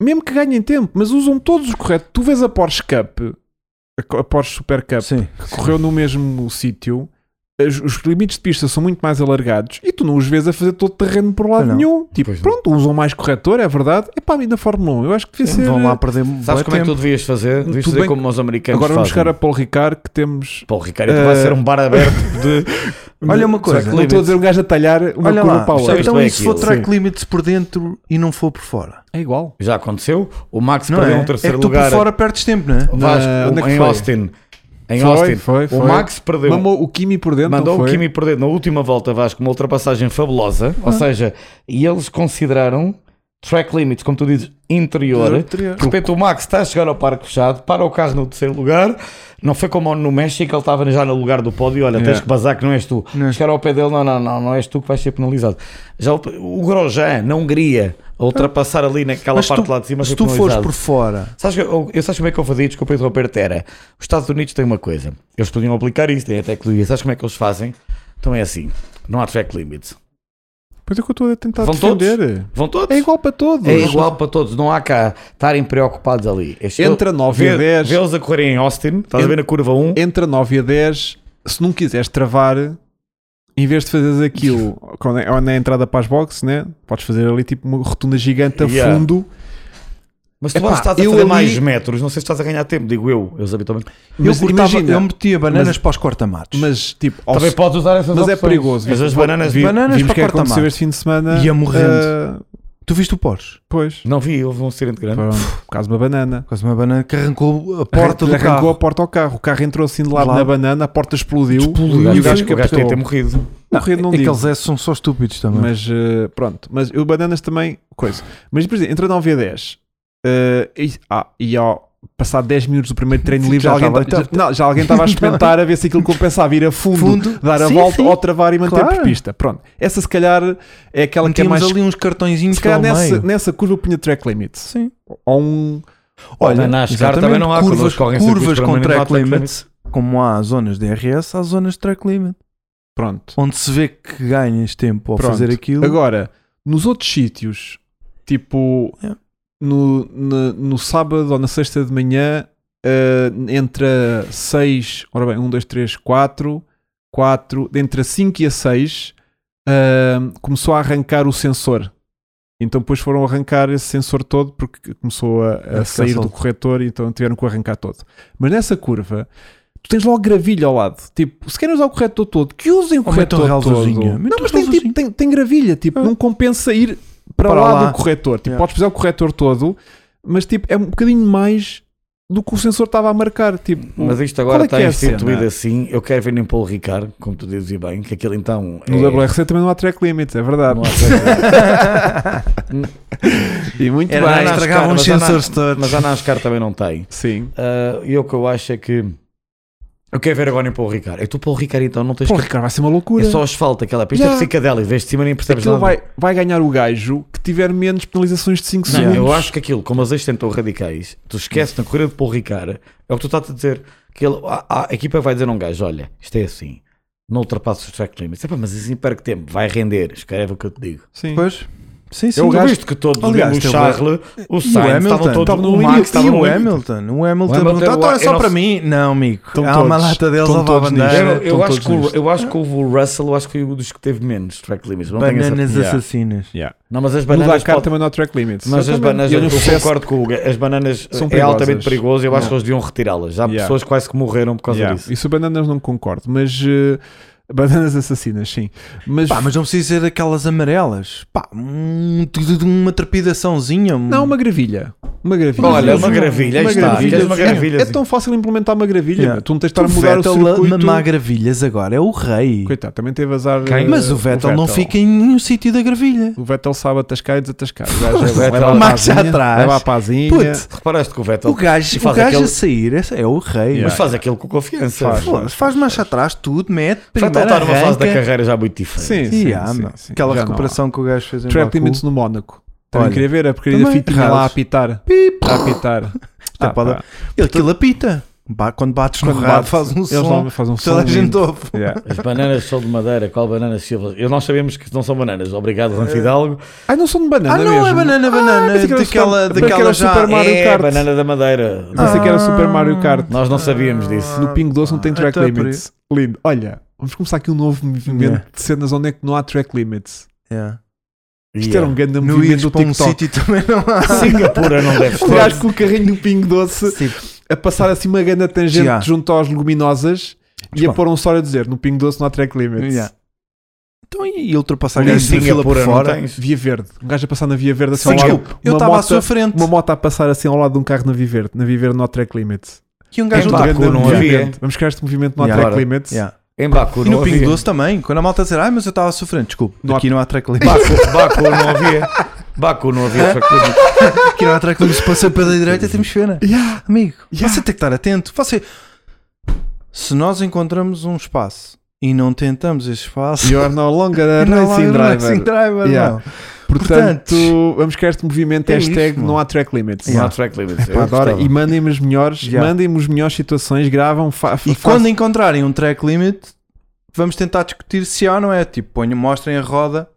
Speaker 3: mesmo que ganhem tempo, mas usam todos os corretos. Tu vês a Porsche Cup, a co- a Porsche Super Cup,
Speaker 1: sim.
Speaker 3: que correu no mesmo sítio, as- os limites de pista são muito mais alargados e tu não os vês a fazer todo terreno por lado
Speaker 1: Não.
Speaker 3: nenhum. Tipo,
Speaker 2: Pois não.
Speaker 3: pronto, usam mais corretor, é verdade. É para mim na Fórmula 1, eu acho que devia ser.
Speaker 1: Vão lá perder
Speaker 2: Sabes
Speaker 1: bué
Speaker 2: como é que tu
Speaker 1: tempo.
Speaker 2: devias fazer? Devias
Speaker 3: Tudo
Speaker 2: fazer
Speaker 3: bem
Speaker 2: como os
Speaker 1: é
Speaker 2: americanos
Speaker 3: Agora vamos
Speaker 2: fazem.
Speaker 3: chegar a Paulo Ricard, que temos.
Speaker 2: Pô, Ricardo, tu vai
Speaker 3: Eh,
Speaker 2: ser um bar aberto de...
Speaker 1: Olha uma
Speaker 2: de-
Speaker 1: coisa,
Speaker 2: de-
Speaker 3: Não estou a dizer um gajo a talhar uma
Speaker 1: Olha
Speaker 3: curva
Speaker 1: lá,
Speaker 3: para a
Speaker 2: percebes
Speaker 3: outra.
Speaker 1: então
Speaker 2: bem
Speaker 1: e se for
Speaker 2: aquilo,
Speaker 1: track limits por dentro e não for por fora?
Speaker 3: É igual.
Speaker 2: Já aconteceu. O Max
Speaker 1: Não
Speaker 2: perdeu
Speaker 1: é?
Speaker 2: um terceiro
Speaker 1: é que tu
Speaker 2: lugar.
Speaker 1: por fora perdes tempo, não é?
Speaker 2: O
Speaker 3: Na-
Speaker 2: Vasco,
Speaker 3: onde é que
Speaker 2: em
Speaker 3: foi?
Speaker 2: Austin. Em
Speaker 3: Foi,
Speaker 2: Austin.
Speaker 3: foi, foi.
Speaker 2: O Max perdeu.
Speaker 3: Mamou o Kimi por dentro.
Speaker 2: Mandou
Speaker 3: não
Speaker 2: o
Speaker 3: foi?
Speaker 2: Kimi perder na última volta, Vasco, uma ultrapassagem fabulosa. Ou seja, e eles consideraram track limits, como tu dizes, interior.
Speaker 3: Interior.
Speaker 2: De repente o Max está a chegar ao parque fechado, para o carro no terceiro lugar. Não foi como no México, ele estava já no lugar do pódio. Olha,
Speaker 3: Yeah.
Speaker 2: tens que bazar que não és tu.
Speaker 1: Não.
Speaker 2: Chegar ao pé dele, não, não, não, não és tu que vais ser penalizado. Já o, o Grosjean, na Hungria, a ultrapassar ali naquela
Speaker 1: Mas
Speaker 2: parte
Speaker 1: tu-
Speaker 2: lá de cima.
Speaker 1: se tu fores
Speaker 2: penalizado.
Speaker 1: por fora,
Speaker 2: Sabes, que eu, eu sabes como é que eu fazia? Desculpa interromper, era. Os Estados Unidos têm uma coisa. Eles podiam aplicar isso, têm a tecnologia. Sabes como é que eles fazem? Então é assim: não há track limits.
Speaker 3: Pois é que eu estou a tentar
Speaker 2: Vão todos?
Speaker 3: defender.
Speaker 2: Vão todos.
Speaker 3: É igual para todos.
Speaker 2: É igual para todos. Não há cá estarem preocupados ali. É só-
Speaker 3: Entra 9 e
Speaker 2: vê-
Speaker 3: 10.
Speaker 2: Vê-los a correrem em Austin. Estás a ver na curva 1.
Speaker 3: Entra 9 e 10. Se não quiseres travar, em vez de fazeres aquilo quando é- ou na entrada para as boxes, né? podes fazer ali tipo uma rotunda gigante a
Speaker 2: Yeah.
Speaker 3: fundo.
Speaker 2: Mas tu
Speaker 3: Epá,
Speaker 2: acho que estás a
Speaker 3: eu
Speaker 2: fazer
Speaker 3: ali-
Speaker 2: mais metros. Não sei se estás a ganhar tempo. Digo eu. Eles habitualmente.
Speaker 1: eu
Speaker 3: Mas
Speaker 1: cortava,
Speaker 3: imagina,
Speaker 1: eu metia bananas para os cortamatos.
Speaker 3: mas tipo, ao
Speaker 2: Também podes usar essas
Speaker 3: mas é
Speaker 2: opções.
Speaker 3: perigoso.
Speaker 2: Mas
Speaker 3: Vi-
Speaker 2: as bananas.
Speaker 3: vi-
Speaker 1: bananas
Speaker 3: vimos
Speaker 1: para
Speaker 3: que aconteceu
Speaker 1: corta-mato.
Speaker 3: este fim de semana.
Speaker 1: Ia morrendo.
Speaker 3: ah,
Speaker 1: Tu viste o Porsche?
Speaker 3: pois,
Speaker 2: Não vi, houve um acidente grande.
Speaker 3: pronto, por causa de uma banana.
Speaker 1: Quase uma banana que arrancou a porta
Speaker 3: Arran-
Speaker 1: do
Speaker 3: arrancou
Speaker 1: carro.
Speaker 3: a porta ao carro. O carro entrou assim de lado
Speaker 1: Lá.
Speaker 3: na banana, a porta explodiu.
Speaker 2: O
Speaker 3: E
Speaker 2: gajo-
Speaker 3: o gajo
Speaker 2: o gajo
Speaker 3: captou.
Speaker 2: tem ter morrido.
Speaker 3: Morrer não digo.
Speaker 1: Aqueles S é, são só estúpidos também.
Speaker 3: Mas eh, pronto, mas o bananas também, coisa. Mas por exemplo, entre 9 e a 10 eh, e, ah, e ao passar 10 minutos do primeiro treino livre,
Speaker 1: Já
Speaker 3: já, alguém,
Speaker 1: estava-
Speaker 3: ta- já- não, já alguém estava a experimentar a ver se aquilo compensava ir a fundo,
Speaker 1: Fundo.
Speaker 3: dar a
Speaker 1: Sim,
Speaker 3: volta
Speaker 1: sim.
Speaker 3: ou travar e manter por
Speaker 1: Claro.
Speaker 3: pista. Pronto, essa se calhar é aquela que é
Speaker 1: Metíamos
Speaker 3: mais.
Speaker 1: ali uns cartõezinhos
Speaker 3: se calhar
Speaker 1: pelo
Speaker 3: nessa,
Speaker 1: meio.
Speaker 3: nessa curva eu punha track limits.
Speaker 1: Sim.
Speaker 3: Ou um.
Speaker 2: Na NASCAR também não há, quando eles
Speaker 1: curvas,
Speaker 2: correm
Speaker 1: curvas
Speaker 2: circuitos
Speaker 1: com
Speaker 2: permanentes, não há
Speaker 1: track
Speaker 2: track
Speaker 1: limits, como há zonas de DRS, há zonas de track limit,
Speaker 3: Pronto.
Speaker 1: onde se vê que ganhas tempo ao
Speaker 3: Pronto.
Speaker 1: fazer aquilo.
Speaker 3: Agora, nos outros sítios, tipo
Speaker 1: Yeah.
Speaker 3: no, na- no sábado ou na sexta de manhã, eh, entre 6, ora bem, 1, 2, 3, 4, 4, entre a 5 e a 6, começou a arrancar o sensor. Então depois foram arrancar esse sensor todo porque começou a, a
Speaker 1: ficar
Speaker 3: sair do
Speaker 1: solto.
Speaker 3: corretor e então tiveram que o arrancar todo. Mas nessa curva, tu tens logo gravilha ao lado. Tipo, se querem usar o corretor todo, que usem o
Speaker 1: Ou metam
Speaker 3: corretor todo.
Speaker 1: relvazinha.
Speaker 3: Não,
Speaker 1: Metam
Speaker 3: mas tem, tipo,
Speaker 1: relvazinha.
Speaker 3: tem, tem gravilha, tipo, não compensa ir para,
Speaker 1: Para
Speaker 3: lá,
Speaker 1: lá.
Speaker 3: do corretor. Tipo,
Speaker 1: Yeah.
Speaker 3: podes fazer o corretor todo, mas tipo, é um bocadinho mais do que o sensor estava a marcar. Tipo,
Speaker 2: Mas isto
Speaker 3: Qual
Speaker 2: agora
Speaker 3: é que
Speaker 2: está
Speaker 3: é a
Speaker 2: instituído
Speaker 3: cena?
Speaker 2: assim. Eu quero ver nem Paulo Ricard, como tu dizes e bem, que aquele então.
Speaker 3: no
Speaker 2: é-
Speaker 3: WRC também não há track limits, é verdade.
Speaker 2: não há track.
Speaker 3: E muito
Speaker 1: Era
Speaker 3: bem.
Speaker 1: na-
Speaker 2: Mas
Speaker 1: estragavam
Speaker 2: mas
Speaker 1: os
Speaker 2: a Na-
Speaker 1: sensores todos.
Speaker 2: Mas a NASCAR também não tem.
Speaker 3: Sim.
Speaker 2: Ah, E o que eu acho é que. Eu quero ver agora nem Paulo Ricard. É tu, Paulo Ricard, então não tens.
Speaker 3: Pô, Ricardo, vai ser uma
Speaker 2: É
Speaker 3: loucura.
Speaker 2: só asfalto aquela pista
Speaker 3: Já.
Speaker 2: psicadélica. Vês de cima nem percebes
Speaker 3: Aquilo
Speaker 2: nada.
Speaker 3: vai, vai ganhar o gajo que tiver menos penalizações de 5
Speaker 2: Não,
Speaker 3: segundos.
Speaker 2: eu acho que aquilo, como as ex tentou radicais, tu esqueces na corrida de Paul Ricard, é o que tu estás a dizer. Que ele- a, a- a equipa vai dizer a um gajo: olha, isto é assim, não ultrapasses os track limits. Epá, mas assim perco tempo, vai render, escreve o que eu te digo.
Speaker 3: Sim.
Speaker 1: Pois, sim, sim.
Speaker 2: eu
Speaker 1: o gajo-
Speaker 2: visto que todos,
Speaker 1: Aliás,
Speaker 2: o
Speaker 1: teve-
Speaker 2: Charles, o
Speaker 1: e o
Speaker 2: Sainz, estavam
Speaker 1: Hamilton,
Speaker 2: todos
Speaker 1: estava no
Speaker 2: o Max,
Speaker 1: limite.
Speaker 2: estava
Speaker 1: E
Speaker 2: no
Speaker 1: o
Speaker 2: limite.
Speaker 1: Hamilton, o Hamilton
Speaker 2: Hamilton,
Speaker 1: perguntou, então
Speaker 2: eu-
Speaker 1: é
Speaker 2: eu
Speaker 1: só
Speaker 2: não
Speaker 1: para
Speaker 2: sei-
Speaker 1: mim? Não, amigo,
Speaker 3: Estão
Speaker 1: há uma
Speaker 3: todos-
Speaker 1: lata deles
Speaker 3: estão
Speaker 1: a levar
Speaker 3: todos
Speaker 2: Eu,
Speaker 3: nisto.
Speaker 1: bandeira.
Speaker 2: eu
Speaker 3: Estão
Speaker 2: acho que
Speaker 3: todos
Speaker 2: o,
Speaker 3: nisto.
Speaker 2: eu acho que houve o Russell, eu acho que foi um dos que teve menos track limits. Não tenho
Speaker 1: Bananas
Speaker 2: essa...
Speaker 1: assassinas.
Speaker 3: Yeah.
Speaker 2: Não, mas as
Speaker 3: No
Speaker 2: bananas.
Speaker 3: Dakar
Speaker 2: pode-
Speaker 3: também não há track limits.
Speaker 2: Mas as
Speaker 3: Exatamente.
Speaker 2: bananas,
Speaker 3: E no
Speaker 2: eu
Speaker 3: processo-
Speaker 2: concordo com o Hugo, as bananas
Speaker 3: São
Speaker 2: é altamente
Speaker 3: perigosas.
Speaker 2: perigoso. Eu acho
Speaker 3: Não.
Speaker 2: que eles deviam retirá-las. Já
Speaker 3: Yeah.
Speaker 2: pessoas quase que morreram por causa
Speaker 3: Yeah.
Speaker 2: disso.
Speaker 3: Isso bananas não concordo, mas eh, bananas assassinas, sim. Mas,
Speaker 1: Pá, mas não precisa ser aquelas amarelas. Pá, um- uma trepidaçãozinha. um-
Speaker 3: não, uma gravilha. Uma gravilha.
Speaker 2: Olha,
Speaker 1: uma
Speaker 2: gravilha, aí está. Queres uma
Speaker 3: É-
Speaker 2: gravilha,
Speaker 3: é,
Speaker 2: sim.
Speaker 3: tão fácil implementar uma gravilha.
Speaker 1: Yeah.
Speaker 3: meu. Tu não tens de
Speaker 1: O
Speaker 3: estar a mudar o
Speaker 1: Vettel a
Speaker 3: circuito.
Speaker 1: mamar gravilhas agora, é o rei.
Speaker 3: Coitado, também teve azar.
Speaker 2: Quem?
Speaker 3: eh,
Speaker 1: Mas o Vettel, não fica em nenhum sítio da gravilha.
Speaker 3: O Vettel sabe atascar e desatascar. O gajo
Speaker 2: O
Speaker 3: é bom,
Speaker 2: Vettel-
Speaker 3: leva a
Speaker 1: Marcha
Speaker 3: pazinha,
Speaker 1: atrás.
Speaker 3: Leva a pazinha.
Speaker 1: Puto.
Speaker 2: Reparaste que o assim- Vettel
Speaker 1: O gajo,
Speaker 2: E faz
Speaker 1: o gajo
Speaker 2: aquele-
Speaker 1: a sair é, é o rei.
Speaker 3: Yeah.
Speaker 2: Mas faz aquilo com confiança.
Speaker 3: Faz.
Speaker 1: Pô, faz, marcha atrás, tudo, mete,
Speaker 2: Vai
Speaker 1: primeiro
Speaker 2: estar numa fase da
Speaker 1: arranca.
Speaker 2: carreira já muito diferente.
Speaker 3: Sim, sim,
Speaker 1: Yeah,
Speaker 3: sim,
Speaker 1: mano.
Speaker 3: sim.
Speaker 1: ah, Aquela
Speaker 3: Já não
Speaker 1: recuperação que o gajo fez em
Speaker 3: há. Track
Speaker 1: Baku.
Speaker 3: limits no Mónaco. Também
Speaker 1: Olha,
Speaker 3: queria ver a porcaria da
Speaker 1: também,
Speaker 3: fitinha lá a
Speaker 1: ralos.
Speaker 3: apitar.
Speaker 1: Pip,
Speaker 3: A apitar. Ah,
Speaker 1: Isto é para
Speaker 3: pá.
Speaker 1: Ele aquilo apita. Ba- Quando bates no
Speaker 3: Quando
Speaker 1: rabo
Speaker 3: bate,
Speaker 1: faz um
Speaker 3: eles
Speaker 1: som.
Speaker 3: lá fazem um
Speaker 1: Toda
Speaker 3: som
Speaker 1: a gente
Speaker 3: lindo.
Speaker 1: ouve.
Speaker 3: Yeah.
Speaker 2: As bananas são de madeira, qual bananas silvas? Eu nós sabemos que não são bananas. Obrigado, Juan Fidalgo.
Speaker 3: Ai, não são de banana
Speaker 1: Ah, não, é
Speaker 3: mesmo.
Speaker 1: banana, banana.
Speaker 3: pensei que era
Speaker 1: daquela
Speaker 3: super- pensei que
Speaker 1: daquela
Speaker 3: era
Speaker 1: já.
Speaker 3: super Mario
Speaker 2: é
Speaker 3: Kart.
Speaker 2: banana da madeira.
Speaker 3: Eu pensei que era Super Mario Kart.
Speaker 2: Nós não sabíamos disso.
Speaker 3: No Pingo Doce não tem
Speaker 1: Ah,
Speaker 3: track
Speaker 1: então é por
Speaker 3: limits. Lindo. Olha, vamos começar aqui um novo movimento
Speaker 1: Yeah.
Speaker 3: de cenas onde é que não há track limits.
Speaker 1: Yeah.
Speaker 3: Isto era
Speaker 2: Yeah.
Speaker 3: um grande
Speaker 1: No
Speaker 3: movimento do
Speaker 1: ires para um
Speaker 3: TikTok.
Speaker 1: sítio também não há.
Speaker 2: Singapura não deve
Speaker 3: Um gajo
Speaker 2: ser.
Speaker 3: com o carrinho do Pingo Doce
Speaker 1: Sim.
Speaker 3: a passar assim uma grande tangente
Speaker 1: Yeah.
Speaker 3: junto aos leguminosas e a
Speaker 1: Desculpa.
Speaker 3: pôr um story a dizer no Pingo Doce não há track limits.
Speaker 1: Yeah. Então e ultrapassar
Speaker 2: Em
Speaker 1: gajos na fila por
Speaker 2: Singapura não
Speaker 1: fora?
Speaker 2: tens.
Speaker 3: Via Verde. Um gajo a passar na Via Verde assim
Speaker 1: Sim,
Speaker 3: ao lado.
Speaker 1: desculpe, eu
Speaker 3: uma
Speaker 1: estava à
Speaker 3: moto-
Speaker 1: sua frente.
Speaker 3: Uma moto a passar assim ao lado de um carro na Via Verde. Na Via Verde não há track limits.
Speaker 1: E um
Speaker 2: Em
Speaker 1: gajo
Speaker 3: Um
Speaker 1: não
Speaker 2: Baku
Speaker 3: grande
Speaker 2: não
Speaker 3: movimento.
Speaker 2: havia.
Speaker 3: Vamos criar este movimento não há
Speaker 1: Yeah.
Speaker 3: track
Speaker 2: Agora,
Speaker 3: limits.
Speaker 1: Yeah.
Speaker 2: Em Baku
Speaker 1: E
Speaker 2: não
Speaker 1: no Pingo
Speaker 2: havia.
Speaker 1: Doce também, quando a malta dizer, ah, mas eu estava à sua frente, desculpe,
Speaker 3: Não há-
Speaker 1: aqui não há track limits.
Speaker 2: Baku, Baku não havia. Baku não havia. Só que-
Speaker 1: Aqui não há track limits, se passou pela direita, temos pena.
Speaker 3: Yeah.
Speaker 1: Amigo,
Speaker 3: Yeah.
Speaker 1: você tem que estar atento. Você... Se nós encontramos um espaço e não tentamos esse espaço,
Speaker 3: You're no longer a
Speaker 1: não há
Speaker 3: é racing
Speaker 1: lá
Speaker 3: driver.
Speaker 1: racing driver
Speaker 3: Yeah.
Speaker 1: não.
Speaker 3: Portanto,
Speaker 1: Portanto,
Speaker 3: vamos criar este movimento
Speaker 1: é
Speaker 3: hashtag
Speaker 1: isso, mano.
Speaker 3: não há track limits.
Speaker 2: Não há
Speaker 1: Yeah.
Speaker 2: track limits.
Speaker 3: Pá,
Speaker 2: Eu
Speaker 3: adoro.
Speaker 2: gostava.
Speaker 3: E mandem-me as melhores,
Speaker 1: Yeah.
Speaker 3: mandem-me as melhores situações, gravam, fa- fa-
Speaker 1: E
Speaker 3: façam-
Speaker 1: quando encontrarem um track limit, vamos tentar discutir se há ou não é. Tipo, ponho, mostrem a roda.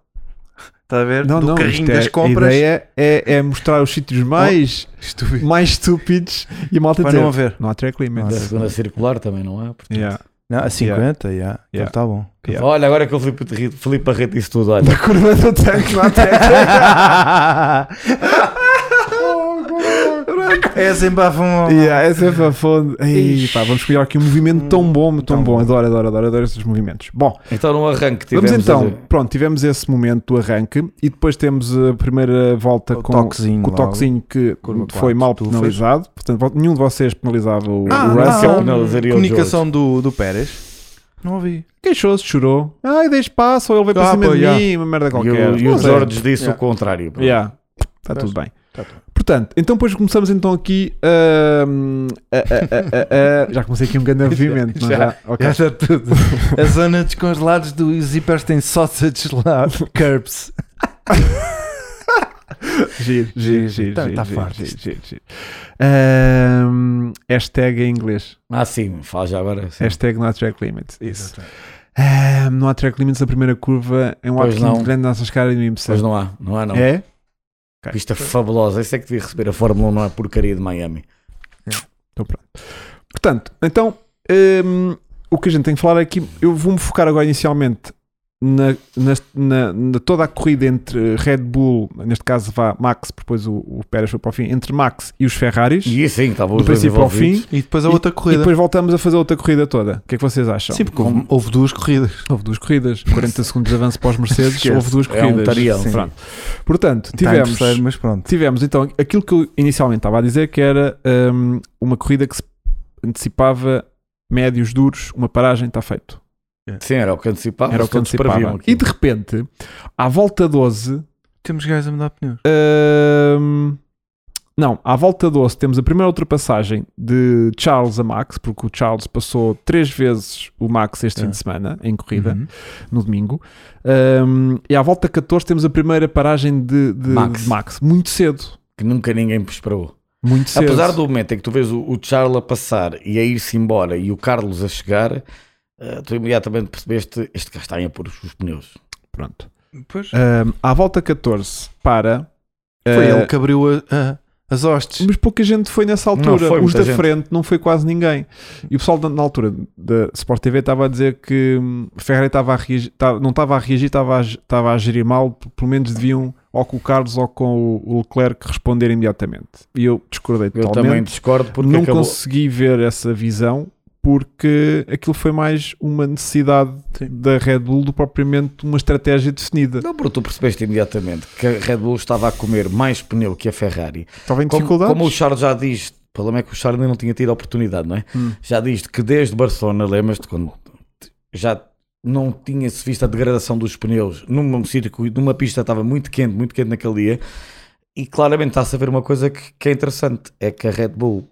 Speaker 1: Está a ver?
Speaker 3: não,
Speaker 1: Do
Speaker 3: não,
Speaker 1: carrinho
Speaker 3: isto é-
Speaker 1: das compras.
Speaker 3: A ideia é, é mostrar os sítios mais,
Speaker 1: Estúpido.
Speaker 3: mais estúpidos e a malta
Speaker 1: Para
Speaker 3: dizer,
Speaker 1: não haver.
Speaker 3: não há track
Speaker 2: Da
Speaker 3: limits.
Speaker 2: segunda circular também não há. portanto.
Speaker 3: Yeah.
Speaker 1: Não, a 50, já. Então
Speaker 3: Yeah. tá
Speaker 1: está bom.
Speaker 3: Yeah.
Speaker 2: Olha, agora que o Filipe, Terri- Filipe Barreto disse tudo, olha.
Speaker 3: curva do tanque, não há track Oh,
Speaker 1: É Zimbabwe.
Speaker 3: yeah, Essa é para fundo. Ei, pá, Vamos criar aqui um movimento
Speaker 1: Hum,
Speaker 3: tão bom, tão, bom. Adoro, adoro, adoro, adoro esses movimentos. Bom,
Speaker 2: Então num arranque tivemos. eh,
Speaker 3: Vamos então,
Speaker 2: ali.
Speaker 3: pronto, tivemos esse momento do arranque e depois temos a primeira volta
Speaker 1: O
Speaker 3: com,
Speaker 1: toquezinho
Speaker 3: com o
Speaker 1: logo.
Speaker 3: toquezinho que
Speaker 1: Curva
Speaker 3: foi
Speaker 1: quatro,
Speaker 3: mal
Speaker 1: tu
Speaker 3: penalizado. Portanto, nenhum de vocês penalizava o,
Speaker 1: Ah,
Speaker 3: o
Speaker 1: não.
Speaker 3: Russell.
Speaker 1: Ah,
Speaker 2: Penalizaria o
Speaker 1: Comunicação do, do Pérez. Não ouvi.
Speaker 3: Queixou-se, chorou. Ai, dei espaço, ou ele veio para
Speaker 1: Ah,
Speaker 3: cima
Speaker 1: pô,
Speaker 3: de
Speaker 1: yeah.
Speaker 3: mim, uma merda
Speaker 2: E
Speaker 3: qualquer.
Speaker 2: o, e o
Speaker 3: Não sei.
Speaker 2: Jorge disse
Speaker 1: Yeah.
Speaker 2: o contrário. pronto.
Speaker 3: Yeah. Está
Speaker 1: Mas-
Speaker 3: tudo bem.
Speaker 1: tá tudo.
Speaker 3: Portanto, então depois começamos então aqui hum, a- a- a- a- a- já comecei aqui um grande movimento, não é?
Speaker 1: Já.
Speaker 3: Ok.
Speaker 1: Já está tudo. a zona dos congelados dos zippers tem sausages lá. Curbs.
Speaker 3: Giro, giro,
Speaker 1: Giro.
Speaker 3: giro,
Speaker 1: Tá-
Speaker 3: giro,
Speaker 1: tá
Speaker 3: giro,
Speaker 1: farto
Speaker 3: giro,
Speaker 1: isto.
Speaker 3: giro, giro. Ahm, hashtag em inglês.
Speaker 2: Ah, sim, fala já agora. sim.
Speaker 3: Hashtag não há track limits. Isso. Ahm, não há track limits a primeira curva é um
Speaker 2: Pois
Speaker 3: ato
Speaker 2: não.
Speaker 3: muito grande nas nossas caras e no IMSA.
Speaker 2: Mas não há, não há não.
Speaker 3: É?
Speaker 2: Pista fabulosa. Isso é que devia receber a Fórmula 1, não é porcaria de Miami.
Speaker 3: Então pronto. Portanto, então ahm, o que a gente tem que falar aqui, eu vou-me focar agora inicialmente na, na, na- na toda a corrida entre Red Bull, neste caso vá Max, depois o, o Pérez foi para o fim, entre Max e os Ferraris,
Speaker 2: E assim, estavam
Speaker 3: do
Speaker 2: os dois
Speaker 3: princípio ao
Speaker 2: envolvidos.
Speaker 3: fim,
Speaker 1: E depois a outra
Speaker 3: e
Speaker 1: corrida.
Speaker 3: depois voltamos a fazer outra corrida toda. O que é que vocês acham?
Speaker 1: Sim, porque houve, houve duas corridas.
Speaker 3: Houve duas corridas, 40 segundos de avanço para os Mercedes,
Speaker 1: Esquece.
Speaker 3: houve duas
Speaker 2: É um
Speaker 3: corridas.
Speaker 2: tarião.
Speaker 3: Sim. Pronto. Portanto,
Speaker 1: Está em
Speaker 3: tivemos,
Speaker 1: terceiro, mas pronto.
Speaker 3: tivemos então aquilo que eu inicialmente estava a dizer, que era hum, uma corrida que se antecipava médios duros, uma paragem, está feito.
Speaker 2: Sim, era o que antecipava.
Speaker 3: Era o que
Speaker 2: Ah, todos previam
Speaker 3: antecipava.
Speaker 2: aquilo.
Speaker 3: E de repente, à volta 12,
Speaker 1: Temos gajos a mudar pneus.
Speaker 3: Ahm, hum, não, à volta 12 temos a primeira ultrapassagem de Charles a Max, porque o Charles passou três vezes o Max este
Speaker 1: É. Uhum.
Speaker 3: fim de semana em corrida, no domingo. Ahm, e à volta 14 temos a primeira paragem de, de- de
Speaker 2: Max.
Speaker 3: Max. muito cedo.
Speaker 2: Que nunca ninguém esperou.
Speaker 3: Muito cedo.
Speaker 2: Apesar do momento em que tu vês o, o Charles a passar e a ir-se embora e o Carlos a chegar, eh, tu imediatamente percebeste este gajo está a pôr os os pneus.
Speaker 3: Pronto.
Speaker 1: Pois.
Speaker 3: Ahm, à volta 14 para.
Speaker 1: Foi
Speaker 3: ah,
Speaker 1: ele que abriu a- a- as hostes.
Speaker 3: Mas pouca gente foi nessa
Speaker 2: Não,
Speaker 3: altura.
Speaker 2: foi
Speaker 3: Os
Speaker 2: muita
Speaker 3: da
Speaker 2: gente.
Speaker 3: frente não foi quase ninguém. E o pessoal da- na altura da Sport TV estava a dizer que hum, Ferrari estava a reagir, ta- não estava a reagir, estava a, ge- estava a gerir mal. p- Pelo menos deviam ou com o Carlos ou com o- o Leclerc responder imediatamente. E eu discordei
Speaker 2: Eu
Speaker 3: totalmente.
Speaker 2: também discordo porque
Speaker 3: não
Speaker 2: acabou.
Speaker 3: consegui ver essa visão porque aquilo foi mais uma necessidade da Red Bull do que propriamente uma estratégia definida.
Speaker 2: Não, porque tu percebeste imediatamente que a Red Bull estava a comer mais pneu que a Ferrari.
Speaker 3: Estava em
Speaker 2: Como,
Speaker 3: dificuldades.
Speaker 2: como o Charles já diz, o problema é que o Charles ainda não tinha tido a oportunidade, não é?
Speaker 3: Hum.
Speaker 2: Já diz que desde Barcelona, lembras-te, quando já não tinha-se visto a degradação dos pneus num circuito, numa pista estava muito quente, muito quente naquele dia. E claramente está-se a ver uma coisa que, que é interessante: é que a Red Bull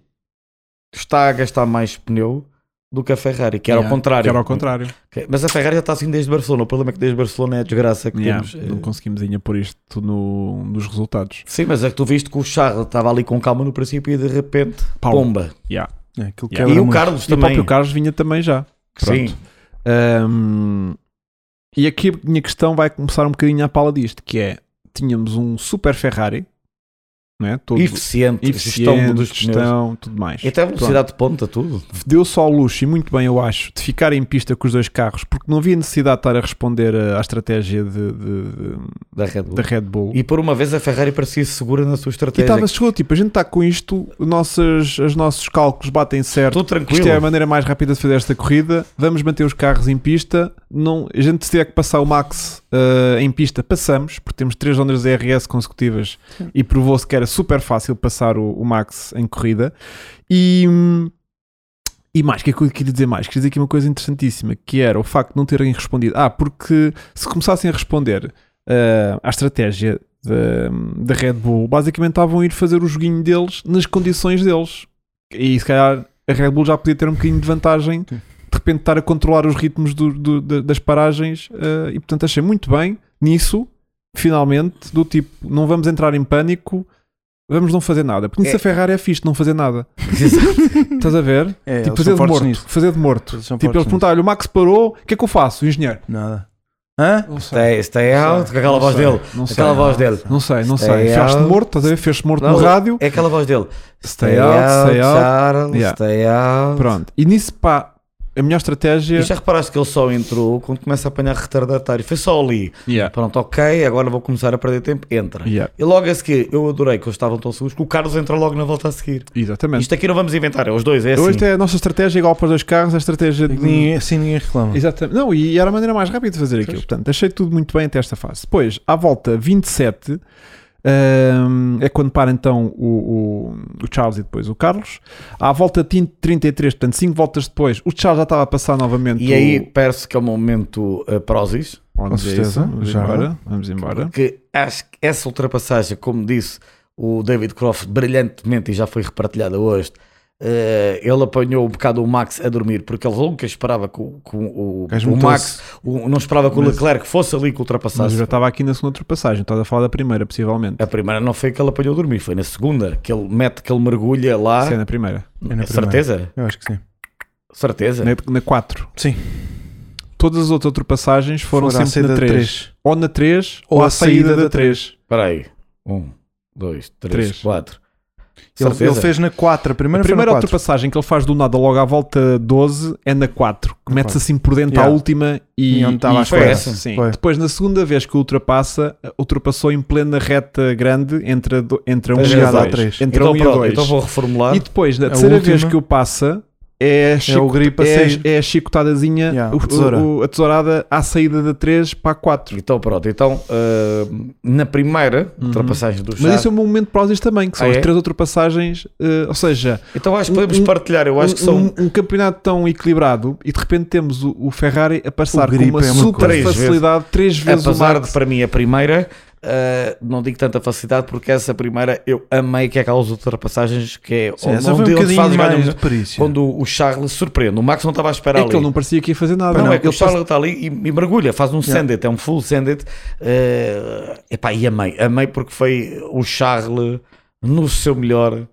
Speaker 2: está a gastar mais pneu do que a Ferrari, que era
Speaker 3: Yeah,
Speaker 2: ao contrário.
Speaker 3: que era ao contrário.
Speaker 2: Ok, Mas a Ferrari já está assim desde Barcelona. O problema é que desde Barcelona é a desgraça que
Speaker 3: Yeah,
Speaker 2: temos.
Speaker 3: não
Speaker 2: Eh,
Speaker 3: conseguimos ainda pôr isto no, nos resultados.
Speaker 2: Sim, mas é que tu viste que o Charles estava ali com calma no princípio e de repente,
Speaker 3: Pau.
Speaker 2: pomba.
Speaker 3: Yeah.
Speaker 1: É, aquilo
Speaker 3: E
Speaker 1: quebra
Speaker 2: E o
Speaker 1: muito.
Speaker 2: Carlos
Speaker 3: E o
Speaker 2: também.
Speaker 3: próprio Carlos vinha também já.
Speaker 2: Sim.
Speaker 3: Pronto. Ahm, e aqui a minha questão vai começar um bocadinho à pala disto, que é, tínhamos um super Ferrari, não é? Todo
Speaker 2: Eficiente,
Speaker 3: eficiente,
Speaker 2: gestão dos pneus.
Speaker 3: gestão, tudo mais.
Speaker 2: E até a velocidade de ponta, tudo.
Speaker 3: Deu só ao luxo, e muito bem eu acho, de ficar em pista com os dois carros, porque não havia necessidade de estar a responder à estratégia de- de- de-
Speaker 2: Da Red Bull.
Speaker 3: da Red Bull.
Speaker 2: E por uma vez a Ferrari parecia segura na
Speaker 3: E
Speaker 2: sua estratégia.
Speaker 3: estava chegou, tipo, a gente está com isto, nossas, os nossos cálculos batem certo.
Speaker 2: Estou tranquilo.
Speaker 3: Isto é a maneira mais rápida de fazer esta corrida. Vamos manter os carros em pista. Não, a gente se tiver que passar o Max eh, em pista, passamos, porque temos três ondas de DRS consecutivas e provou-se que era super fácil passar o, o Max em corrida. E, hum, e mais, o que é que eu queria dizer mais? Queria dizer aqui uma coisa interessantíssima, que era o facto de não terem respondido. Ah, porque se começassem a responder eh, à estratégia da, da Red Bull, basicamente estavam a ir fazer o joguinho deles nas condições deles. E se calhar a Red Bull já podia ter um bocadinho de vantagem de repente estar a controlar os ritmos do- do- da- das paragens eh, e portanto achei muito bem nisso finalmente, do tipo, não vamos entrar em pânico, vamos não fazer nada. Porque nisso
Speaker 2: É. Hum.
Speaker 3: a Ferrari é fixe, não fazer nada. Estás a ver?
Speaker 1: É,
Speaker 3: tipo,
Speaker 1: eles são
Speaker 3: fazer de
Speaker 1: fortes
Speaker 3: morto.
Speaker 1: nisso.
Speaker 3: Fazer de morto.
Speaker 1: Eles são
Speaker 3: tipo,
Speaker 1: fortes
Speaker 3: eles perguntaram-lhe, o Max parou, o que é que eu faço, o engenheiro?
Speaker 1: Nada. Hã?
Speaker 3: Não sei.
Speaker 2: Stay, stay out, é com aquela voz
Speaker 3: sei,
Speaker 2: dele.
Speaker 3: não sei.
Speaker 2: Aquela voz dele.
Speaker 3: Não sei, não
Speaker 2: Stay
Speaker 3: sei. Fez-te
Speaker 2: out.
Speaker 3: morto, estás a ver? Fez-te morto
Speaker 2: Não,
Speaker 3: no rádio.
Speaker 2: É aquela voz dele.
Speaker 3: Stay out, stay out.
Speaker 2: Charles,
Speaker 3: Yeah.
Speaker 2: stay out.
Speaker 3: Pronto. E nisso, pá, a melhor estratégia.
Speaker 2: E já reparaste que ele só entrou quando começa a apanhar retardatário. Foi só ali.
Speaker 3: Yeah.
Speaker 2: Pronto, ok, agora vou começar a perder tempo. Entra.
Speaker 3: Yeah.
Speaker 2: E logo a seguir, eu adorei que eles estavam tão seguros que o Carlos entra logo na volta a seguir.
Speaker 3: Exatamente.
Speaker 2: Isto aqui não vamos inventar, é os dois, é assim.
Speaker 3: Hoje é a nossa estratégia igual para os dois carros, a estratégia de.
Speaker 1: Ninguém, assim ninguém reclama.
Speaker 3: Exatamente. Não, e era a maneira mais rápida de fazer aquilo. Portanto, achei tudo muito bem até esta fase. Depois, à volta 27, hum, é quando para então o, o- o Charles e depois o Carlos. À volta 33, portanto, 5 voltas depois, o Charles já estava a passar novamente.
Speaker 2: E aí parece que é um momento uh, prósis,
Speaker 3: o... Vamos
Speaker 1: Com
Speaker 3: a isso,
Speaker 1: certeza,
Speaker 3: Vamos
Speaker 1: já.
Speaker 3: embora. Vamos embora.
Speaker 2: que acho que essa ultrapassagem, como disse o David Croft brilhantemente e já foi repartilhada hoje, uh, ele apanhou um bocado o Max a dormir porque ele nunca esperava que o, que o- o-
Speaker 1: gajo
Speaker 2: o Max,
Speaker 1: meteu-se.
Speaker 2: o- não esperava que o
Speaker 3: Mas-
Speaker 2: Leclerc fosse ali que
Speaker 3: Mas eu já
Speaker 2: ultrapassasse.
Speaker 3: estava aqui na segunda ultrapassagem, estás a falar da primeira, possivelmente.
Speaker 2: A primeira não foi que ele apanhou a dormir, foi na segunda que ele mete, que ele mergulha lá.
Speaker 3: Isso é na primeira.
Speaker 1: É na
Speaker 2: certeza?
Speaker 1: Eu acho que sim.
Speaker 2: Certeza?
Speaker 3: Na- Na 4.
Speaker 1: É. Sim.
Speaker 3: Todas as outras ultrapassagens foram
Speaker 1: Foram à
Speaker 3: sempre na
Speaker 1: saída
Speaker 3: 3.
Speaker 1: três.
Speaker 3: Ou na 3
Speaker 1: Ou
Speaker 3: ou à
Speaker 1: à
Speaker 3: saída
Speaker 1: saída
Speaker 3: da
Speaker 1: da
Speaker 3: 3.
Speaker 2: Espera aí. Um, dois, três,
Speaker 3: Três.
Speaker 2: quatro.
Speaker 1: Ele,
Speaker 2: Certeza?
Speaker 1: ele fez na 4. A
Speaker 3: A
Speaker 1: primeira,
Speaker 3: primeira
Speaker 1: foi na 4.
Speaker 3: ultrapassagem que ele faz do nada logo à volta 12 é na 4. Que
Speaker 1: Na
Speaker 3: mete-se
Speaker 1: quatro.
Speaker 3: assim por dentro à
Speaker 1: Yeah.
Speaker 3: última e,
Speaker 1: E onde estava
Speaker 3: e
Speaker 1: à
Speaker 3: foi
Speaker 2: espera.
Speaker 3: essa. Sim.
Speaker 1: Foi.
Speaker 3: Depois, na segunda vez que o ultrapassa, ultrapassou em plena reta grande entre, a do- entre a 1
Speaker 2: Tens
Speaker 3: e a
Speaker 2: razão.
Speaker 3: 2.
Speaker 1: Três.
Speaker 3: Entre a
Speaker 2: então,
Speaker 3: 1 e a
Speaker 2: pronto,
Speaker 3: 2.
Speaker 2: então vou reformular.
Speaker 3: E depois, na terceira vez
Speaker 1: última.
Speaker 3: que o passa, é a, chico-
Speaker 1: o grip a
Speaker 3: é,
Speaker 1: sair.
Speaker 3: é a chicotadazinha,
Speaker 1: Yeah,
Speaker 3: o-
Speaker 1: a tesoura.
Speaker 3: o- o- a tesourada à saída da 3 para a 4.
Speaker 2: Então, pronto. Então, ah, na primeira ultrapassagem do
Speaker 3: Uhum. Mas
Speaker 2: Charles.
Speaker 3: isso é um momento prósis também, que são
Speaker 2: Ah,
Speaker 3: as
Speaker 2: é?
Speaker 3: três ultrapassagens, eh, ou seja,
Speaker 2: Então, acho que podemos
Speaker 3: Um-
Speaker 2: partilhar. Eu acho
Speaker 3: um,
Speaker 2: que são
Speaker 3: um- um campeonato tão equilibrado e de repente temos o, o Ferrari a passar
Speaker 1: O
Speaker 3: com
Speaker 1: grip
Speaker 3: uma,
Speaker 1: é uma
Speaker 3: super
Speaker 2: coisa.
Speaker 3: facilidade três vezes o
Speaker 2: É apesar de
Speaker 3: Max.
Speaker 2: para mim a primeira ah, não digo tanta facilidade porque essa primeira eu amei que é aquelas ultrapassagens que é
Speaker 1: Sim, essa foi um bocadinho mais de perícia.
Speaker 2: quando o Charles surpreende o Max não estava à espera
Speaker 3: É
Speaker 2: ali
Speaker 3: que ele não parecia que ia fazer nada.
Speaker 2: Não,
Speaker 3: Não,
Speaker 2: é que o
Speaker 3: ele passa-
Speaker 2: Charles está ali e, e mergulha, faz um send it, é um full send it. Eh, epá, e amei, amei porque foi o Charles no seu melhor.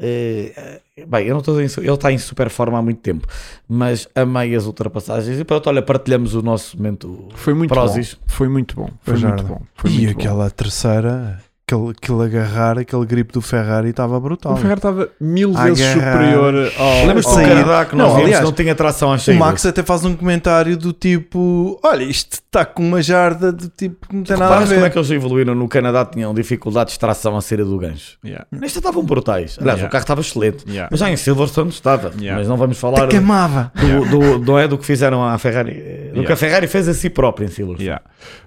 Speaker 2: eh, bem, eu não estou em, su- ele está em super forma há muito tempo, mas amei as ultrapassagens. E pronto, olha, partilhamos o nosso momento.
Speaker 3: Foi muito
Speaker 2: Prozis.
Speaker 3: bom. Foi muito bom. Foi
Speaker 1: Pois
Speaker 3: muito
Speaker 1: nada.
Speaker 3: bom. Foi
Speaker 1: e
Speaker 3: muito bom.
Speaker 1: aquela terceira, aquele, aquele agarrar, aquele grip do Ferrari estava brutal.
Speaker 3: O Ferrari estava mil
Speaker 1: A
Speaker 3: vezes
Speaker 1: agarrar.
Speaker 3: superior ao.
Speaker 2: Lembras-te do
Speaker 1: Sim.
Speaker 2: Canadá que nós
Speaker 1: Não,
Speaker 2: não, vimos,
Speaker 1: aliás,
Speaker 2: não tinha tração às
Speaker 1: O
Speaker 2: saídas.
Speaker 1: Max até faz um comentário do tipo: Olha, isto está com uma jarda de tipo que não tem nada a
Speaker 2: Reparas como é
Speaker 1: ver.
Speaker 2: que eles evoluíram no Canadá? Tinham dificuldades de tração à saída do gancho.
Speaker 3: Yeah.
Speaker 1: Hum.
Speaker 2: Nesta estavam brutais. Aliás,
Speaker 3: Yeah.
Speaker 2: o carro estava excelente.
Speaker 3: Yeah.
Speaker 2: Mas já em Silverstone estava.
Speaker 3: Yeah.
Speaker 2: Mas não vamos falar.
Speaker 1: Até queimava.
Speaker 2: do, do- não é do que fizeram à Ferrari, eh, do
Speaker 3: Yeah.
Speaker 2: que a Ferrari fez a si própria em Silverstone.
Speaker 3: Yeah.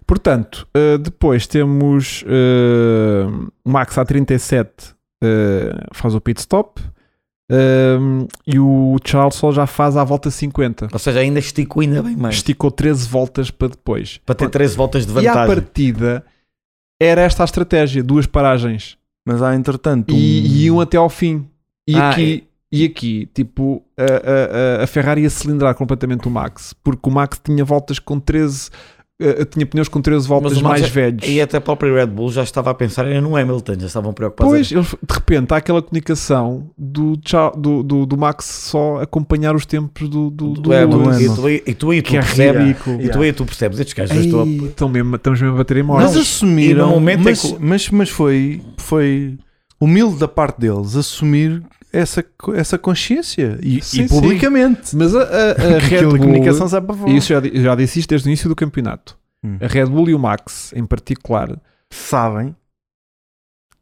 Speaker 3: Portanto, eh, depois temos eh, o Max A37 eh, faz o pit stop eh, e o Charles só já faz à volta 50.
Speaker 2: Ou seja, ainda esticou ainda bem mais
Speaker 3: Esticou 13 voltas para depois.
Speaker 2: É. para ter 13 voltas de
Speaker 3: E à
Speaker 2: vantagem.
Speaker 3: partida era esta a estratégia: duas paragens
Speaker 1: Mas há entretanto.
Speaker 3: e, e um até ao fim. E
Speaker 2: Ah,
Speaker 3: aqui. E aqui, tipo, a, a- a- a Ferrari ia cilindrar completamente o Max, porque o Max tinha voltas com 13, eh, tinha pneus com 13 voltas
Speaker 2: o Max
Speaker 3: mais
Speaker 2: é-
Speaker 3: velhos.
Speaker 2: E até a própria Red Bull já estava a pensar era no Hamilton, já estavam preocupados.
Speaker 3: Pois, eles- de repente há aquela comunicação do, Char- do, do, do Max só acompanhar os tempos do, do, do,
Speaker 2: Do Hamilton.
Speaker 3: Lewis,
Speaker 1: Hamilton.
Speaker 2: E tu aí- e tu aí tu
Speaker 3: que é
Speaker 2: percebes.
Speaker 3: ridículo.
Speaker 2: E tu aí tu percebes. Estes gajos já
Speaker 3: Ei,
Speaker 2: estão a-
Speaker 3: estão mesmo, estamos mesmo a bater em
Speaker 1: Mas
Speaker 3: mortes.
Speaker 2: Não, e no
Speaker 1: assumiram.
Speaker 2: momento em
Speaker 1: um Mas,
Speaker 2: que o-
Speaker 1: mas, mas foi, foi humilde da parte deles assumir essa, co- essa consciência e,
Speaker 3: Sim, sim.
Speaker 1: e publicamente.
Speaker 3: Mas a, a, a
Speaker 1: Que
Speaker 3: Red
Speaker 1: aquilo,
Speaker 3: Bull,
Speaker 1: a comunicação sai para fora.
Speaker 3: e isso já, di- já disse isto desde o início do campeonato,
Speaker 1: Hum.
Speaker 3: a Red Bull e o Max em particular,
Speaker 1: Sabem,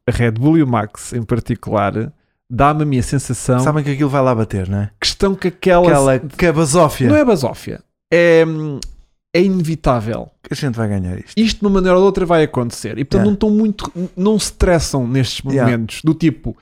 Speaker 3: a Red Bull e o Max em particular, dá-me a minha sensação
Speaker 1: sabem que aquilo vai lá bater, não é?
Speaker 3: que estão com aquela...
Speaker 1: Aquela cabazófia.
Speaker 3: Não é basófia, é, é inevitável.
Speaker 1: A gente vai ganhar isto.
Speaker 3: isto de uma maneira ou de outra vai acontecer. E portanto
Speaker 1: Yeah.
Speaker 3: não estão muito, não se stressam nestes
Speaker 1: Yeah.
Speaker 3: momentos do tipo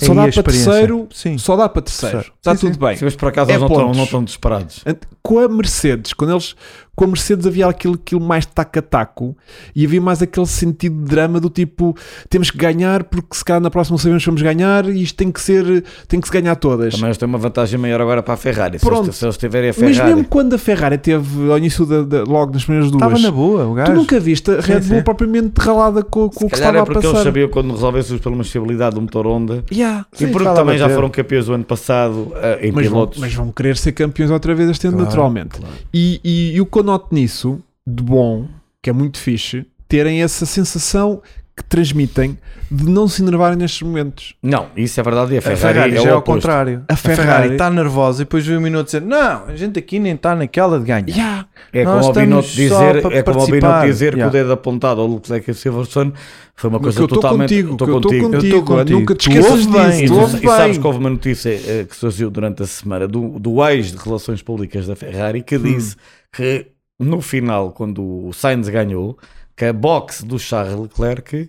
Speaker 1: É
Speaker 3: só
Speaker 1: aí a
Speaker 3: dá para
Speaker 1: experiência.
Speaker 3: terceiro,
Speaker 1: Sim.
Speaker 3: só dá para terceiro,
Speaker 1: Terceiro.
Speaker 3: está
Speaker 1: Sim,
Speaker 3: tudo
Speaker 1: sim.
Speaker 3: bem.
Speaker 2: Sim, mas por acaso
Speaker 3: É
Speaker 2: eles não estão,
Speaker 3: pontos.
Speaker 2: não estão disparados.
Speaker 3: Ant- Com a Mercedes, quando eles, com a Mercedes havia aquilo, aquilo mais taca-taco e havia mais aquele sentido de drama do tipo temos que ganhar porque se calhar na próxima sabemos que vamos ganhar e isto tem que ser, tem que se ganhar todas.
Speaker 2: Também eles têm uma vantagem maior agora para a Ferrari. Se
Speaker 3: Pronto.
Speaker 2: eles, se eles tiverem a
Speaker 3: Mas
Speaker 2: Ferrari.
Speaker 3: mesmo quando a Ferrari teve ao início da, da- logo nas primeiras duas,
Speaker 1: Estava na boa, o gajo.
Speaker 3: tu nunca viste a Red
Speaker 1: Sim,
Speaker 3: Bull
Speaker 1: sim.
Speaker 3: propriamente ralada com, com o que
Speaker 2: calhar
Speaker 3: estava
Speaker 2: é
Speaker 3: a
Speaker 2: porque eles
Speaker 3: passar.
Speaker 2: sabiam quando resolvessem os problemas de estabilidade do motor Honda.
Speaker 3: Yeah.
Speaker 1: Sim,
Speaker 2: e porque
Speaker 1: fala
Speaker 2: também já
Speaker 1: bater.
Speaker 2: foram campeões o ano passado eh, em
Speaker 3: mas, vão,
Speaker 2: pilotos.
Speaker 3: mas vão querer ser campeões outra vez este ano,
Speaker 1: Claro,
Speaker 3: naturalmente.
Speaker 1: claro.
Speaker 3: E, e, e o que eu noto nisso, de bom, que é muito fixe, terem essa sensação que transmitem de não se enervarem nestes momentos.
Speaker 2: Não, isso é verdade. E a
Speaker 1: A
Speaker 2: Ferrari,
Speaker 1: Ferrari já
Speaker 2: é
Speaker 1: é
Speaker 2: o
Speaker 1: ao
Speaker 2: oposto.
Speaker 1: contrário.
Speaker 3: A
Speaker 1: A
Speaker 3: Ferrari
Speaker 1: Ferrari está nervosa e depois vê o minuto dizer: Não, a gente aqui nem está naquela de ganhar.
Speaker 3: Yeah.
Speaker 2: É
Speaker 1: Nós
Speaker 2: como o Binotto
Speaker 1: estamos só
Speaker 2: dizer,
Speaker 1: para
Speaker 2: é como o Binotto
Speaker 1: participar.
Speaker 2: dizer
Speaker 1: Yeah.
Speaker 2: que o dedo apontado ao Leclerc e Silverstone foi uma
Speaker 3: Mas
Speaker 2: coisa
Speaker 3: que eu estou
Speaker 2: totalmente.
Speaker 3: contigo, que eu estou contigo,
Speaker 1: Eu tô contigo.
Speaker 3: nunca te
Speaker 1: Tu
Speaker 3: esqueças
Speaker 1: ouves bem,
Speaker 3: disso,
Speaker 2: E,
Speaker 3: tu
Speaker 1: tu
Speaker 2: tu-
Speaker 1: ouves
Speaker 3: ouves
Speaker 2: e sabes
Speaker 3: bem.
Speaker 2: que houve uma notícia eh, que surgiu durante a semana do, do ex de Relações Públicas da Ferrari que disse que no final, quando o Sainz ganhou, que a boxe do Charles Leclerc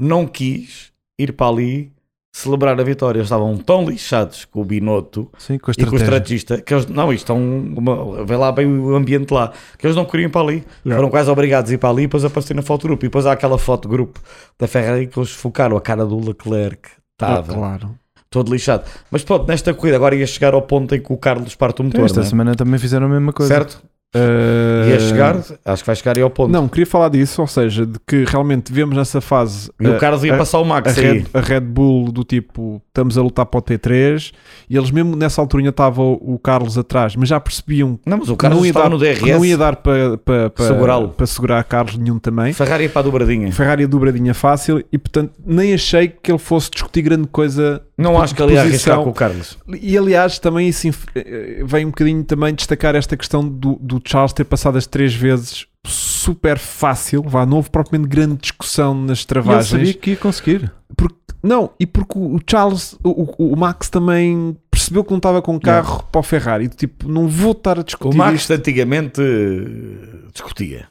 Speaker 2: não quis ir para ali celebrar a vitória. Eles estavam tão lixados com o Binotto
Speaker 1: Sim, com a
Speaker 2: e com o
Speaker 1: estratégia.
Speaker 2: estrategista que eles não, isto é um, uma, vê lá bem o ambiente lá, que eles não queriam ir para ali,
Speaker 3: Yeah.
Speaker 2: foram quase obrigados a ir para ali e depois aparecer na foto grupo. E depois há aquela foto grupo da Ferrari que eles focaram a cara do Leclerc,
Speaker 3: Ah,
Speaker 2: estava
Speaker 3: claro.
Speaker 2: todo lixado. Mas pronto, nesta corrida agora ia chegar ao ponto em que o Carlos parte o motor,
Speaker 1: Esta
Speaker 2: não é?
Speaker 1: semana também fizeram a mesma coisa.
Speaker 2: certo?
Speaker 3: Uh,
Speaker 2: Ia é chegar, acho que vai chegar aí ao ponto.
Speaker 3: Não, queria falar disso, ou seja, de que realmente vemos nessa fase
Speaker 2: E
Speaker 3: uh,
Speaker 2: o Carlos ia
Speaker 3: a-
Speaker 2: passar o
Speaker 3: a
Speaker 2: Max aí.
Speaker 3: Red, a Red Bull do tipo estamos a lutar para o T3 e eles mesmo nessa altura estava o o Carlos atrás, mas já percebiam
Speaker 2: Não, mas o
Speaker 3: que
Speaker 2: Carlos
Speaker 3: não ia
Speaker 2: estava
Speaker 3: dar,
Speaker 2: no
Speaker 3: que não ia
Speaker 2: DRS,
Speaker 3: dar para, para, para
Speaker 2: Segurá-lo.
Speaker 3: para segurar Carlos nenhum também.
Speaker 2: Ferrari ia para a dobradinha.
Speaker 3: Ferrari é dobradinha fácil e portanto nem achei que ele fosse discutir grande coisa.
Speaker 2: Não acho que ele ia arriscar
Speaker 3: Posição.
Speaker 2: com o Carlos.
Speaker 3: E aliás, também isso inf- eh, vem um bocadinho também destacar esta questão do, do Charles ter passado as três vezes super fácil, vá, não houve propriamente grande discussão nas
Speaker 1: E ele
Speaker 3: travagens.
Speaker 1: sabia que ia conseguir.
Speaker 3: Porque- não, e porque o Charles, o, o- o Max também percebeu que não estava com carro para o Ferrari. Tipo, não vou estar a
Speaker 2: O
Speaker 3: discutir
Speaker 2: Max
Speaker 3: isto.
Speaker 2: antigamente eh, discutia.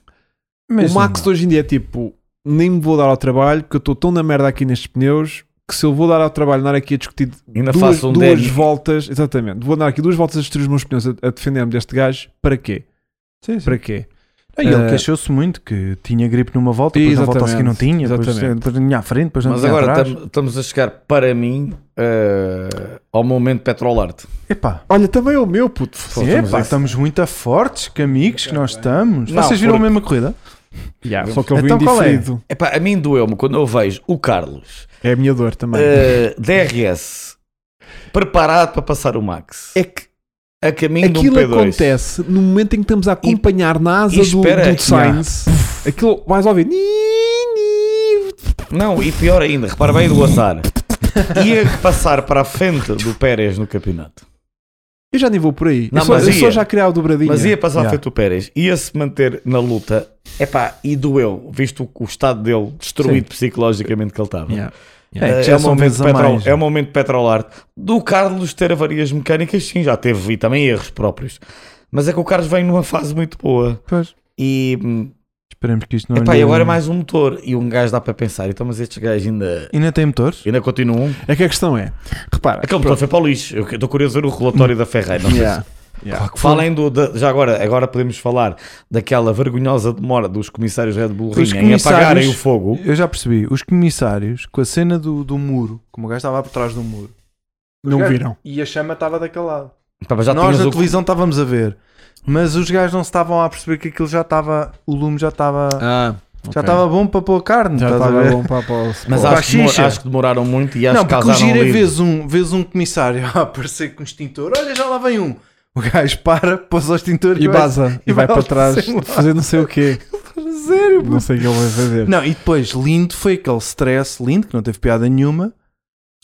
Speaker 1: Mas
Speaker 3: o Max hoje em dia é tipo, nem me vou dar ao trabalho, que eu estou tão na merda aqui nestes pneus, que se eu vou dar ao trabalho andar aqui a discutir
Speaker 2: Ainda
Speaker 3: duas,
Speaker 2: faço um
Speaker 3: duas
Speaker 2: DNI.
Speaker 3: voltas, exatamente, vou andar aqui duas voltas a destruir os meus pneus, a, a defender-me deste gajo, para quê?
Speaker 1: Sim, sim.
Speaker 3: Para quê?
Speaker 1: E ele
Speaker 3: Eh,
Speaker 1: queixou-se muito que tinha gripe numa volta, depois na volta a seguir não
Speaker 3: Exatamente,
Speaker 1: tinha, depois,
Speaker 3: exatamente.
Speaker 1: depois não tinha à frente, depois não
Speaker 2: Mas
Speaker 1: tinha
Speaker 2: agora
Speaker 1: atrás.
Speaker 2: tam- estamos a chegar para mim eh, ao momento Petrolarte.
Speaker 1: Epá,
Speaker 3: Olha, também é o meu, puto.
Speaker 2: Pô,
Speaker 1: sim,
Speaker 2: estamos
Speaker 1: epá,
Speaker 2: a-
Speaker 1: estamos muito a fortes, que amigos que nós estamos.
Speaker 2: Não,
Speaker 1: Vocês viram
Speaker 2: porque-
Speaker 1: a mesma corrida?
Speaker 3: Yeah, só que eu vim
Speaker 1: Então qual é?
Speaker 3: indiferido.
Speaker 2: Epá, a mim doeu-me quando eu vejo o Carlos
Speaker 3: É? a minha dor também.
Speaker 2: eh, DRS preparado para passar o Max
Speaker 3: é que
Speaker 2: a caminho de um
Speaker 3: Aquilo
Speaker 2: P2.
Speaker 3: acontece no momento em que estamos a acompanhar na asa
Speaker 2: e
Speaker 3: do,
Speaker 2: espera,
Speaker 3: do Sainz. Aquilo vais ouvir. "Ni, ni".
Speaker 2: Não, e pior ainda, repara bem do azar. Ia passar para a frente do Pérez no campeonato.
Speaker 3: Eu já nem vou por aí.
Speaker 2: Não,
Speaker 3: eu só,
Speaker 2: mas
Speaker 3: eu só
Speaker 2: ia.
Speaker 3: já criar o dobradinho.
Speaker 2: Mas ia passar à
Speaker 1: Yeah.
Speaker 2: frente do Pérez, ia-se manter na luta. Epá, e doeu, visto o estado dele destruído psicologicamente que ele estava.
Speaker 3: Yeah.
Speaker 1: É, que
Speaker 2: É,
Speaker 1: já
Speaker 2: um
Speaker 1: são
Speaker 2: momento
Speaker 1: vezes a
Speaker 2: petrol,
Speaker 1: mais.
Speaker 2: é um momento petrolarte. Do Carlos ter avarias mecânicas, sim, já teve e também erros próprios. Mas é que o Carlos vem numa fase muito boa.
Speaker 1: Pois,
Speaker 2: E, hum,
Speaker 1: esperemos que isto não
Speaker 2: epá,
Speaker 1: lhe-
Speaker 2: e agora é mais um motor. E um gajo dá para pensar. Então, mas estes gajos ainda,
Speaker 1: Ainda tem motores?
Speaker 2: ainda continuam.
Speaker 3: É que a questão é. Repara.
Speaker 2: Aquele motor foi para o lixo. Eu estou curioso de ver o relatório da Ferrari. Não sei se-
Speaker 3: Yeah. Yeah.
Speaker 2: Falem do, da- já agora, agora podemos falar daquela vergonhosa demora dos comissários Red Bull
Speaker 1: Os
Speaker 2: Ring em apagarem
Speaker 1: comissários-
Speaker 2: o fogo.
Speaker 1: Eu já percebi, os comissários, com a cena do, do muro, como o gajo estava por trás do muro,
Speaker 3: Não viram.
Speaker 1: e a chama estava daquele lado.
Speaker 2: Pá, mas já
Speaker 1: Nós
Speaker 2: tinhas
Speaker 1: na
Speaker 2: o-
Speaker 1: televisão estávamos a ver, mas os gajos não se estavam a perceber que aquilo já estava, o lume já estava,
Speaker 3: Ah,
Speaker 1: já estava bom para pôr carne,
Speaker 3: Já
Speaker 1: estás a
Speaker 3: estava
Speaker 1: ver?
Speaker 3: bom para para o
Speaker 2: Mas acho que,
Speaker 1: Pô,
Speaker 2: demor-
Speaker 1: baxixa.
Speaker 2: acho que demoraram muito e acho
Speaker 1: Não,
Speaker 2: que
Speaker 1: porque o
Speaker 2: causaram
Speaker 1: giro é
Speaker 2: ali-
Speaker 1: vês um, vês um comissário a aparecer com um extintor, olha já lá vem um. O gajo para, pôs o extintor
Speaker 3: E
Speaker 1: vai-
Speaker 3: baza. E vai
Speaker 1: vai
Speaker 3: para trás
Speaker 1: ao celular.
Speaker 3: fazer não sei o quê.
Speaker 1: Sério,
Speaker 3: Não sei o que ele vai fazer.
Speaker 1: Não, e depois, lindo foi aquele stress, lindo, que não teve piada nenhuma.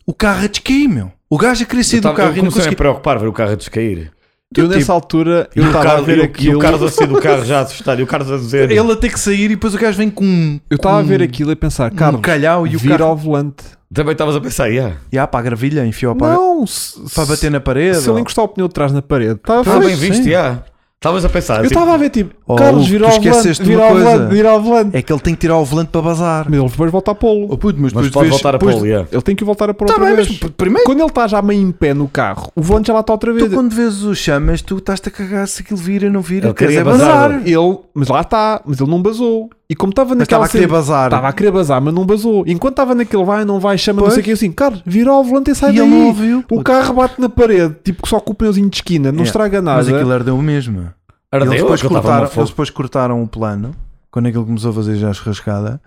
Speaker 1: O carro a descair, meu. O gajo a querer sair
Speaker 2: Eu
Speaker 1: do
Speaker 2: tava-
Speaker 1: carro
Speaker 2: eu
Speaker 1: e não
Speaker 2: comecei a me
Speaker 1: conseguia.
Speaker 2: preocupar ver o carro a descair.
Speaker 3: Eu
Speaker 1: do
Speaker 3: nessa
Speaker 1: tipo-
Speaker 3: altura
Speaker 2: E
Speaker 3: eu
Speaker 2: o,
Speaker 3: estava a
Speaker 2: Carlos, e,
Speaker 3: ver
Speaker 2: o, e o
Speaker 3: aquilo.
Speaker 2: Carlos a sair do carro já assustado. E o Carlos a dizer:
Speaker 1: Ele a ter que sair e depois o gajo vem com um,
Speaker 3: Eu estava a ver aquilo e a pensar,
Speaker 1: um
Speaker 3: Carlos,
Speaker 1: calhau e o
Speaker 3: vira
Speaker 1: carro.
Speaker 3: ao volante.
Speaker 2: Também estavas a pensar, yeah,
Speaker 1: E ah, para a gravilha, enfiou para,
Speaker 3: Não, se,
Speaker 1: para bater na parede.
Speaker 3: se ele
Speaker 1: ou-
Speaker 3: encostar o pneu de trás na parede, estava
Speaker 2: estava
Speaker 1: Pois,
Speaker 2: bem visto,
Speaker 1: sim.
Speaker 2: yeah. Estavas a pensar.
Speaker 3: Eu
Speaker 2: assim,
Speaker 3: estava a ver tipo,
Speaker 1: Oh,
Speaker 3: Carlos,
Speaker 1: Hugo,
Speaker 3: vira
Speaker 1: tu
Speaker 3: ao volante,
Speaker 1: esqueceste de
Speaker 3: vira
Speaker 1: uma
Speaker 3: ao
Speaker 1: coisa.
Speaker 3: volante, vira ao volante.
Speaker 1: É que ele tem que tirar o volante para bazar.
Speaker 3: Mas ele depois volta a pô-lo.
Speaker 1: Oh, puto, mas
Speaker 2: Mas
Speaker 1: depois
Speaker 2: pode
Speaker 1: de vez-
Speaker 2: voltar a
Speaker 1: depois-
Speaker 2: polo, yeah.
Speaker 3: Ele tem que o voltar a pôr
Speaker 1: Tá
Speaker 3: outra
Speaker 1: bem,
Speaker 3: vez.
Speaker 1: mas pr- primeiro
Speaker 3: Quando ele está já meio em pé no carro, o volante já lá está outra vez.
Speaker 1: tu quando vês os chamas, tu estás-te a cagar se aquilo vira, não vira,
Speaker 2: Ele
Speaker 1: queres
Speaker 2: queria
Speaker 1: é
Speaker 2: bazar.
Speaker 1: bazar.
Speaker 3: Ele, mas lá está, mas ele não basou. E como estava
Speaker 1: Mas
Speaker 3: naquela
Speaker 1: estava a querer
Speaker 3: cena-
Speaker 1: bazar.
Speaker 3: Estava a querer bazar, mas não basou. Enquanto estava naquele vai, não vai, chama, não
Speaker 1: Pois.
Speaker 3: sei o que, assim, Carlos, vira ao volante e sai
Speaker 1: E ele
Speaker 3: daí.
Speaker 1: não ouviu.
Speaker 3: O
Speaker 1: puto.
Speaker 3: carro bate na parede, tipo só com o pneuzinho de esquina, não
Speaker 1: É,
Speaker 3: estraga nada.
Speaker 1: Mas aquilo ardeu o mesmo.
Speaker 2: Ardeu,
Speaker 1: eles, depois
Speaker 2: que eu estava
Speaker 1: cortaram,
Speaker 2: numa foto.
Speaker 1: eles depois cortaram o plano quando aquilo começou a fazer já a churrascada.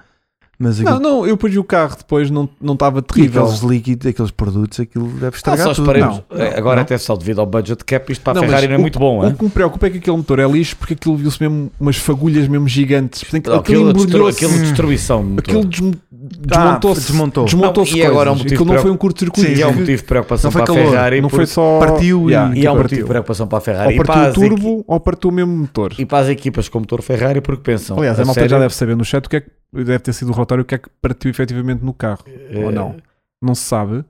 Speaker 1: Mas
Speaker 3: Não,
Speaker 1: aquilo,
Speaker 3: não, eu pus o carro depois, não não estava
Speaker 1: e
Speaker 3: terrível.
Speaker 1: aqueles líquidos, aqueles produtos, aquilo deve
Speaker 2: Ah,
Speaker 1: estragar
Speaker 2: só
Speaker 1: tudo.
Speaker 2: esperemos.
Speaker 3: Não,
Speaker 2: É, Agora
Speaker 3: não.
Speaker 2: até só devido ao budget cap, isto para a
Speaker 3: Não, mas
Speaker 2: Ferrari não é
Speaker 3: o-
Speaker 2: muito bom,
Speaker 3: O
Speaker 2: é?
Speaker 3: que me preocupa é que aquele motor é lixo porque aquilo viu-se mesmo umas fagulhas mesmo gigantes. Portanto, aquilo
Speaker 2: Aquilo, destru...
Speaker 3: embrulhou-se.
Speaker 2: aquilo de destruição. de
Speaker 3: Aquilo
Speaker 2: motor.
Speaker 3: desmo-
Speaker 1: Ah,
Speaker 3: desmontou-se.
Speaker 1: desmontou.
Speaker 3: Desmontou-se
Speaker 2: Não, e agora é um
Speaker 3: coisas.
Speaker 2: motivo
Speaker 3: Aquilo não
Speaker 2: preocu-
Speaker 3: foi um curto-circuito.
Speaker 1: Sim,
Speaker 2: E é um
Speaker 1: que-
Speaker 2: motivo de preocupação
Speaker 1: não foi
Speaker 2: para a
Speaker 1: calor,
Speaker 2: Ferrari.
Speaker 3: Não foi
Speaker 2: porque-
Speaker 3: só.
Speaker 1: partiu e-
Speaker 3: Yeah,
Speaker 2: E é um
Speaker 3: aquilo
Speaker 2: motivo de
Speaker 3: partiu.
Speaker 2: preocupação para a Ferrari.
Speaker 3: Ou
Speaker 2: E para
Speaker 3: partiu o
Speaker 2: as equi-
Speaker 3: turbo ou partiu mesmo o motor.
Speaker 2: E para as equipas com motor Ferrari, porque pensam.
Speaker 3: Aliás, é a,
Speaker 2: a
Speaker 3: malta
Speaker 2: sério,
Speaker 3: já deve saber no chat o que é que deve ter sido o relatório, o que é que partiu efetivamente no carro.
Speaker 2: eh,
Speaker 3: Ou não? Não se sabe.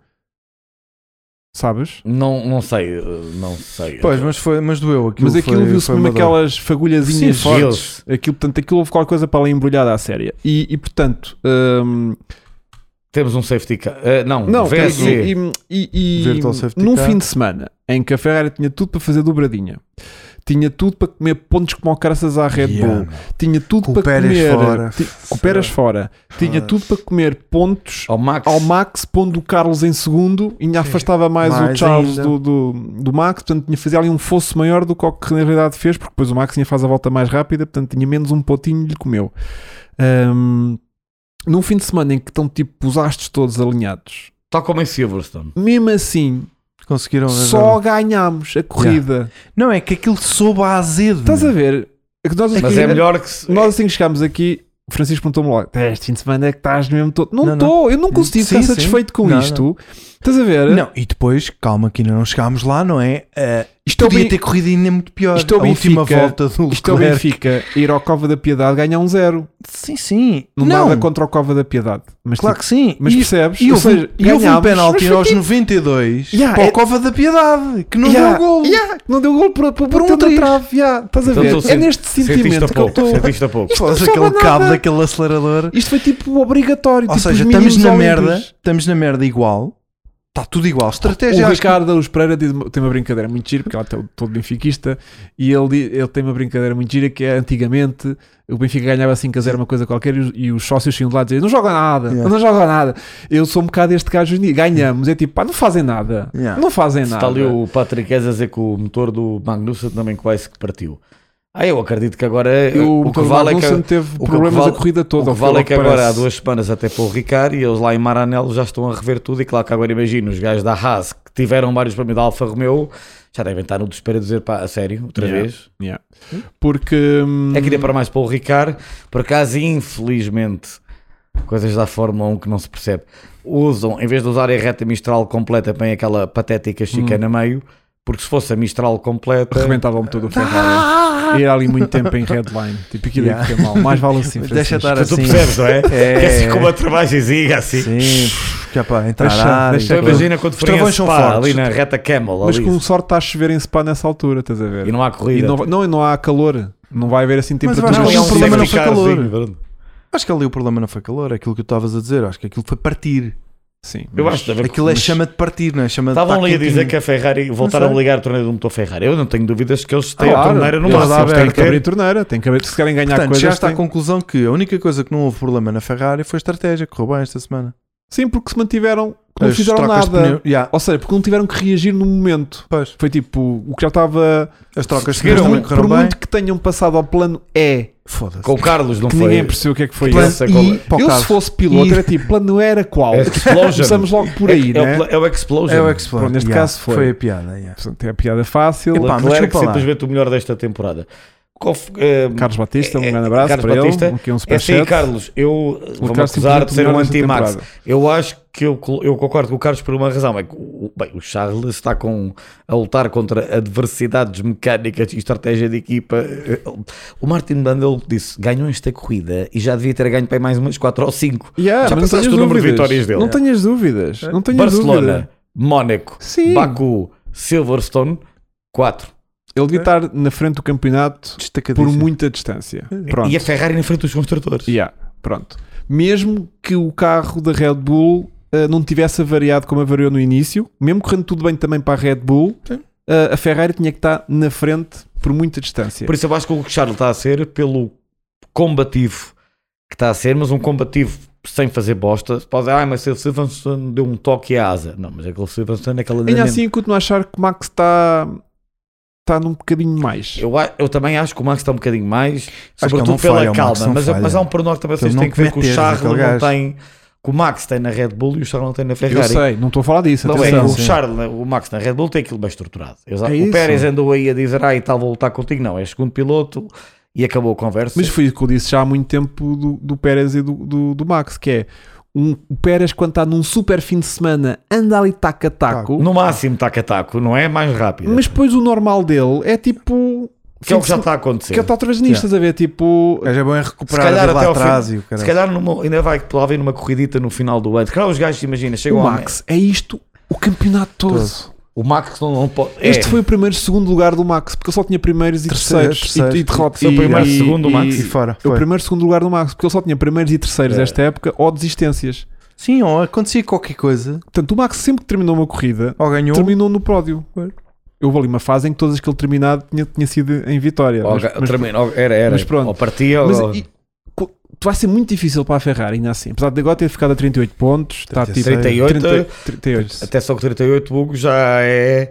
Speaker 3: Sabes?
Speaker 2: Não, não sei, eh, não sei.
Speaker 1: Pois, mas, foi, mas doeu aquilo.
Speaker 3: Mas aquilo
Speaker 1: foi-
Speaker 3: viu-se
Speaker 1: foi
Speaker 3: mesmo
Speaker 1: uma dor.
Speaker 3: aquelas fagulhazinhas
Speaker 2: Sim,
Speaker 3: fortes.
Speaker 2: viu-se.
Speaker 3: Aquilo, portanto, aquilo houve qualquer coisa para lá embrulhada à séria. E, e, portanto, hum,
Speaker 2: Temos um safety car. Eh, não,
Speaker 3: não, um
Speaker 2: VSC.
Speaker 3: e, e, e, e
Speaker 1: Virtual safety
Speaker 3: num
Speaker 1: car.
Speaker 3: fim de semana em que a Ferrari tinha tudo para fazer dobradinha, tinha tudo para comer pontos como caraças à Red
Speaker 1: Yeah,
Speaker 3: Bull, tinha tudo para
Speaker 1: Cooperas
Speaker 3: comer
Speaker 1: fora.
Speaker 3: ti- cooperas fora, tinha tudo para comer pontos
Speaker 2: Ao Max.
Speaker 3: ao Max, pondo o Carlos em segundo, e ainda afastava mais, o
Speaker 1: Mais
Speaker 3: Charles
Speaker 1: ainda.
Speaker 3: do, do, do Max, portanto tinha fazia ali um fosso maior do que o que na realidade fez, porque depois o Max tinha faz a volta mais rápida, portanto tinha menos um pontinho e lhe comeu. Ahm, num fim de semana em que estão tipo os astros todos alinhados,
Speaker 2: Tal como em Silverstone.
Speaker 3: mesmo assim
Speaker 1: Conseguiram arranjar.
Speaker 3: só ganhámos a corrida.
Speaker 1: Não, é que aquilo soube a azedo.
Speaker 3: Estás a ver? É que nós
Speaker 2: Mas
Speaker 3: aqui-
Speaker 2: é melhor que. se-
Speaker 3: Nós assim que chegámos aqui, o Francisco perguntou-me logo: "Tá, este fim de semana é que estás mesmo todo. Não
Speaker 1: Não,
Speaker 3: estou, eu não consegui
Speaker 1: Sim,
Speaker 3: ficar
Speaker 1: sim.
Speaker 3: satisfeito com
Speaker 1: Não,
Speaker 3: isto. Estás a ver?
Speaker 1: Não, e depois, calma que ainda não chegámos lá, não é? Ah,
Speaker 3: Isto é o
Speaker 1: podia
Speaker 3: Ben-
Speaker 1: ter corrido ainda muito pior.
Speaker 3: isto é o
Speaker 1: a última
Speaker 3: Benfica.
Speaker 1: volta do
Speaker 3: Isto é o
Speaker 1: Leclerc.
Speaker 3: Benfica ir ao Cova da Piedade ganhar um zero.
Speaker 1: Sim, sim.
Speaker 3: Não,
Speaker 1: não,
Speaker 3: nada contra o Cova da Piedade. Mas,
Speaker 1: claro
Speaker 3: tipo,
Speaker 1: que sim.
Speaker 3: mas
Speaker 1: E-
Speaker 3: percebes?
Speaker 1: E
Speaker 3: Ou
Speaker 1: houve,
Speaker 3: seja,
Speaker 1: e houve um
Speaker 3: ganhámos,
Speaker 1: penalti
Speaker 3: mas
Speaker 1: aos
Speaker 3: foi tipo-
Speaker 1: 92
Speaker 3: Yeah,
Speaker 1: para
Speaker 3: é-
Speaker 1: o Cova da Piedade, que não
Speaker 3: Yeah,
Speaker 1: deu gol.
Speaker 3: yeah, não deu gol por, por,
Speaker 1: Por um
Speaker 3: um
Speaker 1: triz.
Speaker 3: trave. yeah, estás a
Speaker 2: Então,
Speaker 3: ver?
Speaker 2: tu
Speaker 3: é
Speaker 2: sen-
Speaker 3: neste
Speaker 2: Sentiste a
Speaker 3: sentimento que eu
Speaker 2: pouco.
Speaker 3: estou.
Speaker 2: Sentiste a pouco.
Speaker 1: Pô,
Speaker 3: não
Speaker 1: mas
Speaker 3: estava
Speaker 1: aquele cabo
Speaker 3: nada.
Speaker 1: daquele acelerador.
Speaker 3: Isto foi tipo obrigatório.
Speaker 1: Ou
Speaker 3: tipo,
Speaker 1: seja,
Speaker 3: os
Speaker 1: estamos
Speaker 3: mínimos
Speaker 1: na
Speaker 3: olímpicos.
Speaker 1: merda, estamos na merda igual. Está tudo igual. Estratégia
Speaker 3: O
Speaker 1: acho que-
Speaker 3: Ricardo Aruz Pereira diz- tem uma brincadeira muito gira, porque ele é todo benfiquista, e ele, di- ele tem uma brincadeira muito gira que é antigamente o Benfica ganhava 5 a 0 uma coisa qualquer e os, e os sócios tinham de lá dizer não joga nada,
Speaker 1: Yeah.
Speaker 3: não joga nada. Eu sou um bocado este gajo, e ganhamos. É tipo, pá, não fazem nada,
Speaker 1: Yeah.
Speaker 3: não fazem nada.
Speaker 2: Está ali o Patrick Hess a dizer que o motor do Magnussen também quase que partiu. Ah, eu acredito que agora
Speaker 3: E o,
Speaker 2: o, que
Speaker 3: motor
Speaker 2: vale é que.
Speaker 3: Magnussen teve
Speaker 2: que
Speaker 3: problemas
Speaker 2: vale-
Speaker 3: a corrida toda.
Speaker 2: o que vale
Speaker 3: ao
Speaker 2: é que
Speaker 3: ao
Speaker 2: agora há
Speaker 3: parece.
Speaker 2: duas semanas até para o Ricard e eles lá em Maranello já estão a rever tudo e claro que agora imagino os gajos da Haas que tiveram vários prémios da Alfa Romeo já devem estar no desespero a dizer pá, a sério, outra
Speaker 3: Yeah.
Speaker 2: vez.
Speaker 3: Yeah. Porque hum,
Speaker 2: É que dê para mais para o Ricard, por acaso infelizmente coisas da Fórmula 1 que não se percebe usam, em vez de usarem a reta Mistral completa põem aquela patética
Speaker 1: Hum.
Speaker 2: chicana a meio porque se fosse a Mistral completa
Speaker 3: rebentava-me todo o
Speaker 1: Tá.
Speaker 3: Ferrari. E era ali muito tempo em headline. Tipo, aquilo é que é mal. Mais vale assim. Francisco.
Speaker 1: Deixa estar
Speaker 2: Mas tu
Speaker 1: assim.
Speaker 2: percebes, não é?
Speaker 1: É.
Speaker 2: Que é assim com uma travagemzinha assim.
Speaker 1: Sim, já para entrar
Speaker 3: Deixa-
Speaker 1: na área.
Speaker 3: deixa-
Speaker 2: Então imagina quando forem a
Speaker 1: travões são
Speaker 2: Spa,
Speaker 1: fortes. um
Speaker 2: ali na reta Camel
Speaker 3: Mas
Speaker 2: ali,
Speaker 3: com sorte está a chover em Spa nessa altura, estás a ver?
Speaker 2: e não é há corrida.
Speaker 3: E não, vai- não, e não há calor, não vai haver assim
Speaker 1: Mas eu
Speaker 3: temperaturas.
Speaker 1: acho que
Speaker 2: é
Speaker 1: o
Speaker 2: um
Speaker 1: problema não
Speaker 2: safety
Speaker 1: foi calor.
Speaker 2: carzinho, verdade.
Speaker 1: Acho que ali o problema não foi calor, é aquilo que tu estavas a dizer. Acho que aquilo foi partir.
Speaker 3: Sim,
Speaker 2: Eu
Speaker 3: mas-
Speaker 2: acho que
Speaker 1: Aquilo é chama de partir, não é? Chama de
Speaker 2: Estavam
Speaker 1: tá
Speaker 2: ali a dizer
Speaker 1: quentinho.
Speaker 2: que a Ferrari voltaram a
Speaker 1: sei.
Speaker 2: ligar o torneio do motor Ferrari. Eu não tenho dúvidas que eles têm
Speaker 3: Claro,
Speaker 2: a torneira no
Speaker 3: eles-
Speaker 2: máximo.
Speaker 3: eles
Speaker 2: têm
Speaker 3: têm
Speaker 2: que é-
Speaker 3: que abrir
Speaker 2: ter.
Speaker 3: torneira, têm que abrir, se querem ganhar
Speaker 1: Portanto,
Speaker 3: coisas.
Speaker 1: já está a
Speaker 3: têm-
Speaker 1: conclusão que a única coisa que não houve problema na Ferrari foi a estratégia. Correu bem esta semana.
Speaker 3: Sim, porque se mantiveram, não
Speaker 1: As
Speaker 3: fizeram
Speaker 1: trocas de
Speaker 3: nada.
Speaker 1: pneu- Yeah.
Speaker 3: Ou seja, porque não tiveram que reagir no momento.
Speaker 1: Pois,
Speaker 3: Foi tipo, o que já estava.
Speaker 1: as trocas de
Speaker 3: Por,
Speaker 2: Seguiram,
Speaker 1: pneus também
Speaker 3: muito, um por
Speaker 1: correram bem.
Speaker 3: muito que tenham passado ao plano E,
Speaker 1: Foda-se.
Speaker 2: Com o Carlos, não
Speaker 3: que
Speaker 2: foi?
Speaker 3: ninguém percebeu o que é que foi
Speaker 1: Plano
Speaker 3: isso.
Speaker 2: sei qual
Speaker 1: I
Speaker 2: é.
Speaker 1: para o
Speaker 3: Eu, se
Speaker 1: caso.
Speaker 3: fosse piloto,
Speaker 1: E-
Speaker 3: era tipo, plano era qual?
Speaker 2: Explosion.
Speaker 3: Começamos logo por
Speaker 2: É-
Speaker 3: aí,
Speaker 2: é, o
Speaker 3: né?
Speaker 2: pla- é o Explosion.
Speaker 1: É o Explorer.
Speaker 3: Pronto, neste caso foi.
Speaker 1: a piada. yeah.
Speaker 3: Portanto, é a piada fácil.
Speaker 1: Epá, mas
Speaker 2: Leclerc,
Speaker 1: desculpa lá.
Speaker 2: simplesmente o melhor desta temporada. Qual f- eh,
Speaker 3: Carlos Batista, um
Speaker 2: é-
Speaker 3: grande abraço
Speaker 2: Carlos
Speaker 3: para
Speaker 2: Batista,
Speaker 3: ele. Aqui um
Speaker 2: É assim,
Speaker 3: superchat.
Speaker 2: Carlos, eu eh, vou-me
Speaker 3: Carlos
Speaker 2: acusar
Speaker 3: simplesmente
Speaker 2: de ser um
Speaker 3: melhor nesta
Speaker 2: anti-Max.
Speaker 3: temporada.
Speaker 2: Eu acho que eu, col- eu concordo com o Carlos por uma razão. É que o, bem, o Charles está com, a lutar contra adversidades mecânicas e estratégia de equipa. Eh, O Martin Brundle disse: ganhou esta corrida e já devia ter ganho para aí mais umas 4 ou 5.
Speaker 3: Yeah, mas
Speaker 2: já
Speaker 3: não
Speaker 2: pensaste
Speaker 3: tenhas
Speaker 2: o número de
Speaker 3: dúvidas.
Speaker 2: vitórias dele? É.
Speaker 3: Não tenhas dúvidas. Não tenhas
Speaker 2: Barcelona,
Speaker 3: dúvida.
Speaker 2: Mónaco,
Speaker 3: Sim.
Speaker 2: Baku, Silverstone, 4.
Speaker 3: Ele devia estar na frente do campeonato por muita distância. Pronto.
Speaker 2: E a Ferrari na frente dos construtores.
Speaker 3: Yeah, pronto. Mesmo que o carro da Red Bull eh, não tivesse avariado como avariou no início, mesmo correndo tudo bem também para a Red Bull,
Speaker 2: Sim.
Speaker 3: eh, a Ferrari tinha que estar na frente por muita distância.
Speaker 2: Por isso eu acho que o que Charles está a ser, pelo combativo que está a ser, mas um combativo sem fazer bosta, se pode dizer, ah, mas o Silverstone deu um toque à asa. Não, mas aquele Silverstone é aquele
Speaker 3: Ainda
Speaker 2: andamento.
Speaker 3: assim, continuo a achar que o Max está está num bocadinho mais.
Speaker 2: Eu, a- eu também acho que o Max está um bocadinho mais,
Speaker 1: que ele
Speaker 2: sobretudo
Speaker 1: não
Speaker 2: pela
Speaker 1: falha, o Max
Speaker 2: calma,
Speaker 1: não
Speaker 2: mas,
Speaker 1: falha.
Speaker 2: mas há um pormenor que também vocês
Speaker 1: Ele
Speaker 2: têm
Speaker 1: não
Speaker 2: que ver que o
Speaker 1: comete erros,
Speaker 2: Charles
Speaker 1: aquele
Speaker 2: não
Speaker 1: gajo.
Speaker 2: tem, que o Max tem na Red Bull e o Charles não tem na
Speaker 3: Eu
Speaker 2: Ferrari.
Speaker 3: sei, não estou a falar disso.
Speaker 2: Não é,
Speaker 3: atenção.
Speaker 2: o
Speaker 1: sim.
Speaker 2: Charles, o Max na Red Bull tem aquilo bem estruturado. Eles-
Speaker 3: É
Speaker 2: o
Speaker 3: isso.
Speaker 2: Pérez andou aí a dizer, ah, e tal, vou lutar contigo. Não, é segundo piloto e acabou a conversa.
Speaker 3: Mas foi o que eu disse já há muito tempo do, do Pérez e do, do, do Max, que é um, o Pérez quando está num super fim de semana anda ali taco a taco,
Speaker 2: no máximo taca-taco, não é? Mais rápido.
Speaker 3: mas depois o normal dele é tipo...
Speaker 2: que é
Speaker 3: fim de
Speaker 2: o que já
Speaker 3: sema-
Speaker 2: está a acontecer.
Speaker 3: que ele está outra vez nisto, estás a ver? Tipo...
Speaker 1: O gajo é bom em
Speaker 2: Se
Speaker 1: recuperar
Speaker 2: calhar
Speaker 1: de
Speaker 2: até
Speaker 1: lá
Speaker 2: ao
Speaker 1: atrás
Speaker 2: fim,
Speaker 1: e o cara.
Speaker 2: se calhar numa- ainda vai provavelmente numa corridita no final do ano. Se calhar os gajos, imagina, chegam
Speaker 3: O
Speaker 2: ao-
Speaker 3: Max, é isto o campeonato todo.
Speaker 2: O Max não, não pode.
Speaker 3: Este
Speaker 2: é.
Speaker 3: foi o primeiro segundo lugar do Max, porque ele só tinha primeiros e
Speaker 1: Terceiro,
Speaker 3: terceiros.
Speaker 1: terceiro.
Speaker 3: E, e derrotas.
Speaker 2: Foi o
Speaker 3: E-
Speaker 2: primeiro
Speaker 3: e-
Speaker 2: segundo do Max.
Speaker 1: E fora.
Speaker 3: É o
Speaker 1: foi.
Speaker 3: primeiro segundo lugar do Max, porque ele só tinha primeiros e terceiros
Speaker 2: É.
Speaker 3: desta época ou desistências.
Speaker 1: Sim, ou acontecia qualquer coisa,
Speaker 3: Portanto, o Max sempre que terminou uma corrida,
Speaker 1: ou ganhou.
Speaker 3: terminou no pródio. Houve ali uma fase em que todas as que ele terminado tinha, tinha sido em vitória.
Speaker 2: Ó,
Speaker 3: mas,
Speaker 2: ga-
Speaker 3: mas-
Speaker 2: termina, ó, era, era.
Speaker 3: mas pronto.
Speaker 2: Ou partia
Speaker 3: mas
Speaker 2: ou-
Speaker 3: e- co- vai ser muito difícil para a Ferrari, ainda assim. Apesar de agora ter ficado a 38 pontos, está tipo
Speaker 2: 38.
Speaker 3: 30 38.
Speaker 2: eh, até só que 38 Hugo já é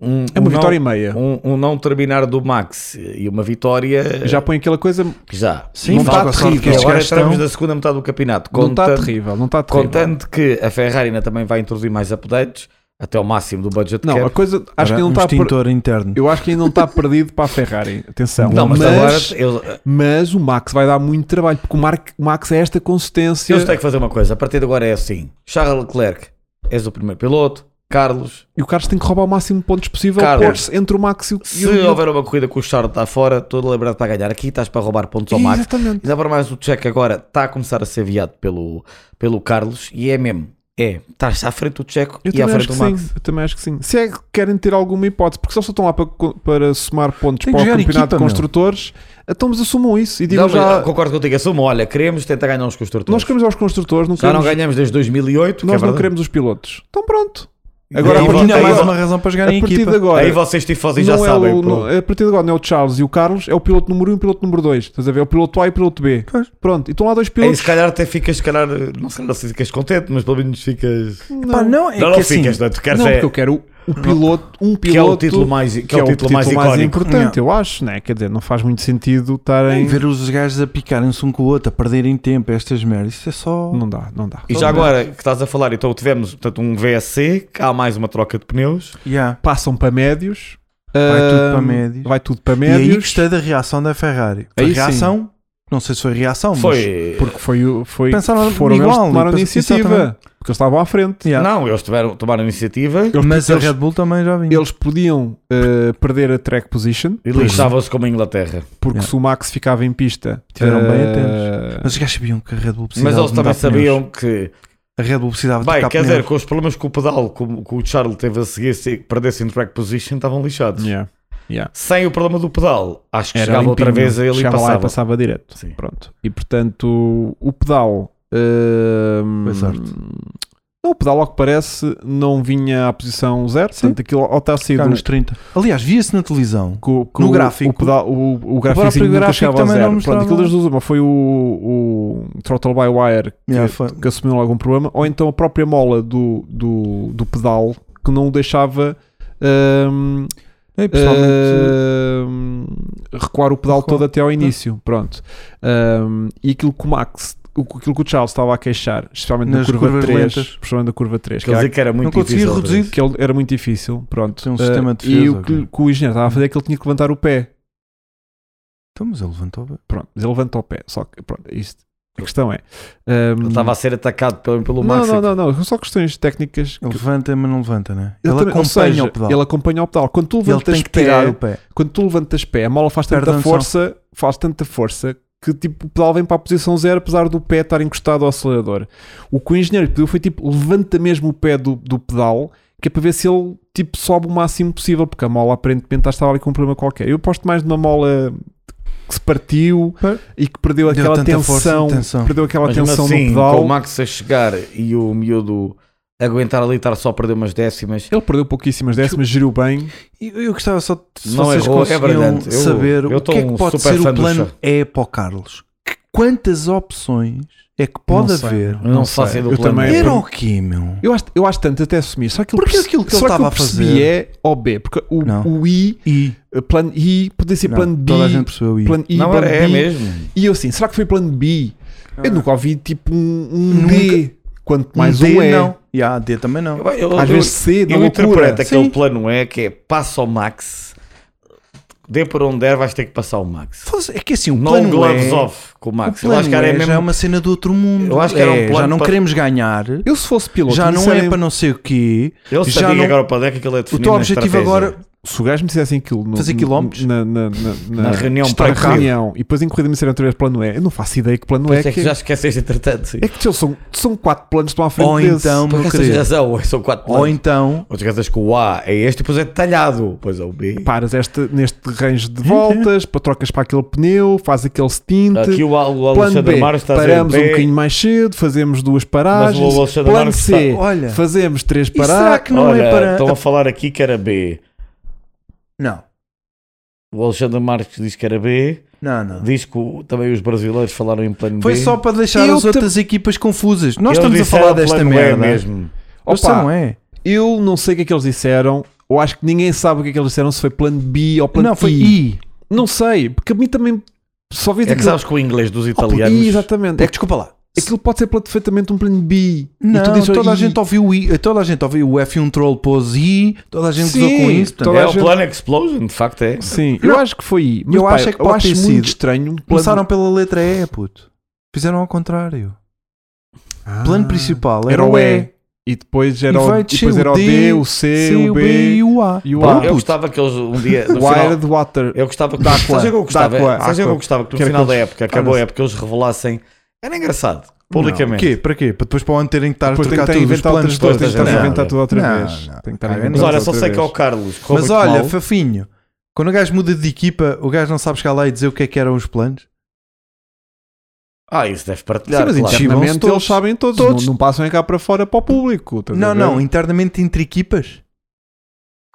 Speaker 2: um,
Speaker 3: É uma
Speaker 2: um
Speaker 3: vitória e
Speaker 2: não,
Speaker 3: meia.
Speaker 2: um, um não terminar do Max e uma vitória
Speaker 3: Já põe aquela coisa.
Speaker 2: que já.
Speaker 1: Sim,
Speaker 3: não
Speaker 2: E
Speaker 3: tá
Speaker 2: falta-
Speaker 3: terrível.
Speaker 1: sorte que
Speaker 2: e
Speaker 1: estes
Speaker 2: agora
Speaker 1: gajos
Speaker 2: estamos
Speaker 1: estão.
Speaker 2: na segunda metade do campeonato.
Speaker 3: Não está
Speaker 2: Contando,
Speaker 3: terrível, não está terrível.
Speaker 2: contando que a Ferrari ainda também vai introduzir mais updates até ao máximo do budget
Speaker 3: Não,
Speaker 2: que
Speaker 3: a
Speaker 2: é.
Speaker 3: coisa. Acho
Speaker 1: Era
Speaker 3: que tá ainda não
Speaker 1: um
Speaker 3: está. per-
Speaker 1: extintor interno.
Speaker 3: Eu acho que ainda não está perdido para a Ferrari. Atenção.
Speaker 2: Não, mas,
Speaker 3: mas,
Speaker 2: agora eles-
Speaker 3: mas o Max vai dar muito trabalho, porque o, Mark- o Max é esta consistência.
Speaker 2: eles têm que fazer uma coisa. A partir de agora é assim: Charles Leclerc, és o primeiro piloto. Carlos,
Speaker 3: E o Carlos tem que roubar o máximo de pontos possível
Speaker 2: Carlos,
Speaker 3: pôr-se entre o Max e o.
Speaker 2: se
Speaker 3: e o-
Speaker 2: houver uma corrida que o Charles está fora, estou lembrado para ganhar. Aqui estás para roubar pontos ao Max.
Speaker 3: Exatamente.
Speaker 2: Ainda para mais o check agora está a começar a ser viado pelo, pelo Carlos e é mesmo. É, estás à frente do Checo
Speaker 3: Eu
Speaker 2: e à
Speaker 3: também, acho
Speaker 2: frente do
Speaker 3: que
Speaker 2: Max.
Speaker 3: sim, eu também acho que sim. Se é que querem ter alguma hipótese, porque se eles só estão lá para, co- para somar pontos
Speaker 1: Tem que
Speaker 3: para o
Speaker 1: jogar
Speaker 3: campeonato
Speaker 1: equipa,
Speaker 3: de
Speaker 1: meu.
Speaker 3: construtores, então mas assumam isso e digam
Speaker 2: Não,
Speaker 3: já.
Speaker 2: mas Concordo contigo, assumo. Olha, queremos tentar ganhar uns construtores.
Speaker 3: Nós queremos aos construtores, não
Speaker 2: Já não
Speaker 3: queremos,
Speaker 2: ganhamos desde 2008. que é
Speaker 3: nós não
Speaker 2: verdade.
Speaker 3: queremos os pilotos. Então pronto.
Speaker 1: Agora
Speaker 3: Agora
Speaker 2: E
Speaker 3: a
Speaker 1: há
Speaker 3: partir, de
Speaker 2: aí volta-
Speaker 1: ainda mais
Speaker 3: agora,
Speaker 1: uma razão para jogarem
Speaker 3: a
Speaker 1: em
Speaker 3: partir
Speaker 1: equipa.
Speaker 3: de agora,
Speaker 2: Aí vocês tifosem já
Speaker 3: não é
Speaker 2: sabem.
Speaker 3: o-
Speaker 2: pô.
Speaker 3: não- a partir de agora não é o Charles e o Carlos, é o piloto número 1 um e o piloto número 2. Estás a ver? É o piloto A e o piloto B. Pronto, e estão lá dois
Speaker 2: Aí
Speaker 3: pilotos.
Speaker 2: se calhar até ficas, se calhar, não sei lá se ficas contente, mas pelo menos ficas.
Speaker 1: Pá, não,
Speaker 2: não,
Speaker 1: é que
Speaker 2: não
Speaker 1: assim,
Speaker 2: ficas, não é? Tu queres
Speaker 3: não,
Speaker 2: é-
Speaker 3: porque eu quero o piloto, um piloto
Speaker 2: que é o título mais, que é o título mais icónico.
Speaker 3: importante, eu acho, né? Quer dizer, não faz muito sentido estarem.
Speaker 1: ver os gajos a picarem-se um com o outro, a perderem tempo, estas merdas, isso é só.
Speaker 3: Não dá, não dá. Então,
Speaker 2: E já agora que estás a falar, então tivemos portanto, um VSC, que há mais uma troca de pneus.
Speaker 1: Yeah.
Speaker 3: Passam para médios.
Speaker 1: Vai tudo
Speaker 3: ahm,
Speaker 1: para médios.
Speaker 3: Vai tudo para
Speaker 1: E aí
Speaker 3: médios.
Speaker 1: gostei da reação da Ferrari. A
Speaker 3: Aí sim.
Speaker 1: reação, não sei se foi reação, mas
Speaker 2: Foi.
Speaker 3: Porque foi, o- foi
Speaker 1: Pensaram
Speaker 3: foram eles
Speaker 1: igual,
Speaker 3: que tomaram a
Speaker 1: pensa-
Speaker 3: iniciativa.
Speaker 1: exatamente.
Speaker 3: Porque eles estavam à frente.
Speaker 1: Yeah.
Speaker 2: Não, eles tiveram, tomaram a iniciativa
Speaker 3: Eles,
Speaker 1: Mas a
Speaker 3: eles,
Speaker 1: Red Bull também já vinha.
Speaker 3: eles podiam eh, perder a track position.
Speaker 2: e lixavam-se como a Inglaterra.
Speaker 3: Porque
Speaker 1: Yeah.
Speaker 3: se o Max ficava em pista,
Speaker 1: Tiveram bem
Speaker 3: eh,
Speaker 1: Mas os gajos sabiam que a Red Bull precisava.
Speaker 2: Mas eles
Speaker 1: de
Speaker 2: também
Speaker 1: mudar pneus.
Speaker 2: sabiam que.
Speaker 1: A Red Bull precisava de
Speaker 2: Bem,
Speaker 1: trocar
Speaker 2: quer dizer,
Speaker 1: pneus.
Speaker 2: com os problemas que o pedal, como que o Charles teve a seguir, se perdessem track position, estavam lixados.
Speaker 3: yeah.
Speaker 2: Sem o problema do pedal, acho que
Speaker 3: Era
Speaker 2: chegava outra
Speaker 3: limpinho.
Speaker 2: vez a ele
Speaker 3: Chegava
Speaker 2: e
Speaker 3: lá
Speaker 2: passava.
Speaker 3: passava direto.
Speaker 2: Sim.
Speaker 3: Pronto. E portanto, o pedal. hum,
Speaker 1: Foi sorte.
Speaker 3: não, o pedal, ao que parece, não vinha à posição zero.
Speaker 1: Sim.
Speaker 3: Portanto, aquilo ao estar saído.
Speaker 1: Cá nos 30. Aliás, via-se na televisão.
Speaker 3: co- co-
Speaker 1: No
Speaker 3: o-
Speaker 1: gráfico.
Speaker 3: O, pedal, o, o
Speaker 1: próprio
Speaker 3: gráfico nunca
Speaker 1: gráfico
Speaker 3: chegava a
Speaker 1: também não
Speaker 3: zero. Pronto,
Speaker 1: mostrava.
Speaker 3: aquilo das duas, uma foi o, o Throttle by Wire que,
Speaker 1: Yeah, foi.
Speaker 3: que assumiu algum problema, ou então a própria mola do, do, do pedal que não o deixava. hum,
Speaker 1: É, pessoalmente,
Speaker 3: Ahm, recuar o pedal
Speaker 1: Recuar.
Speaker 3: todo até ao início. Pronto. Ahm, e aquilo que o Max, o- aquilo que o Charles estava a queixar, especialmente na
Speaker 1: Nas
Speaker 3: curva
Speaker 1: curvas
Speaker 3: 3,
Speaker 1: lentas.
Speaker 3: principalmente da curva 3, que,
Speaker 2: Quer
Speaker 3: era,
Speaker 2: dizer que era muito
Speaker 1: não conseguia
Speaker 2: difícil.
Speaker 1: reduzir.
Speaker 3: que ele- era muito difícil. Pronto.
Speaker 1: Tem um
Speaker 3: Ah,
Speaker 1: sistema de
Speaker 3: e
Speaker 1: defesa,
Speaker 3: o que,
Speaker 1: ok.
Speaker 3: que o engenheiro estava a fazer é que ele tinha que levantar o pé.
Speaker 1: Então, mas ele levantou bem.
Speaker 3: Pronto, mas ele levanta o pé. Só que, pronto, isto. A questão é. ahm,
Speaker 2: Ele estava a ser atacado pelo, pelo
Speaker 3: não,
Speaker 2: Max.
Speaker 3: não, não, não, só questões técnicas.
Speaker 1: Ele
Speaker 3: que-
Speaker 1: levanta, mas não levanta, né?
Speaker 3: ele
Speaker 1: Ele
Speaker 3: também- ou
Speaker 1: acompanha
Speaker 3: seja,
Speaker 1: o pedal.
Speaker 3: Ele acompanha o pedal. Quando tu
Speaker 1: Ele
Speaker 3: levantas
Speaker 1: tem que tirar
Speaker 3: pé,
Speaker 1: o pé.
Speaker 3: quando tu levantas pé, a mola faz
Speaker 1: Perde
Speaker 3: tanta
Speaker 1: a noção.
Speaker 3: força, faz tanta força que tipo, o pedal vem para a posição zero, apesar do pé estar encostado ao acelerador. O que o engenheiro pediu foi tipo, levanta mesmo o pé do, do pedal, que é para ver se ele tipo, sobe o máximo possível, porque a mola aparentemente já estava ali com um problema qualquer. Eu aposto mais numa mola que se partiu
Speaker 1: Pa-
Speaker 3: e que perdeu
Speaker 1: Deu
Speaker 3: aquela
Speaker 1: tanta força,
Speaker 3: tensão,
Speaker 1: tensão.
Speaker 3: perdeu aquela
Speaker 2: Mas mesmo
Speaker 3: tensão
Speaker 2: assim,
Speaker 3: no
Speaker 2: com
Speaker 3: pedal.
Speaker 2: o Max a chegar e o miúdo aguentar ali estar só a perder umas décimas,
Speaker 3: Ele perdeu pouquíssimas décimas, geriu bem.
Speaker 1: Eu, eu gostava só de se
Speaker 2: Não
Speaker 1: vocês
Speaker 2: errou, é
Speaker 1: conseguiam
Speaker 2: brilhante. Eu-
Speaker 1: saber
Speaker 2: eu
Speaker 1: o que é
Speaker 2: tô
Speaker 1: que
Speaker 2: um
Speaker 1: pode
Speaker 2: super
Speaker 1: ser
Speaker 2: fã
Speaker 1: o
Speaker 2: do
Speaker 1: plano
Speaker 2: chá.
Speaker 1: E para o Carlos. Que- quantas opções é que pode
Speaker 3: Não sei.
Speaker 1: haver?
Speaker 2: não, não se
Speaker 3: sei.
Speaker 2: fazem do
Speaker 3: Eu
Speaker 2: plano
Speaker 3: também- um
Speaker 2: B.
Speaker 1: Era o quê, meu?
Speaker 3: Eu acho, eu acho tanto até assumir. Só que
Speaker 1: Porque é aquilo que ele estava a
Speaker 3: percebi
Speaker 1: fazer-
Speaker 3: é ou B, porque o,
Speaker 1: Não.
Speaker 3: o I,
Speaker 1: E
Speaker 3: Eh, plano I, podia ser
Speaker 1: Não,
Speaker 3: plano B,
Speaker 1: toda a gente percebeu isso.
Speaker 3: plano I,
Speaker 2: não
Speaker 3: plano
Speaker 2: era, é
Speaker 3: B.
Speaker 2: mesmo.
Speaker 3: E eu assim, será que foi plano B?
Speaker 1: Ah.
Speaker 3: Eu nunca ouvi tipo um, um
Speaker 1: Nunca.
Speaker 3: D, quanto mais um,
Speaker 1: D,
Speaker 3: E.
Speaker 1: não. E a D também não.
Speaker 2: Eu- eu-
Speaker 3: Às
Speaker 2: eu-
Speaker 3: vezes C, na
Speaker 2: Eu
Speaker 3: loucura.
Speaker 2: interpreto aquele
Speaker 1: Sim.
Speaker 2: plano é que é passa ao max, dê por onde der, vais ter que passar o max.
Speaker 1: Fosse- É que assim, o
Speaker 2: Não
Speaker 1: plano
Speaker 2: gloves
Speaker 1: é,
Speaker 2: off com o
Speaker 1: o
Speaker 2: max. Eu
Speaker 1: plano
Speaker 2: acho que era
Speaker 1: é,
Speaker 2: mesmo.
Speaker 1: já é uma cena do outro mundo.
Speaker 2: Eu acho que era um
Speaker 1: É, já
Speaker 2: plano
Speaker 1: não
Speaker 2: para-
Speaker 1: queremos ganhar.
Speaker 3: Eu se fosse piloto,
Speaker 1: já não é
Speaker 3: sinceramente,
Speaker 1: para não sei o quê.
Speaker 2: Ele
Speaker 1: já
Speaker 2: sabia
Speaker 1: não-
Speaker 2: agora para onde é que aquilo é
Speaker 1: O
Speaker 2: definido
Speaker 1: teu
Speaker 2: na
Speaker 1: objetivo
Speaker 2: estratégia.
Speaker 1: agora.
Speaker 3: se o gajo me dissesse aquilo no,
Speaker 1: Fazer
Speaker 3: no-
Speaker 1: quilómetros?
Speaker 3: na, na, na,
Speaker 2: Na reunião
Speaker 3: estar na
Speaker 2: pré-corrida.
Speaker 3: reunião e depois em corrida me disseram outra vez plano E, eu não faço ideia que plano
Speaker 2: Por
Speaker 3: E é
Speaker 2: isso
Speaker 3: que,
Speaker 2: é que já esqueceste entretanto. sim.
Speaker 3: é que tio, são, são quatro planos que estão à frente
Speaker 1: Ou
Speaker 3: desse.
Speaker 1: então,
Speaker 2: Por
Speaker 1: meu
Speaker 2: acaso tens
Speaker 1: querido.
Speaker 2: razão, é, são quatro
Speaker 1: Ou
Speaker 2: planos.
Speaker 1: então.
Speaker 2: Ou tu casas com o A é este e depois é detalhado. Pois é o B.
Speaker 3: paras este, neste range de voltas, para trocas para aquele pneu, faz aquele stint.
Speaker 2: Aqui o, Al- o
Speaker 3: plano
Speaker 2: Alexandre
Speaker 3: B,
Speaker 2: Amaro está a dizer
Speaker 3: paramos um
Speaker 2: B,
Speaker 3: bocadinho mais cedo, fazemos duas
Speaker 2: mas o
Speaker 3: paragens.
Speaker 2: Alexandre
Speaker 3: Plano
Speaker 2: Amaro
Speaker 3: C,
Speaker 2: está...
Speaker 1: Olha.
Speaker 3: fazemos três
Speaker 1: E será
Speaker 3: paradas.
Speaker 1: que não
Speaker 2: É. Olha,
Speaker 1: é para.
Speaker 2: estão a falar aqui que era B.
Speaker 1: Não,
Speaker 2: O Alexandre Marques diz que era B.
Speaker 1: não, não.
Speaker 2: Diz que o- também os brasileiros falaram em plano
Speaker 1: Ah. Foi
Speaker 2: B.
Speaker 1: só para deixar
Speaker 3: Eu
Speaker 1: as
Speaker 3: te-
Speaker 1: outras equipas confusas. Nós
Speaker 2: Eles
Speaker 1: estamos a falar
Speaker 2: disseram
Speaker 1: desta
Speaker 2: plano E é
Speaker 1: merda.
Speaker 2: mesmo.
Speaker 1: Mas só
Speaker 3: Opa,
Speaker 1: não é.
Speaker 3: eu não sei o que é que eles disseram. Eu acho que ninguém sabe o que é que eles disseram, se foi plano B ou plano
Speaker 1: Não, foi
Speaker 3: I.
Speaker 1: I.
Speaker 3: Não sei, porque a mim também só vi
Speaker 2: É
Speaker 1: tipo-
Speaker 2: que
Speaker 3: aquilo.
Speaker 2: sabes que o inglês dos
Speaker 3: Oh, pô,
Speaker 2: italianos...
Speaker 3: I, exatamente.
Speaker 1: É
Speaker 3: É
Speaker 1: que desculpa lá.
Speaker 3: que aquilo pode ser perfeitamente um plano B. e tu
Speaker 1: Não,
Speaker 3: dizes, oh,
Speaker 1: toda a
Speaker 3: I.
Speaker 1: gente ouviu o I, toda a gente ouviu o F1 Troll pôs I, toda a gente
Speaker 3: Sim,
Speaker 1: usou com isso. portanto,
Speaker 3: toda a
Speaker 2: É o
Speaker 3: gente-
Speaker 2: plano Explosion, de facto é.
Speaker 3: Sim, eu acho que foi I. Mas,
Speaker 1: Eu
Speaker 3: pá,
Speaker 1: acho é que
Speaker 3: eu
Speaker 1: pode
Speaker 3: acho
Speaker 1: ter
Speaker 3: muito
Speaker 1: sido.
Speaker 3: estranho. um plano-
Speaker 1: Começaram pela letra E, puto. Fizeram ao contrário. O plano
Speaker 3: Ah.
Speaker 1: principal
Speaker 3: era o E. E depois era,
Speaker 1: E
Speaker 3: o,
Speaker 1: vai
Speaker 3: e
Speaker 1: descer
Speaker 3: depois
Speaker 1: o
Speaker 3: era o D,
Speaker 1: D,
Speaker 3: o C,
Speaker 1: C,
Speaker 3: o B
Speaker 1: e o A.
Speaker 3: e o
Speaker 2: Pá,
Speaker 3: A.
Speaker 2: eu gostava que eles um dia. No final,
Speaker 3: Wired Water.
Speaker 2: eu gostava que.
Speaker 1: Tá
Speaker 3: Da
Speaker 2: Sabes o que eu
Speaker 3: Aqua,
Speaker 2: gostava?
Speaker 3: da Aqua,
Speaker 2: Sabes o que eu
Speaker 3: Aqua.
Speaker 2: gostava que no
Speaker 3: Quero
Speaker 2: final
Speaker 3: que
Speaker 2: da
Speaker 3: eles-
Speaker 2: época, acabou a época, eles revelassem. Era engraçado,
Speaker 1: Não.
Speaker 2: publicamente.
Speaker 1: Quê? Para quê? Para depois para o ano terem que estar a
Speaker 3: Depois tem
Speaker 1: trocar
Speaker 3: que
Speaker 1: todos os
Speaker 3: inventar
Speaker 1: planos
Speaker 3: outras
Speaker 1: todos.
Speaker 3: coisas, é? tem que estar
Speaker 2: Não,
Speaker 3: a inventar tudo outra
Speaker 1: não,
Speaker 3: vez.
Speaker 1: não.
Speaker 3: Tem que estar a
Speaker 1: Mas
Speaker 3: inventar
Speaker 2: Mas
Speaker 3: tudo
Speaker 2: olha, só
Speaker 3: outra
Speaker 2: sei que é
Speaker 3: vez.
Speaker 2: o Carlos. que
Speaker 1: Mas
Speaker 2: rouba-te
Speaker 1: olha,
Speaker 2: mal.
Speaker 1: Fafinho, quando o gajo muda de equipa, o gajo não sabe chegar lá e dizer o que é que eram os planos.
Speaker 2: Ah, isso deve
Speaker 3: Sim,
Speaker 2: partilhar.
Speaker 3: mas
Speaker 2: claro.
Speaker 1: Chivam-se
Speaker 3: internamente
Speaker 1: todos.
Speaker 3: eles sabem todos,
Speaker 1: Todos.
Speaker 3: Não, não passam é cá para fora para o público. estás a
Speaker 1: Não,
Speaker 3: ver?
Speaker 1: não, internamente entre equipas.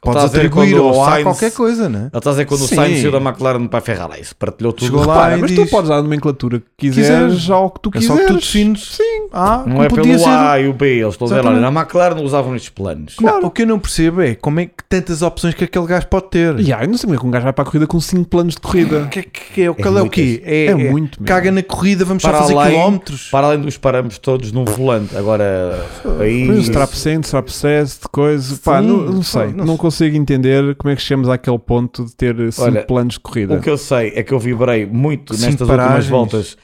Speaker 1: Podes
Speaker 2: Estás a ver
Speaker 1: atribuir
Speaker 2: quando o
Speaker 1: ou há
Speaker 2: Sainz-
Speaker 1: qualquer coisa, né?
Speaker 2: Ele está a dizer quando o
Speaker 3: Sim.
Speaker 2: Sainz saiu da McLaren para a Ferrari. Isso partilhou tudo.
Speaker 1: Chegou lá
Speaker 3: Para,
Speaker 1: e
Speaker 3: mas
Speaker 1: diz,
Speaker 3: tu podes dar a nomenclatura que quiseres,
Speaker 1: Quiseres.
Speaker 3: já ao que tu
Speaker 1: É
Speaker 3: quiseres.
Speaker 1: só que tu defines.
Speaker 3: Sim.
Speaker 1: Ah,
Speaker 2: Não é pelo
Speaker 1: como podia ser.
Speaker 2: A e o B. Eles estão a dizer, olha,
Speaker 1: Exatamente.
Speaker 2: na McLaren usavam estes planos.
Speaker 1: Não, o que eu não percebo é como é que tantas opções que aquele gajo pode ter.
Speaker 3: E aí, não sei como é que um gajo vai para a corrida com 5 planos de corrida.
Speaker 1: Que, que, que é, qual é, o quê?
Speaker 3: É muito mesmo.
Speaker 1: Caga na corrida, vamos
Speaker 2: Para
Speaker 1: só fazer
Speaker 2: além-
Speaker 1: quilómetros.
Speaker 2: Para além dos paramos todos num volante. Agora, aí.
Speaker 3: Pois, strap sense, strap sense, de coisa. Pá,
Speaker 1: Sim,
Speaker 3: não, não
Speaker 1: pá,
Speaker 3: sei. Não,
Speaker 1: não sei.
Speaker 3: consigo entender como é que chegamos àquele ponto de ter 5
Speaker 2: Olha,
Speaker 3: planos de corrida.
Speaker 2: O que eu sei é que eu vibrei muito
Speaker 1: Cinco
Speaker 2: nestas últimas
Speaker 1: paragens.
Speaker 2: voltas.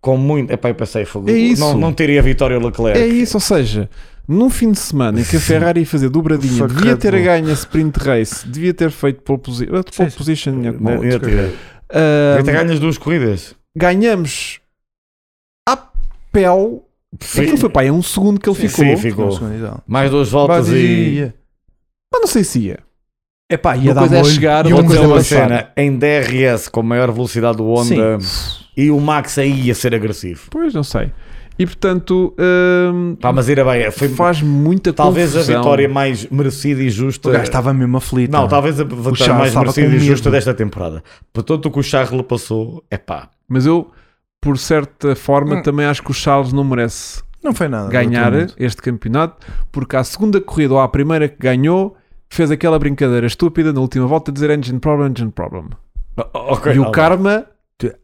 Speaker 2: Com muito. Epá, eu pensei, fogo.
Speaker 3: É isso.
Speaker 2: Não, não teria vitória o Leclerc.
Speaker 3: É isso, ou seja, num fim de semana em que a Ferrari ia fazer dobradinha,
Speaker 1: Fuck
Speaker 3: devia
Speaker 1: Red
Speaker 3: ter
Speaker 1: Bull.
Speaker 3: ganho a sprint race, devia ter feito pole, posi uh, pole
Speaker 1: Sim.
Speaker 3: position. minha
Speaker 2: Não,
Speaker 3: comadre.
Speaker 2: eu tirei.
Speaker 3: Ahm,
Speaker 2: Até ganhas duas corridas.
Speaker 3: ganhamos a pele. Aquilo foi pá, é um segundo que ele
Speaker 2: Sim,
Speaker 3: ficou.
Speaker 2: sim, ficou.
Speaker 1: Um segundo, exato.
Speaker 2: Mais duas voltas e.
Speaker 1: Vazia.
Speaker 3: Mas não sei se ia.
Speaker 1: Epá,
Speaker 3: Uma
Speaker 1: ia dar
Speaker 3: coisa é
Speaker 1: molho.
Speaker 3: chegar, outra
Speaker 1: e um
Speaker 2: Aconteceu
Speaker 3: coisa é
Speaker 2: uma
Speaker 1: gol.
Speaker 3: passar.
Speaker 2: cena em DRS com maior velocidade do Honda e o Max aí ia ser agressivo.
Speaker 3: Pois, não sei. E portanto, ahm,
Speaker 2: Pá, mas era bem, foi
Speaker 3: faz muita
Speaker 2: talvez a
Speaker 3: confusão.
Speaker 2: vitória mais merecida e justa.
Speaker 1: O gajo estava mesmo aflito.
Speaker 3: tá.
Speaker 2: Não, talvez a
Speaker 1: O
Speaker 2: vitória
Speaker 1: Charles
Speaker 2: mais
Speaker 1: estava
Speaker 2: merecida
Speaker 1: com
Speaker 2: e
Speaker 1: medo.
Speaker 2: justa desta temporada. Portanto, o que o Charles lhe passou é pá.
Speaker 3: Mas eu, por certa forma,
Speaker 1: Hum.
Speaker 3: também acho que o Charles não merece
Speaker 1: Não foi
Speaker 2: Ah,
Speaker 1: nada.
Speaker 3: ganhar
Speaker 1: do outro mundo.
Speaker 3: este campeonato, porque à segunda corrida ou à primeira que ganhou, fez aquela brincadeira estúpida na última volta de dizer engine problem, engine problem.
Speaker 2: Ok,
Speaker 3: e o
Speaker 2: não.
Speaker 3: karma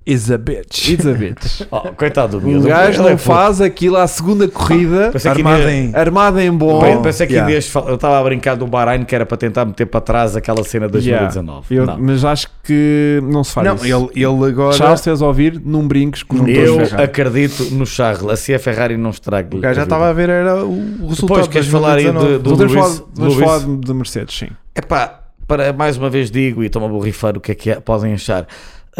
Speaker 1: Is a bitch.
Speaker 3: is a bitch.
Speaker 2: Oh, coitado do
Speaker 3: o
Speaker 2: miúdo.
Speaker 3: Um gajo
Speaker 2: Ele é
Speaker 3: não
Speaker 2: puto.
Speaker 3: faz aquilo à segunda corrida,
Speaker 2: Pensei que
Speaker 1: Armada
Speaker 2: ainda-
Speaker 1: em.
Speaker 3: armada em bom.
Speaker 2: Bem, pensei que
Speaker 1: yeah.
Speaker 2: yeah. eu estava a brincar do Bahrein que era para tentar meter para trás aquela cena de
Speaker 3: Yeah.
Speaker 2: 2019.
Speaker 3: Eu-
Speaker 2: Não.
Speaker 3: mas acho que não se faz
Speaker 1: Não,
Speaker 3: isso.
Speaker 1: ele, ele agora.
Speaker 3: Charles, se és a ouvir, não brinques com os motores
Speaker 2: Eu
Speaker 3: Ferrari.
Speaker 2: acredito no Charles. Assim a Ferrari não estraga.
Speaker 1: o gajo já estava a ver, era o resultado.
Speaker 2: Depois
Speaker 1: de
Speaker 2: queres falar aí de-
Speaker 1: 2019.
Speaker 2: do
Speaker 3: Podemos
Speaker 2: Lewis-
Speaker 3: falar- Vamos
Speaker 2: Lewis-
Speaker 3: falar de de Mercedes, sim.
Speaker 2: Epá, para, mais uma vez digo, e estou-me a borrifar o que é que é, podem achar.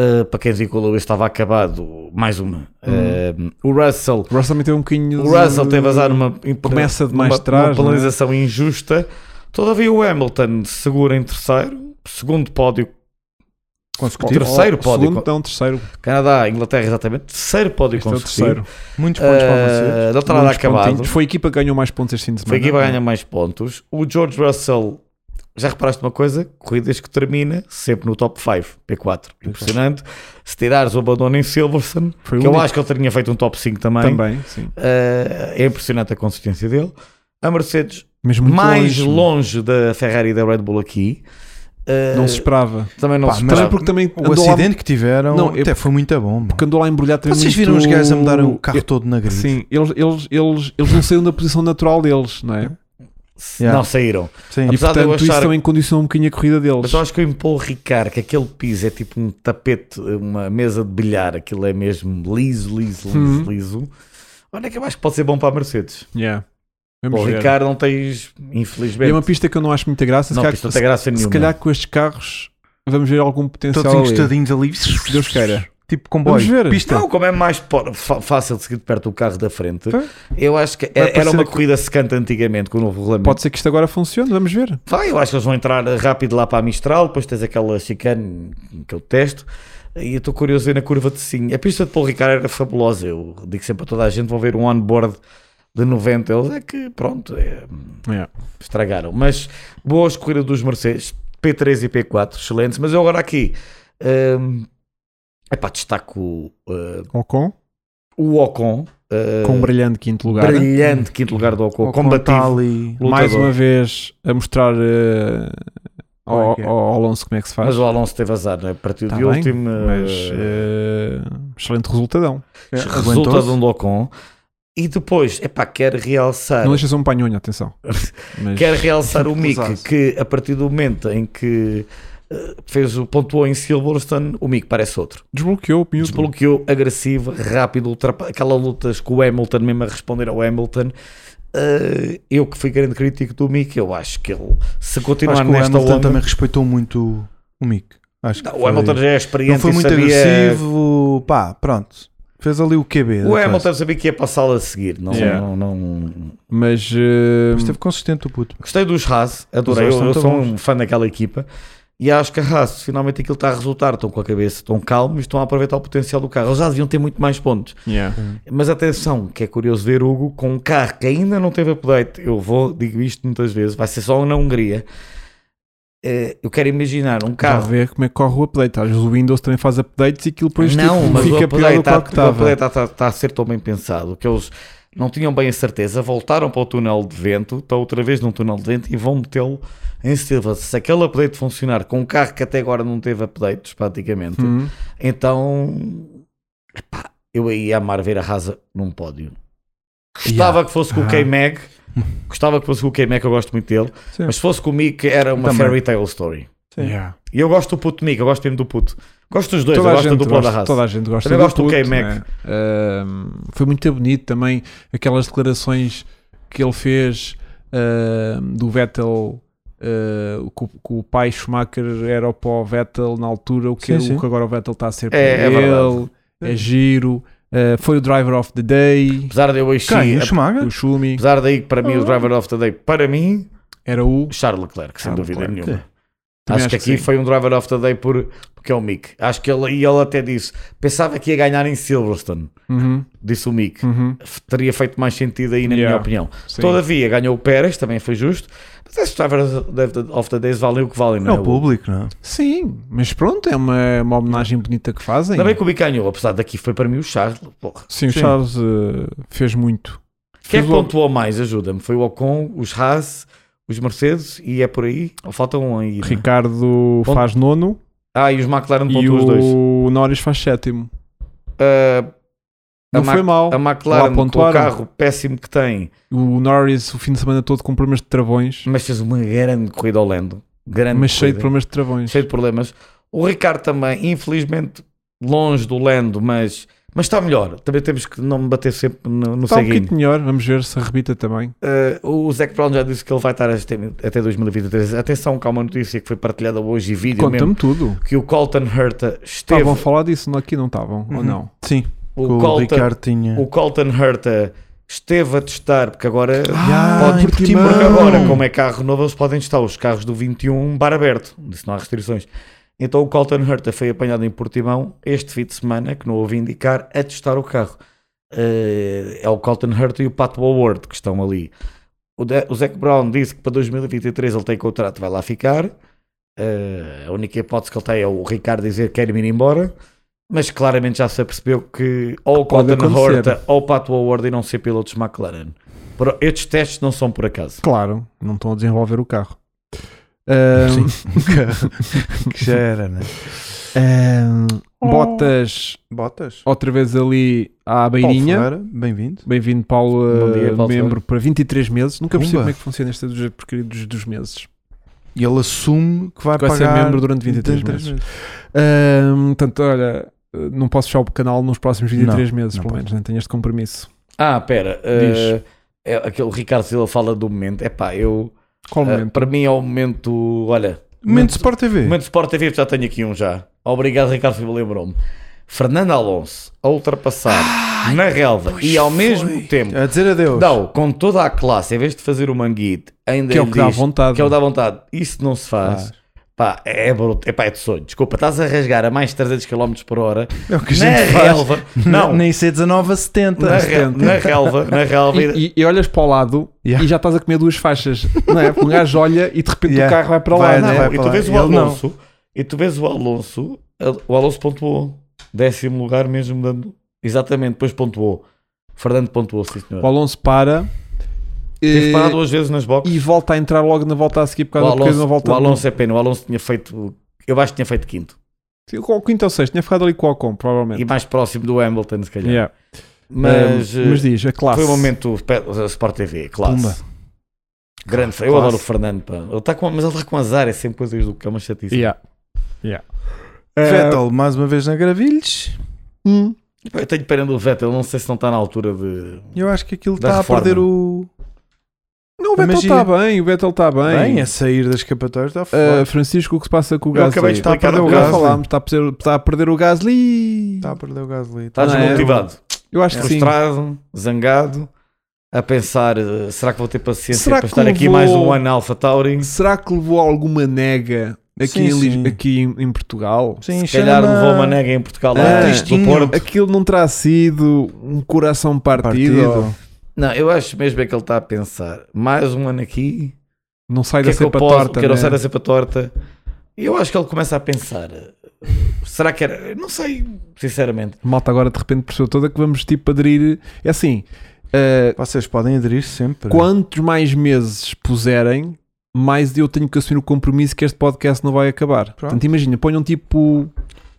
Speaker 2: Uh, para quem dizia que o Lewis estava acabado, mais uma.
Speaker 3: Hum.
Speaker 2: Uh, o Russell.
Speaker 3: O Russell meteu um bocadinho.
Speaker 2: O
Speaker 3: de-
Speaker 2: Russell teve azar numa
Speaker 3: Começa de
Speaker 2: numa-
Speaker 3: mais trás, é?
Speaker 2: numa penalização injusta. Todavia o Hamilton segura em terceiro, segundo pódio,
Speaker 1: Consecutivo.
Speaker 2: terceiro pódio.
Speaker 3: Segundo, não, terceiro.
Speaker 2: Canadá, Inglaterra, exatamente, terceiro pódio
Speaker 3: Este é o
Speaker 2: consecutivo.
Speaker 3: terceiro.
Speaker 1: Muitos pontos para vocês.
Speaker 2: Ah, não está nada
Speaker 3: Muitos
Speaker 2: acabado.
Speaker 3: pontinhos. Foi a equipa que ganhou mais pontos este fim de semana.
Speaker 2: Foi aqui vai ganhar mais pontos. O George Russell, já reparaste uma coisa? Corridas que termina sempre no top 5, P4. Impressionante. Se tirares o abandono em Silverstone,
Speaker 3: Foi o
Speaker 2: que eu
Speaker 3: único.
Speaker 2: acho que ele teria feito um top 5 também,
Speaker 3: Também, sim.
Speaker 2: eh, é impressionante a consistência dele. A Mercedes,
Speaker 3: Mas muito
Speaker 2: mais
Speaker 3: longe.
Speaker 2: longe da Ferrari e da Red Bull aqui. Eh,
Speaker 3: Não se esperava.
Speaker 2: Também não
Speaker 1: Pá,
Speaker 2: se
Speaker 1: mas-
Speaker 3: Também
Speaker 2: esperava.
Speaker 3: porque também
Speaker 1: O
Speaker 3: andou lá-
Speaker 1: acidente que tiveram
Speaker 3: Não, eu-
Speaker 1: até foi muito bom. mano.
Speaker 3: porque andou lá embrulhado também
Speaker 1: Vocês viram
Speaker 3: muito-
Speaker 1: os gajos a mudarem o carro
Speaker 3: Eu-
Speaker 1: todo na grade?
Speaker 3: Sim, eles, eles, eles, eles não saíram da posição natural deles, não é?
Speaker 1: Yeah.
Speaker 2: Não saíram.
Speaker 1: Sim.
Speaker 3: E
Speaker 2: Apesar de eu
Speaker 3: portanto isso
Speaker 2: achar-
Speaker 3: também condicionou um bocadinho a corrida deles.
Speaker 2: Mas eu acho que o Paul Ricard, que aquele piso é tipo um tapete, uma mesa de bilhar, aquilo é mesmo liso, liso, liso,
Speaker 3: Uhum.
Speaker 2: liso. Olha que eu acho que pode ser bom para a Mercedes.
Speaker 3: Yeah. Vamos
Speaker 2: Paul
Speaker 3: ver.
Speaker 2: Ricard não tens,
Speaker 3: E
Speaker 2: infelizmente,
Speaker 3: é uma pista que eu não acho muita graça. se,
Speaker 2: não,
Speaker 3: calhar,
Speaker 2: isto não tem graça
Speaker 3: se
Speaker 2: nenhuma.
Speaker 3: calhar com estes carros vamos ver algum potencial.
Speaker 1: Todos
Speaker 3: ali.
Speaker 1: encostadinhos ali.
Speaker 3: Se Deus queira.
Speaker 1: Tipo comboio.
Speaker 3: Vamos ver.
Speaker 1: Pista.
Speaker 2: Não, como é mais po- fa- fácil de seguir de perto o carro da frente,
Speaker 3: Foi.
Speaker 2: eu acho que é,
Speaker 3: Vai
Speaker 2: era, era uma
Speaker 3: parecer-
Speaker 2: corrida secante antigamente com o novo regulamento.
Speaker 3: Pode ser que isto agora funcione, vamos ver.
Speaker 2: Vai, Tá eu acho que eles vão entrar rápido lá para a Mistral, depois tens aquela chicane que eu testo. E eu estou curioso aí na curva de sim. A pista de Paulo Ricard era fabulosa. Eu digo sempre a toda a gente: vão ver um onboard de 90. Eles é que, pronto, é,
Speaker 3: Yeah.
Speaker 2: estragaram. Mas boas corridas dos Mercedes, P3 e P4, excelentes. Mas eu agora aqui, hum, epá, destaco uh,
Speaker 3: Ocon,
Speaker 2: o Ocon, uh,
Speaker 3: com um brilhante quinto lugar.
Speaker 2: brilhante quinto lugar do Ocon,
Speaker 1: Ou com
Speaker 2: combativo.
Speaker 1: tá ali.
Speaker 3: Mais
Speaker 2: lutador.
Speaker 3: uma vez a mostrar eh,
Speaker 1: Como
Speaker 3: ao,
Speaker 1: é que é?
Speaker 3: ao Alonso como é que se faz.
Speaker 2: Mas o Alonso teve azar, não é? Partiu
Speaker 3: Tá
Speaker 2: de
Speaker 3: bem,
Speaker 2: último. uh,
Speaker 3: mas, eh, excelente resultadão.
Speaker 1: É,
Speaker 2: resulta de um Locon. E depois, epá, quero realçar,
Speaker 3: Não deixa-se um panhonho, atenção.
Speaker 1: é
Speaker 3: Mas,
Speaker 2: quero realçar o Mick
Speaker 1: Usasse.
Speaker 2: que a partir do momento em que eh, fez o pontuou em Silverstone, o Mick parece outro.
Speaker 3: Desbloqueou o miúdo.
Speaker 2: Desbloqueou, agressivo, rápido, ultrapa- aquela lutas com o Hamilton mesmo a responder ao Hamilton. Eh, eu que fui grande crítico do Mick, eu acho que ele se
Speaker 1: Acho
Speaker 2: continuar
Speaker 1: que o
Speaker 2: nesta
Speaker 1: Hamilton
Speaker 2: onda,
Speaker 1: também respeitou muito o Mick. Acho que
Speaker 2: Não, o
Speaker 1: foi-
Speaker 2: Hamilton já é
Speaker 1: não
Speaker 2: experiente
Speaker 1: foi
Speaker 2: e
Speaker 1: muito
Speaker 2: sabia
Speaker 1: agressivo. Pá, pronto. Fez ali o QB.
Speaker 2: O
Speaker 1: da
Speaker 2: Hamilton
Speaker 1: coisa.
Speaker 2: sabia que ia passá-lo a seguir, não,
Speaker 3: Yeah.
Speaker 2: não, não,
Speaker 3: Mas, eh,
Speaker 1: Mas esteve consistente o puto.
Speaker 2: Gostei dos Haas, adorei.
Speaker 1: Os Haas
Speaker 2: Eu, eu
Speaker 1: estão
Speaker 2: sou
Speaker 1: muito
Speaker 2: um fã daquela equipa e acho que a Haas finalmente aquilo está a resultar. Estão com a cabeça, estão calmos, estão a aproveitar o potencial do carro. Eles já deviam ter muito mais pontos.
Speaker 3: yeah.
Speaker 2: Mas atenção, que é curioso ver Hugo com um carro que ainda não teve update. Eu vou, digo isto muitas vezes, vai ser só um na Hungria. Eh, Eu quero imaginar um
Speaker 3: Está a
Speaker 2: carro.
Speaker 3: ver como é que corre o update. Às vezes o Windows também faz updates e aquilo depois
Speaker 2: não,
Speaker 3: tipo,
Speaker 2: mas o
Speaker 3: fica pior do
Speaker 2: update
Speaker 3: que
Speaker 2: está
Speaker 3: o que estava.
Speaker 2: está- está tá a ser tão bem pensado que eles não tinham bem a certeza, voltaram para o túnel de vento, estão outra vez num túnel de vento e vão metê-lo em Silva. Se aquele update funcionar com um carro que até agora não teve updates praticamente,
Speaker 3: Hum.
Speaker 2: então epá, eu aí ia amar ver a Rasa num pódio. Gostava que
Speaker 3: Ah.
Speaker 2: fosse com o K-Mag, gostava que fosse com o K-Mag, eu gosto muito dele,
Speaker 3: Sim.
Speaker 2: mas se fosse comigo que era uma
Speaker 1: Também.
Speaker 2: fairy tale story.
Speaker 1: Sim.
Speaker 3: Yeah.
Speaker 2: E eu gosto do puto Mick, eu gosto mesmo do puto. Gosto dos dois,
Speaker 3: Toda
Speaker 2: eu
Speaker 3: a,
Speaker 2: gosto da
Speaker 3: gente
Speaker 2: dupla da
Speaker 3: gosta,
Speaker 2: Rasa.
Speaker 3: toda a gente gosta
Speaker 2: Também
Speaker 3: do
Speaker 2: gosto do
Speaker 3: puto,
Speaker 2: K-Mac.
Speaker 3: né? Ahm, foi muito bonito também aquelas declarações que ele fez ahm, do Vettel ah, que, o- que o pai Schumacher era para o Vettel na altura o que, é
Speaker 1: Sim,
Speaker 3: o
Speaker 1: sim.
Speaker 3: que agora o Vettel está a ser para
Speaker 2: É, é
Speaker 3: ele é, giro ah, foi o Driver of the Day
Speaker 2: Apesar de eu
Speaker 1: Quem?
Speaker 2: encher,
Speaker 1: O Schumacher?
Speaker 3: o Schumi
Speaker 2: Apesar daí que para mim o
Speaker 3: Ah.
Speaker 2: driver of the day, para mim,
Speaker 3: era o
Speaker 2: Charles Leclerc, sem
Speaker 3: Charles
Speaker 2: dúvida
Speaker 3: Leclerc.
Speaker 2: nenhuma.
Speaker 3: é. Também
Speaker 2: acho que
Speaker 3: acho que
Speaker 2: aqui
Speaker 3: sim.
Speaker 2: foi um driver of the day por, porque é o Mick. Acho que ele, e ele até disse, pensava que ia ganhar em Silverstone,
Speaker 3: Uhum,
Speaker 2: disse o Mick.
Speaker 3: uhum,
Speaker 2: F- Teria feito mais sentido aí, na minha
Speaker 3: Yeah.
Speaker 2: opinião.
Speaker 3: sim.
Speaker 2: Todavia, ganhou o Pérez, também foi justo. Mas esses drivers of the days valem o que valem,
Speaker 1: É
Speaker 2: não é?
Speaker 1: o público, não é?
Speaker 3: Sim, mas pronto é uma, uma homenagem bonita que fazem
Speaker 2: Ainda bem que o Mick ganhou, apesar daqui foi para mim o Charles. Porra.
Speaker 3: sim, o
Speaker 1: Sim.
Speaker 3: Charles ah, fez muito
Speaker 2: Quem é
Speaker 3: Fez
Speaker 2: que
Speaker 3: logo-
Speaker 2: pontuou mais? Ajuda-me. Foi o Ocon, os Haas, os Mercedes e é por aí? Ou falta um aí? não é?
Speaker 3: Ricardo
Speaker 2: Ponto-
Speaker 3: faz nono
Speaker 2: Ah, e os McLaren
Speaker 3: E
Speaker 2: pontuou os dois.
Speaker 3: o Norris faz sétimo.
Speaker 2: Uh, a,
Speaker 3: Não
Speaker 2: Ma-
Speaker 3: foi mal.
Speaker 2: a McLaren
Speaker 3: Lá
Speaker 2: com o
Speaker 3: pontuaram.
Speaker 2: carro péssimo que tem,
Speaker 3: O Norris o fim de semana todo com problemas de travões,
Speaker 2: mas fez uma grande corrida ao Lando, grande
Speaker 3: mas cheio de
Speaker 2: corrida,
Speaker 3: problemas de travões.
Speaker 2: é. cheio de problemas. O Ricardo também, infelizmente, longe do Lando, mas, mas está melhor. Também temos que não me bater sempre no, no
Speaker 3: Está um
Speaker 2: ceguinho.
Speaker 3: bocadinho melhor, vamos ver se arrebita também.
Speaker 2: Uh, o Zac Brown já disse que ele vai estar até, até 2023. Atenção, calma, notícia que foi partilhada hoje e vídeo
Speaker 3: Conta-me
Speaker 2: mesmo.
Speaker 3: tudo.
Speaker 2: Que o Colton Herta esteve.
Speaker 3: Estavam a falar disso, não- aqui não estavam, ou
Speaker 1: Uhum.
Speaker 3: não?
Speaker 1: Sim. que
Speaker 2: O
Speaker 1: O né?
Speaker 2: Colton,
Speaker 1: Ricardo tinha.
Speaker 2: o Colton Herta esteve a testar, porque agora,
Speaker 1: Ah,
Speaker 3: pode
Speaker 1: em
Speaker 3: porque
Speaker 1: Portimão.
Speaker 2: porque
Speaker 3: não.
Speaker 2: agora como é carro novo, eles podem testar os carros do 21 bar aberto, se não há restrições. Então o Colton Herta foi apanhado em Portimão este fim de semana, que não houve indicar, a testar o carro. Eh, é o Colton Herta e o Pat Howard que estão ali. O, De- o Zac Brown disse que para 2023 ele tem contrato, vai lá ficar. Eh, a única hipótese que ele tem é o Ricardo dizer que quer ir embora, mas claramente já se apercebeu que ou o
Speaker 3: Pode
Speaker 2: Colton
Speaker 3: acontecer.
Speaker 2: Herta ou o Pat Howard irão ser pilotos McLaren. Pro- Estes testes não são por acaso.
Speaker 3: Claro, não estão a desenvolver o carro.
Speaker 2: é.
Speaker 3: Ahm,
Speaker 1: que já era, né?
Speaker 3: ahm,
Speaker 2: Oh.
Speaker 3: Botas
Speaker 1: Botas.
Speaker 3: outra vez ali à
Speaker 1: Paulo
Speaker 3: beirinha.
Speaker 1: Ferreira, Bem-vindo.
Speaker 3: Bem-vindo, Paulo,
Speaker 2: Bom dia,
Speaker 3: eh,
Speaker 2: Paulo
Speaker 3: membro para 23 meses. Nunca percebo
Speaker 1: Pumba.
Speaker 3: como é que funciona esta dos- porcaria dos, dos meses.
Speaker 1: E ele assume que vai,
Speaker 3: Vai ser
Speaker 1: pagar
Speaker 3: membro durante 23 Ahm, portanto, olha, eh, não posso fechar o canal nos próximos 23 meses,
Speaker 1: não
Speaker 3: pelo
Speaker 1: podes.
Speaker 3: menos, nem tenho este compromisso.
Speaker 2: Ah, pera.
Speaker 3: Diz.
Speaker 2: eh, é, aquele Ricardo Silva fala do momento. É pá, eu.
Speaker 3: Qual
Speaker 2: eh,
Speaker 3: momento?
Speaker 2: para mim é o momento. Olha,
Speaker 1: Momento Sport TV.
Speaker 2: momento Sport TV, já tenho aqui um já. Obrigado, Ricardo Silva, lembrou-me. Fernando Alonso a ultrapassar na relva e ao mesmo tempo.
Speaker 1: A dizer adeus.
Speaker 2: Dá com toda a classe, em vez de fazer o manguite, ainda
Speaker 3: Que é o
Speaker 2: lhe
Speaker 3: que dá
Speaker 2: diz-
Speaker 3: vontade.
Speaker 2: Que é o que dá vontade. Isso não se faz. Pá, é bruto. É pá, é de sonho. Desculpa, estás a rasgar a mais 300 km por hora
Speaker 1: É o que a
Speaker 2: na
Speaker 1: gente faz.
Speaker 2: relva. Não,
Speaker 1: Nem ser 19 a 70.
Speaker 2: na, re- na relva, na relva.
Speaker 3: E, e- e olhas para o lado
Speaker 1: Yeah.
Speaker 3: e já estás a comer duas faixas, não é? Porque Um gajo olha e de repente
Speaker 1: Yeah.
Speaker 3: o carro vai para lá,
Speaker 1: Vai,
Speaker 3: não é?
Speaker 1: vai.
Speaker 2: Não, e tu
Speaker 1: para
Speaker 2: vês
Speaker 1: lá.
Speaker 2: o
Speaker 1: Ele não.
Speaker 2: Alonso, e tu vês o Alonso, o Alonso pontuou, décimo lugar mesmo, dando exatamente, depois pontuou. Fernando pontuou, sim senhor.
Speaker 3: O Alonso para
Speaker 2: Teve
Speaker 3: eh,
Speaker 2: parado duas vezes nas boxes.
Speaker 3: e volta a entrar logo na volta a seguir por
Speaker 2: O
Speaker 3: causa da coisa na
Speaker 2: Alonso,
Speaker 3: volta.
Speaker 2: o Alonso é pena, o Alonso tinha feito, eu acho que tinha feito quinto.
Speaker 3: Sim, com o quinto ou sexto, tinha ficado ali com o Ocon, provavelmente.
Speaker 2: é- E mais próximo do Hamilton, se calhar.
Speaker 3: Yeah.
Speaker 2: Mas,
Speaker 3: Um,
Speaker 2: eh,
Speaker 3: mas diz, a classe.
Speaker 2: foi um momento pe- Sport TV, classe.
Speaker 1: Pumba.
Speaker 2: Grande, eu
Speaker 3: Classe.
Speaker 2: adoro o Fernando, pá. Ele tá com, mas ele está com azar, é sempre coisas do que é uma chatice.
Speaker 3: Yeah. Yeah.
Speaker 1: é Vettel, mais uma vez na Gravilhos.
Speaker 3: Eh, hum,
Speaker 2: Eu tenho pena do Vettel, não sei se não está na altura de.
Speaker 1: Eu acho que aquilo
Speaker 2: Da
Speaker 1: está a
Speaker 2: reforma.
Speaker 1: perder o.
Speaker 3: Não, o
Speaker 1: A
Speaker 3: Vettel
Speaker 1: magia.
Speaker 3: está bem, o Vettel está bem. é
Speaker 1: Bem, é a sair das escapatórias tá está
Speaker 3: Uh,
Speaker 1: fora.
Speaker 3: Francisco, o que se passa com o
Speaker 2: Eu
Speaker 3: Gasly?
Speaker 2: acabei de
Speaker 1: Está a
Speaker 2: explicar
Speaker 1: perder
Speaker 2: o
Speaker 1: o
Speaker 2: que eu
Speaker 3: Já
Speaker 1: Gasly.
Speaker 3: falámos, está a, perder, está a perder o Gasly.
Speaker 2: Tá.
Speaker 1: Está a perder o Gasly.
Speaker 2: Está
Speaker 3: Não, é-
Speaker 2: desmotivado.
Speaker 3: Eu
Speaker 2: É
Speaker 3: acho que sim.
Speaker 2: frustrado, zangado, a pensar: eh, será que vou ter paciência
Speaker 3: Será
Speaker 2: para
Speaker 3: que
Speaker 2: estar
Speaker 3: eu
Speaker 2: aqui
Speaker 3: vou-
Speaker 2: mais um ano na Alpha Tauri?
Speaker 3: Será que levou alguma nega aqui,
Speaker 1: Sim,
Speaker 3: em, Lis-
Speaker 1: sim.
Speaker 3: aqui em, em Portugal?
Speaker 1: Sim,
Speaker 2: Se calhar
Speaker 1: chama-
Speaker 2: levou uma nega em Portugal
Speaker 1: Ah,
Speaker 2: lá do
Speaker 1: tristinho.
Speaker 2: Porto.
Speaker 3: Aquilo não terá sido um coração partido.
Speaker 1: Partido.
Speaker 2: Não, eu acho mesmo é que ele está a pensar: mais um ano aqui,
Speaker 3: Não sai
Speaker 2: o que
Speaker 3: da
Speaker 2: é que eu
Speaker 3: cepa
Speaker 2: posso?
Speaker 3: torta.
Speaker 2: Quero
Speaker 3: né?
Speaker 2: sair da cepa torta. E eu acho que ele começa a pensar: eh, será que era? Não sei, sinceramente.
Speaker 3: Malta agora de repente percebeu toda que vamos tipo aderir. É assim, uh,
Speaker 1: Vocês podem aderir sempre.
Speaker 3: quantos mais meses puserem, mais eu tenho que assumir o compromisso que este podcast não vai acabar. Portanto, imagina, ponham tipo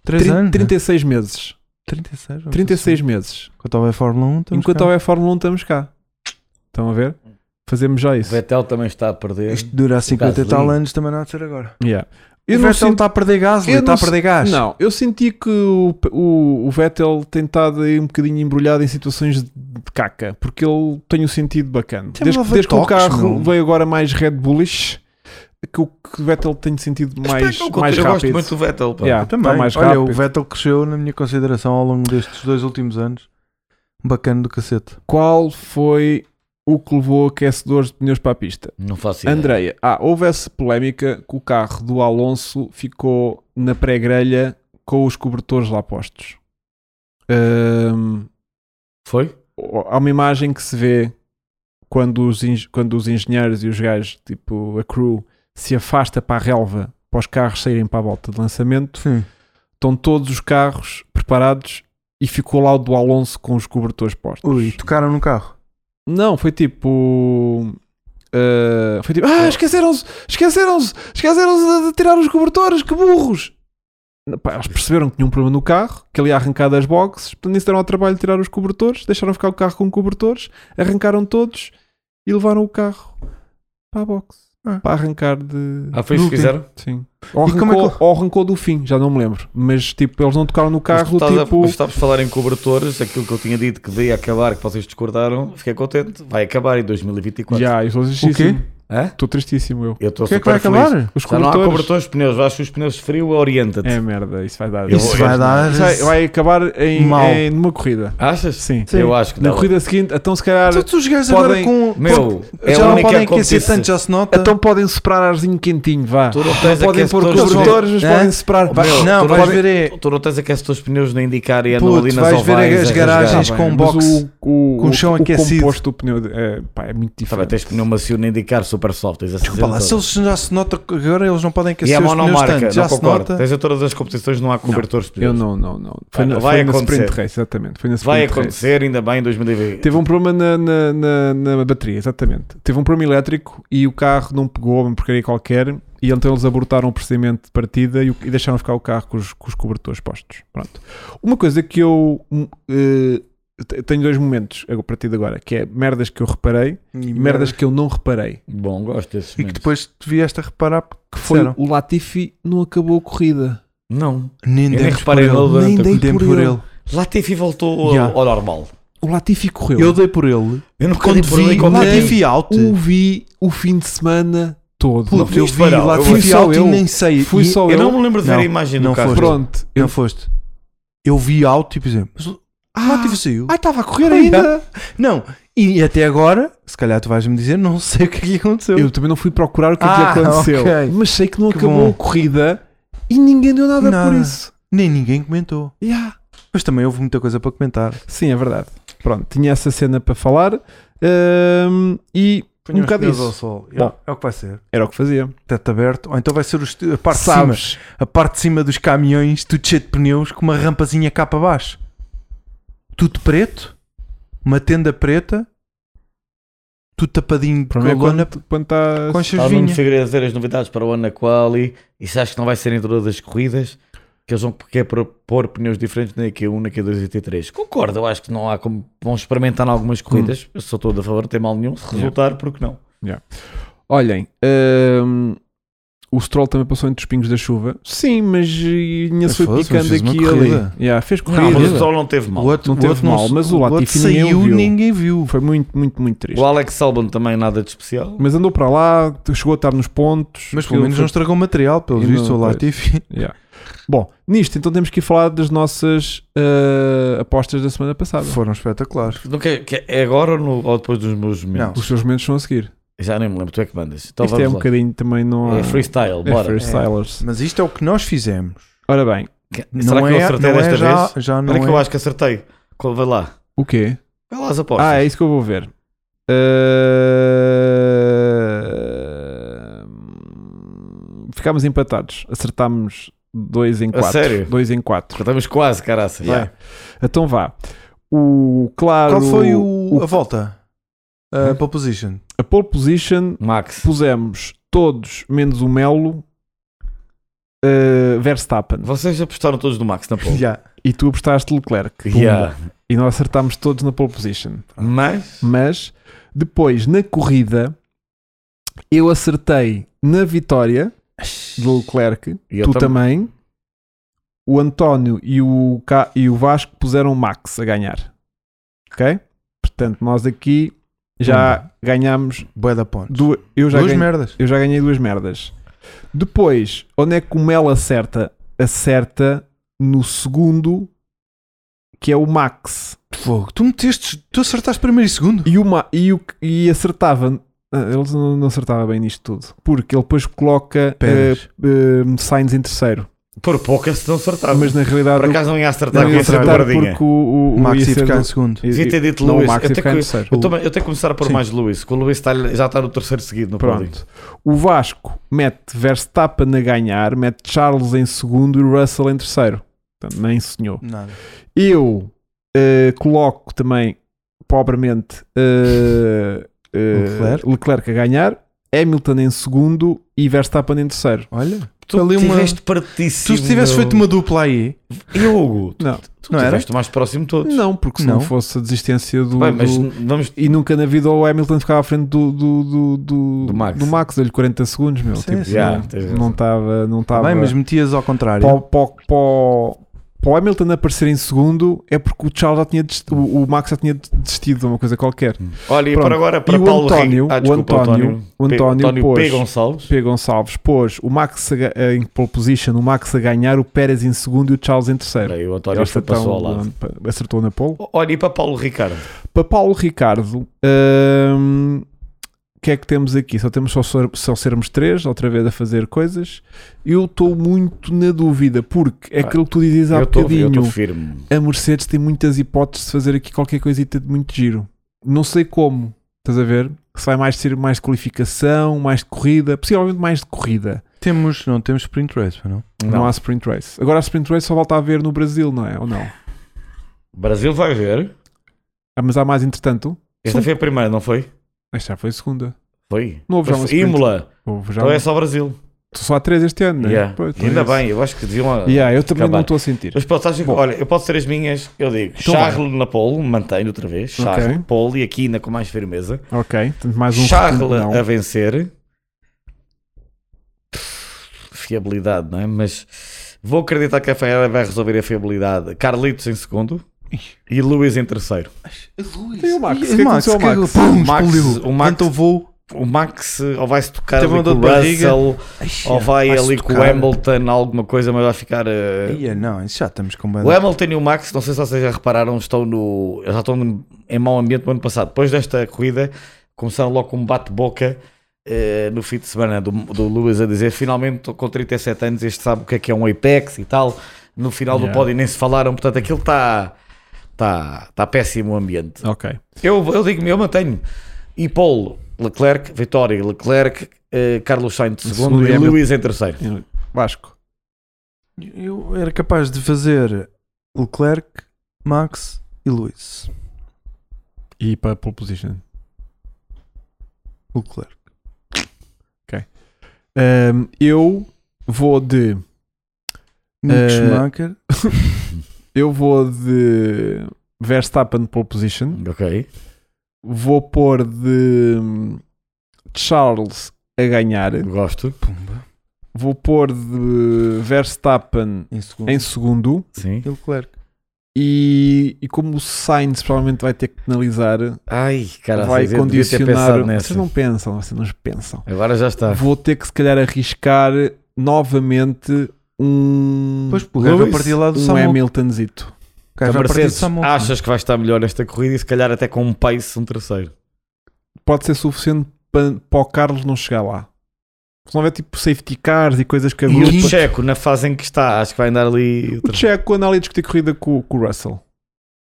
Speaker 1: Três
Speaker 3: 30
Speaker 1: anos.
Speaker 3: 36 meses.
Speaker 1: 36. vamos
Speaker 3: 36 meses.
Speaker 1: Enquanto houver Fórmula 1, estamos
Speaker 3: Enquanto
Speaker 1: cá.
Speaker 3: houver Fórmula 1, estamos cá. Estão a ver? Fazemos já
Speaker 2: O
Speaker 3: isso.
Speaker 2: Vettel também está a perder.
Speaker 1: Isto dura 50 e
Speaker 2: Gasly.
Speaker 1: tal anos, também não há de ser agora.
Speaker 3: Yeah.
Speaker 1: E
Speaker 3: Eu
Speaker 1: o
Speaker 3: não,
Speaker 1: Vettel tá
Speaker 3: sinto,
Speaker 1: está a perder Gasly,
Speaker 3: eu
Speaker 1: está
Speaker 3: não
Speaker 1: a perder gás.
Speaker 3: não, eu senti que o, o, o Vettel tem estado aí um bocadinho embrulhado em situações de de caca, porque ele tem um sentido bacana.
Speaker 1: Tem
Speaker 3: desde
Speaker 1: uma
Speaker 3: desde que o
Speaker 1: toques,
Speaker 3: carro
Speaker 1: meu.
Speaker 3: veio agora mais Red Bullish, que o, que o Vettel tem sentido mais,
Speaker 2: Espera que eu
Speaker 3: mais
Speaker 2: um eu
Speaker 3: rápido.
Speaker 2: gosto muito do Vettel. pá.
Speaker 3: Yeah,
Speaker 1: Eu também.
Speaker 3: Está Tá mais
Speaker 1: Olha,
Speaker 3: rápido.
Speaker 1: o Vettel cresceu na minha consideração ao longo destes dois últimos anos. Bacana do cacete.
Speaker 3: Qual foi o que levou aquecedores de pneus para a pista?
Speaker 2: Não faço ideia.
Speaker 3: Andreia, ah, houve essa polémica que o carro do Alonso ficou na pré-grelha com os cobertores lá postos. Ahm,
Speaker 2: Foi?
Speaker 3: há uma imagem que se vê quando os, eng- quando os engenheiros e os gajos, tipo a crew, se afasta para a relva para os carros saírem para a volta de lançamento.
Speaker 1: Sim.
Speaker 3: Estão todos os carros preparados e ficou lá o do Alonso com os cobertores postos.
Speaker 1: Ui, tocaram no carro.
Speaker 3: Não, foi tipo. ah, foi tipo. Ah, esqueceram-se! Esqueceram-se! Esqueceram-se de, de tirar os cobertores! Que burros! Não, pá, eles perceberam que tinha um problema no carro, que ele ia arrancar das boxes, portanto, nem se deram ao trabalho de tirar os cobertores, deixaram ficar o carro com cobertores, arrancaram todos e levaram o carro para a box.
Speaker 1: Ah.
Speaker 3: Para arrancar de.
Speaker 2: Ah, foi isso que
Speaker 1: Último.
Speaker 2: fizeram?
Speaker 3: Sim. Ou
Speaker 1: E como
Speaker 3: arrancou,
Speaker 1: é que
Speaker 3: ou arrancou do fim, já não me lembro. Mas tipo, eles não tocaram no carro,
Speaker 2: Mas estás a-
Speaker 3: tipo.
Speaker 2: mas estavas a falar em cobertores, aquilo que eu tinha dito que devia acabar, que vocês discordaram, fiquei contente. Vai acabar em 2024.
Speaker 3: Já, eles
Speaker 1: O quê?
Speaker 2: Hã?
Speaker 3: Estou tristíssimo eu.
Speaker 2: Eu estou
Speaker 3: O que é
Speaker 2: super
Speaker 3: que vai
Speaker 2: feliz.
Speaker 3: acabar? Os
Speaker 2: Já não há
Speaker 3: cobertores.
Speaker 2: cobertores de pneus, vais com os pneus de frio, orienta-te.
Speaker 3: É merda, isso vai dar.
Speaker 2: Eu-
Speaker 1: Isso vai
Speaker 2: eu-
Speaker 1: dar.
Speaker 3: Isso vai, vai acabar em,
Speaker 1: Mal.
Speaker 3: em- numa corrida.
Speaker 2: Achas?
Speaker 3: Sim.
Speaker 2: Eu acho que
Speaker 3: Na
Speaker 2: não.
Speaker 3: corrida seguinte, então se calhar.
Speaker 1: Todos os gajos
Speaker 3: Podem-
Speaker 1: agora com.
Speaker 2: Meu, é
Speaker 1: já
Speaker 2: a
Speaker 1: não
Speaker 2: única
Speaker 1: podem aquecer
Speaker 2: competição.
Speaker 1: tanto, já se nota.
Speaker 3: Então podem separar arzinho quentinho, vá.
Speaker 2: Tu não tens
Speaker 3: Podem pôr
Speaker 2: aquecedores de pneus.
Speaker 3: cobertores, mas
Speaker 1: Hã?
Speaker 3: podem separar.
Speaker 1: Vai-
Speaker 2: Meu,
Speaker 1: não,
Speaker 2: tu
Speaker 1: vais
Speaker 2: podem-
Speaker 1: ver é-
Speaker 2: tu- Tu não tens aquecedores de pneus na indicar e andam
Speaker 1: Puto,
Speaker 2: ali nas
Speaker 1: vais ver
Speaker 2: ovais
Speaker 1: as
Speaker 2: a
Speaker 1: garagens
Speaker 2: rasgar. Tá
Speaker 1: com
Speaker 3: Mas
Speaker 1: box,
Speaker 3: o, o,
Speaker 1: com chão
Speaker 3: o
Speaker 1: aquecido.
Speaker 3: composto do pneu de- é, pá, é muito
Speaker 2: Tá bem,
Speaker 3: diferente.
Speaker 2: tens pneu macio na indicar super soft. Tens a
Speaker 1: Desculpa lá, se
Speaker 2: certeza toda.
Speaker 1: eles já se nota que agora eles não podem
Speaker 2: E
Speaker 1: aquecer
Speaker 2: é
Speaker 1: os pneus
Speaker 2: monomarca,
Speaker 1: tanto, já
Speaker 2: não
Speaker 1: se
Speaker 2: concordo.
Speaker 1: nota.
Speaker 2: Tens a todas as competições, não há cobertores de
Speaker 3: Eu
Speaker 2: pneus.
Speaker 3: não, não, não. Foi, na,
Speaker 2: Vai
Speaker 3: foi na
Speaker 2: acontecer.
Speaker 3: Sprint Race, exatamente. Foi na Sprint
Speaker 2: Vai
Speaker 3: Race.
Speaker 2: acontecer, ainda bem, em 2020.
Speaker 3: Teve um problema na, na, na, na bateria, exatamente. Teve um problema elétrico e o carro não pegou uma porcaria qualquer. E então eles abortaram o procedimento de partida e, o- e deixaram ficar o carro com os, com os cobertores postos. Pronto. Uma coisa que eu hum, eh, te- tenho dois momentos a partir de agora, que é merdas que eu reparei e merdas que eu não reparei.
Speaker 2: Bom, gosto desses
Speaker 1: E que
Speaker 2: momentos.
Speaker 1: depois te vieste a reparar porque
Speaker 3: Que foi
Speaker 1: Disseram.
Speaker 3: o Latifi não acabou a corrida.
Speaker 2: Não.
Speaker 1: nem
Speaker 2: nem
Speaker 1: demos
Speaker 2: reparei
Speaker 1: por
Speaker 2: nele
Speaker 1: ele.
Speaker 2: durante
Speaker 1: Nem
Speaker 2: a
Speaker 1: dei
Speaker 3: corrida.
Speaker 1: por, ele.
Speaker 2: Latifi voltou
Speaker 1: Yeah.
Speaker 2: ao ao normal.
Speaker 3: O Latifi correu.
Speaker 1: Eu dei por ele.
Speaker 2: Eu não
Speaker 1: Quando vi Latifi out.
Speaker 3: o vi o fim de semana todo.
Speaker 1: Puto, eu vi
Speaker 2: Fui só
Speaker 1: Latifi out e
Speaker 3: eu.
Speaker 1: nem sei.
Speaker 3: Fui
Speaker 1: E-
Speaker 3: só
Speaker 2: Eu
Speaker 3: eu.
Speaker 2: não me lembro de ver a
Speaker 1: Não,
Speaker 2: imagem do
Speaker 1: não
Speaker 2: carro.
Speaker 1: foste.
Speaker 3: Pronto.
Speaker 1: Não foste. Eu vi out e pensei, mas o Latifi saiu.
Speaker 3: Ai, Ah, estava a correr
Speaker 1: ainda. Não, e até agora, se calhar tu vais-me dizer, não sei o que é que lhe aconteceu.
Speaker 3: Eu também não fui procurar o que é que
Speaker 1: Ah,
Speaker 3: lhe aconteceu.
Speaker 1: ok.
Speaker 3: Mas sei que não
Speaker 1: Que
Speaker 3: acabou
Speaker 1: bom.
Speaker 3: a corrida e ninguém deu nada,
Speaker 1: Nada.
Speaker 3: por isso.
Speaker 1: Nem ninguém comentou.
Speaker 3: Yeah.
Speaker 1: Mas também houve muita coisa para comentar.
Speaker 3: Sim, é verdade. Pronto, tinha essa cena para falar ahm, e um bocado
Speaker 1: ao
Speaker 3: isso.
Speaker 1: sol.
Speaker 3: Bom.
Speaker 1: É o que vai ser.
Speaker 3: Era o que fazia.
Speaker 1: Teto aberto. Ou então vai ser os- a parte de cima.
Speaker 3: Sabes,
Speaker 1: A parte de cima dos caminhões, tudo cheio de pneus, com uma rampazinha cá para baixo. Tudo preto. Uma tenda preta. Tudo tapadinho
Speaker 3: para
Speaker 1: com
Speaker 3: mim é
Speaker 1: a lona.
Speaker 3: quando quando tá está.
Speaker 1: Com a
Speaker 2: Estava no
Speaker 1: chuvinha.
Speaker 2: segredo a dizer as novidades para o ano na Quali. E se achas que não vai ser em todas as corridas? Que eles vão querer pôr- pôr pneus diferentes na Q1, na Q2 e Q3. Concordo, eu acho que não há como. Vão experimentar em algumas corridas. Eu sou todo a favor, não tem mal nenhum. Se resultar, porque não?
Speaker 3: Olhem, ahm, o Stroll também passou entre os pingos da chuva. Sim, mas
Speaker 1: Mas
Speaker 3: minha foi
Speaker 1: foda-se, mas
Speaker 3: picando
Speaker 1: fez uma
Speaker 3: aqui e
Speaker 1: corrida.
Speaker 3: ali. Yeah, fez corrida.
Speaker 2: Não, mas o sol não teve mal.
Speaker 1: O outro
Speaker 3: Não
Speaker 1: o
Speaker 3: teve
Speaker 1: outro
Speaker 3: mal,
Speaker 1: se-
Speaker 3: mas o
Speaker 1: outro
Speaker 3: Latifi ninguém
Speaker 1: saiu,
Speaker 3: o viu.
Speaker 1: ninguém viu.
Speaker 3: Foi muito, muito, muito triste.
Speaker 2: O Alex Albon também nada de especial.
Speaker 3: Mas andou para lá, chegou a estar nos pontos.
Speaker 1: Mas pelo menos não estragou o material, pelo
Speaker 3: E
Speaker 1: visto,
Speaker 3: não-
Speaker 1: o
Speaker 3: pois.
Speaker 1: Latifi.
Speaker 3: Yeah. Bom, nisto então temos que ir falar das nossas eh, apostas da semana passada.
Speaker 1: Foram espetaculares.
Speaker 2: Não quer- quer- é agora ou, no- ou depois dos meus momentos?
Speaker 3: Os seus momentos são a seguir.
Speaker 2: Já nem me lembro, tu é que mandas. Então
Speaker 3: Isto
Speaker 2: vamos
Speaker 3: é um
Speaker 2: lá.
Speaker 3: bocadinho também não há-
Speaker 2: É freestyle,
Speaker 3: é
Speaker 2: bora.
Speaker 3: freestylers.
Speaker 1: Mas isto é o que nós fizemos.
Speaker 3: Ora bem,
Speaker 2: Que- Será que eu acertei
Speaker 1: não é
Speaker 2: desta
Speaker 1: já,
Speaker 2: vez?
Speaker 1: Já não
Speaker 2: Olha
Speaker 1: é.
Speaker 2: que eu acho que acertei. Qual- Vai lá.
Speaker 3: o quê?
Speaker 2: Vai lá as apostas.
Speaker 3: Ah, é isso que eu vou ver. Eh, Ficámos empatados. Acertámos dois em
Speaker 2: A
Speaker 3: quatro.
Speaker 2: sério?
Speaker 3: dois em quatro.
Speaker 2: Estamos quase, caraças.
Speaker 3: Yeah. Então vá. O claro.
Speaker 1: Qual foi o, a volta? A
Speaker 3: Hum?
Speaker 1: pole position.
Speaker 3: A pole position
Speaker 2: Max.
Speaker 3: pusemos todos menos o Melo uh, Verstappen
Speaker 2: Vocês apostaram todos no Max na pole.
Speaker 1: Já.
Speaker 3: e tu apostaste Leclerc Pumba.
Speaker 2: Yeah.
Speaker 3: e nós acertámos todos na pole position
Speaker 2: Mas
Speaker 3: mas depois na corrida eu acertei na vitória do Leclerc
Speaker 2: E eu
Speaker 3: tu
Speaker 2: tam-
Speaker 3: também o António e o, Ca- e o Vasco puseram o Max a ganhar ok? portanto nós aqui já ganhámos
Speaker 1: Boa da ponte.
Speaker 3: duas, eu já
Speaker 1: Duas
Speaker 3: ganhei
Speaker 1: merdas.
Speaker 3: Eu já ganhei duas merdas. Depois, onde é que o Mel acerta? Acerta no segundo, que é o Max.
Speaker 1: Fogo. Tu meteste, tu acertaste primeiro e segundo.
Speaker 3: E, o Ma- e, o- e acertava. ah, Ele não não acertava bem nisto tudo. Porque ele depois coloca
Speaker 1: Pérez.
Speaker 3: eh, eh, Sainz em terceiro.
Speaker 2: por pouca se não acertava.
Speaker 3: Mas na realidade
Speaker 2: Tá. por
Speaker 3: ele-
Speaker 2: acaso não ia acertar,
Speaker 3: não
Speaker 2: não
Speaker 3: ia
Speaker 2: ia ser
Speaker 3: acertar
Speaker 2: dobradinha.
Speaker 3: porque o, o,
Speaker 1: O
Speaker 3: o
Speaker 1: Max
Speaker 3: ia
Speaker 1: ia
Speaker 3: ser
Speaker 1: ficar em
Speaker 3: do-
Speaker 1: segundo.
Speaker 2: Devia ter dito
Speaker 3: Não, o
Speaker 2: Lewis.
Speaker 3: Max é
Speaker 2: Eu
Speaker 3: ia
Speaker 2: tenho
Speaker 3: ficar em
Speaker 2: que-
Speaker 3: terceiro.
Speaker 2: Eu, também- eu tenho que começar a pôr
Speaker 1: Sim.
Speaker 2: mais Lewis, que o Lewis está- já está no terceiro seguido no pódio.
Speaker 3: Pronto. O Vasco mete Verstappen a ganhar, mete Charles em segundo e Russell em terceiro. Portanto, nem sonhou.
Speaker 1: Nada.
Speaker 3: Eu eh, coloco também, pobremente, eh, eh,
Speaker 1: Leclerc.
Speaker 3: Leclerc a ganhar, Hamilton em segundo e Verstappen em terceiro.
Speaker 1: Olha.
Speaker 2: Tu
Speaker 1: Ali uma-
Speaker 2: tiveste
Speaker 1: Tu
Speaker 2: partíssimo.
Speaker 1: se tivesse feito uma dupla aí,
Speaker 2: Eu, Hugo, tu,
Speaker 3: Não.
Speaker 2: tu
Speaker 1: Não era?
Speaker 2: tiveste o mais próximo de todos.
Speaker 3: Não, porque se não,
Speaker 1: Não.
Speaker 3: fosse a desistência do.
Speaker 2: Bem, mas
Speaker 3: do-
Speaker 2: vamos.
Speaker 3: E nunca na vida o Hamilton ficava à frente do, do, do, do,
Speaker 2: Do Max.
Speaker 3: deu-lhe 40 segundos, meu.
Speaker 1: Sim, Tá
Speaker 3: tipo,
Speaker 1: sim.
Speaker 2: Yeah,
Speaker 3: não-
Speaker 2: tens razão.
Speaker 3: não estava. Não estava.
Speaker 1: bem, mas metias ao contrário.
Speaker 3: Pó, pó, pó, para o Hamilton aparecer em segundo é porque o Charles já tinha desistido, o o Max já tinha desistido de uma coisa qualquer.
Speaker 2: Olha, e
Speaker 3: Pronto.
Speaker 2: para agora para
Speaker 3: E o
Speaker 2: Paulo
Speaker 3: António,
Speaker 2: Rico- Ah,
Speaker 3: o
Speaker 2: desculpa,
Speaker 3: António, o
Speaker 2: P-
Speaker 3: António
Speaker 2: António P.
Speaker 3: pôs-
Speaker 2: Gonçalves.
Speaker 3: P. Gonçalves pôs o Max a ga- a- em pole position, o Max a ganhar, o Pérez em segundo e o Charles em terceiro.
Speaker 2: Olha, e o António
Speaker 3: Eles
Speaker 2: foi passou ao
Speaker 3: acertaram-
Speaker 2: lado.
Speaker 3: Acertou na pole.
Speaker 2: Olha, e para Paulo Ricardo?
Speaker 3: Para Paulo Ricardo, hum, o que é que temos aqui? Só temos só, ser- só sermos três, outra vez a fazer coisas. Eu estou muito na dúvida, porque é aquilo que tu dizes há
Speaker 2: Ah, eu estou eu
Speaker 3: bocadinho.
Speaker 2: estou firme.
Speaker 3: a Mercedes tem muitas hipóteses de fazer aqui qualquer coisita de muito giro. Não sei como, estás a ver? Se vai mais ser mais de qualificação, mais de corrida, possivelmente mais de corrida.
Speaker 1: Temos, não temos sprint race, pois não?
Speaker 3: Não, há sprint race. Agora a sprint race só volta a ver no Brasil, não é? Ou não?
Speaker 2: Brasil vai ver.
Speaker 3: Ah, mas há mais entretanto?
Speaker 2: Esta foi a primeira, não foi?
Speaker 3: Esta já foi a segunda.
Speaker 2: Foi.
Speaker 3: Não houve assim já
Speaker 2: Mas
Speaker 3: uma
Speaker 2: foi
Speaker 3: sprint.
Speaker 2: Imola.
Speaker 3: Houve já
Speaker 2: Não
Speaker 3: uma-
Speaker 2: é só Brasil.
Speaker 3: Só há três este ano, não é?
Speaker 2: Yeah.
Speaker 3: Pois, então
Speaker 2: Ainda
Speaker 3: é isso.
Speaker 2: bem, eu acho que deviam. lá-
Speaker 3: Yeah, eu também
Speaker 2: Acabar.
Speaker 3: não estou a sentir.
Speaker 2: Mas posso, acho que-
Speaker 3: Bom.
Speaker 2: olha, eu posso ter as minhas, eu digo,
Speaker 3: Então
Speaker 2: Charles na pole, mantenho outra vez, Charles
Speaker 3: Ok.
Speaker 2: pole e aqui ainda com mais firmeza,
Speaker 3: Ok, temos mais um.
Speaker 2: Charles
Speaker 3: recuo, não.
Speaker 2: a vencer, fiabilidade, não é? Mas vou acreditar que a Ferrari vai resolver a fiabilidade, Carlitos em segundo e Lewis em terceiro.
Speaker 3: Tem o Max.
Speaker 1: E-
Speaker 3: O que é que aconteceu ao
Speaker 1: que é que-
Speaker 3: Max?
Speaker 1: Pum,
Speaker 2: Max-
Speaker 1: explodiu.
Speaker 2: o Max-
Speaker 1: Quanto eu vou.
Speaker 2: O Max eh, ou vai se tocar
Speaker 1: Teve
Speaker 2: ali
Speaker 1: uma
Speaker 2: com o
Speaker 1: dor de barriga.
Speaker 2: Russell, ou vai
Speaker 1: vai-se
Speaker 2: ali com o
Speaker 1: tocar.
Speaker 2: Hamilton, alguma coisa, mas vai ficar... eh,
Speaker 1: Ia, não, isso já estamos com banda.
Speaker 2: O Hamilton e o Max, não sei se vocês já repararam, estão no, eles já estão no- em mau ambiente no ano passado. Depois desta corrida, começaram logo com um bate-boca eh, no fim de semana do, do Lewis a dizer finalmente estou com 37 anos, este sabe o que é que é um Apex e tal. No final do
Speaker 3: Yeah.
Speaker 2: pódio nem se falaram, portanto aquilo está tá, tá péssimo o ambiente.
Speaker 3: Ok.
Speaker 2: Eu, eu digo-me, eu mantenho. E Paulo, Leclerc, Vitória, Leclerc, eh, Carlos Sainz em segundo,
Speaker 3: Segundo e
Speaker 2: e
Speaker 3: Hamilton.
Speaker 2: Lewis em terceiro.
Speaker 3: Vasco.
Speaker 1: Eu era capaz de fazer Leclerc, Max e Lewis.
Speaker 3: E para pole position.
Speaker 1: Leclerc.
Speaker 3: Ahm, eu vou de.
Speaker 1: Nick
Speaker 3: Eh,
Speaker 1: Schumacher.
Speaker 3: Eu vou de. Verstappen pole position.
Speaker 2: Ok.
Speaker 3: Vou pôr de. hum, Charles a ganhar.
Speaker 2: Gosto.
Speaker 1: Pumba.
Speaker 3: Vou pôr de Verstappen
Speaker 1: Em segundo.
Speaker 3: em segundo.
Speaker 2: Sim.
Speaker 1: E Leclerc.
Speaker 3: E, e como o Sainz provavelmente vai ter que penalizar,
Speaker 2: Ai, cara,
Speaker 3: vai
Speaker 2: eu devia ter
Speaker 3: condicionar.
Speaker 2: pensado nessa. Ah.
Speaker 3: Vocês não pensam, vocês não pensam.
Speaker 2: Agora já está.
Speaker 3: Vou ter que se calhar arriscar novamente um.
Speaker 1: Pois, pô, o gajo vai
Speaker 2: Lewis,
Speaker 1: partir lá do
Speaker 3: um
Speaker 1: Samuel.
Speaker 3: Hamiltonzito.
Speaker 1: O gajo
Speaker 2: A
Speaker 1: vai partir do
Speaker 2: Então, Mercedes,
Speaker 1: Samuel.
Speaker 2: achas que vai estar melhor esta corrida e se calhar até com um pace um terceiro.
Speaker 3: pode ser suficiente para, para o Carlos não chegar lá. Se não houver tipo safety cars e coisas que
Speaker 2: E
Speaker 3: agrupa.
Speaker 2: o Checo, na fase em que está, acho que vai andar ali. o
Speaker 3: O
Speaker 2: ter-
Speaker 3: Checo, quando ali a discutir corrida com, com o Russell,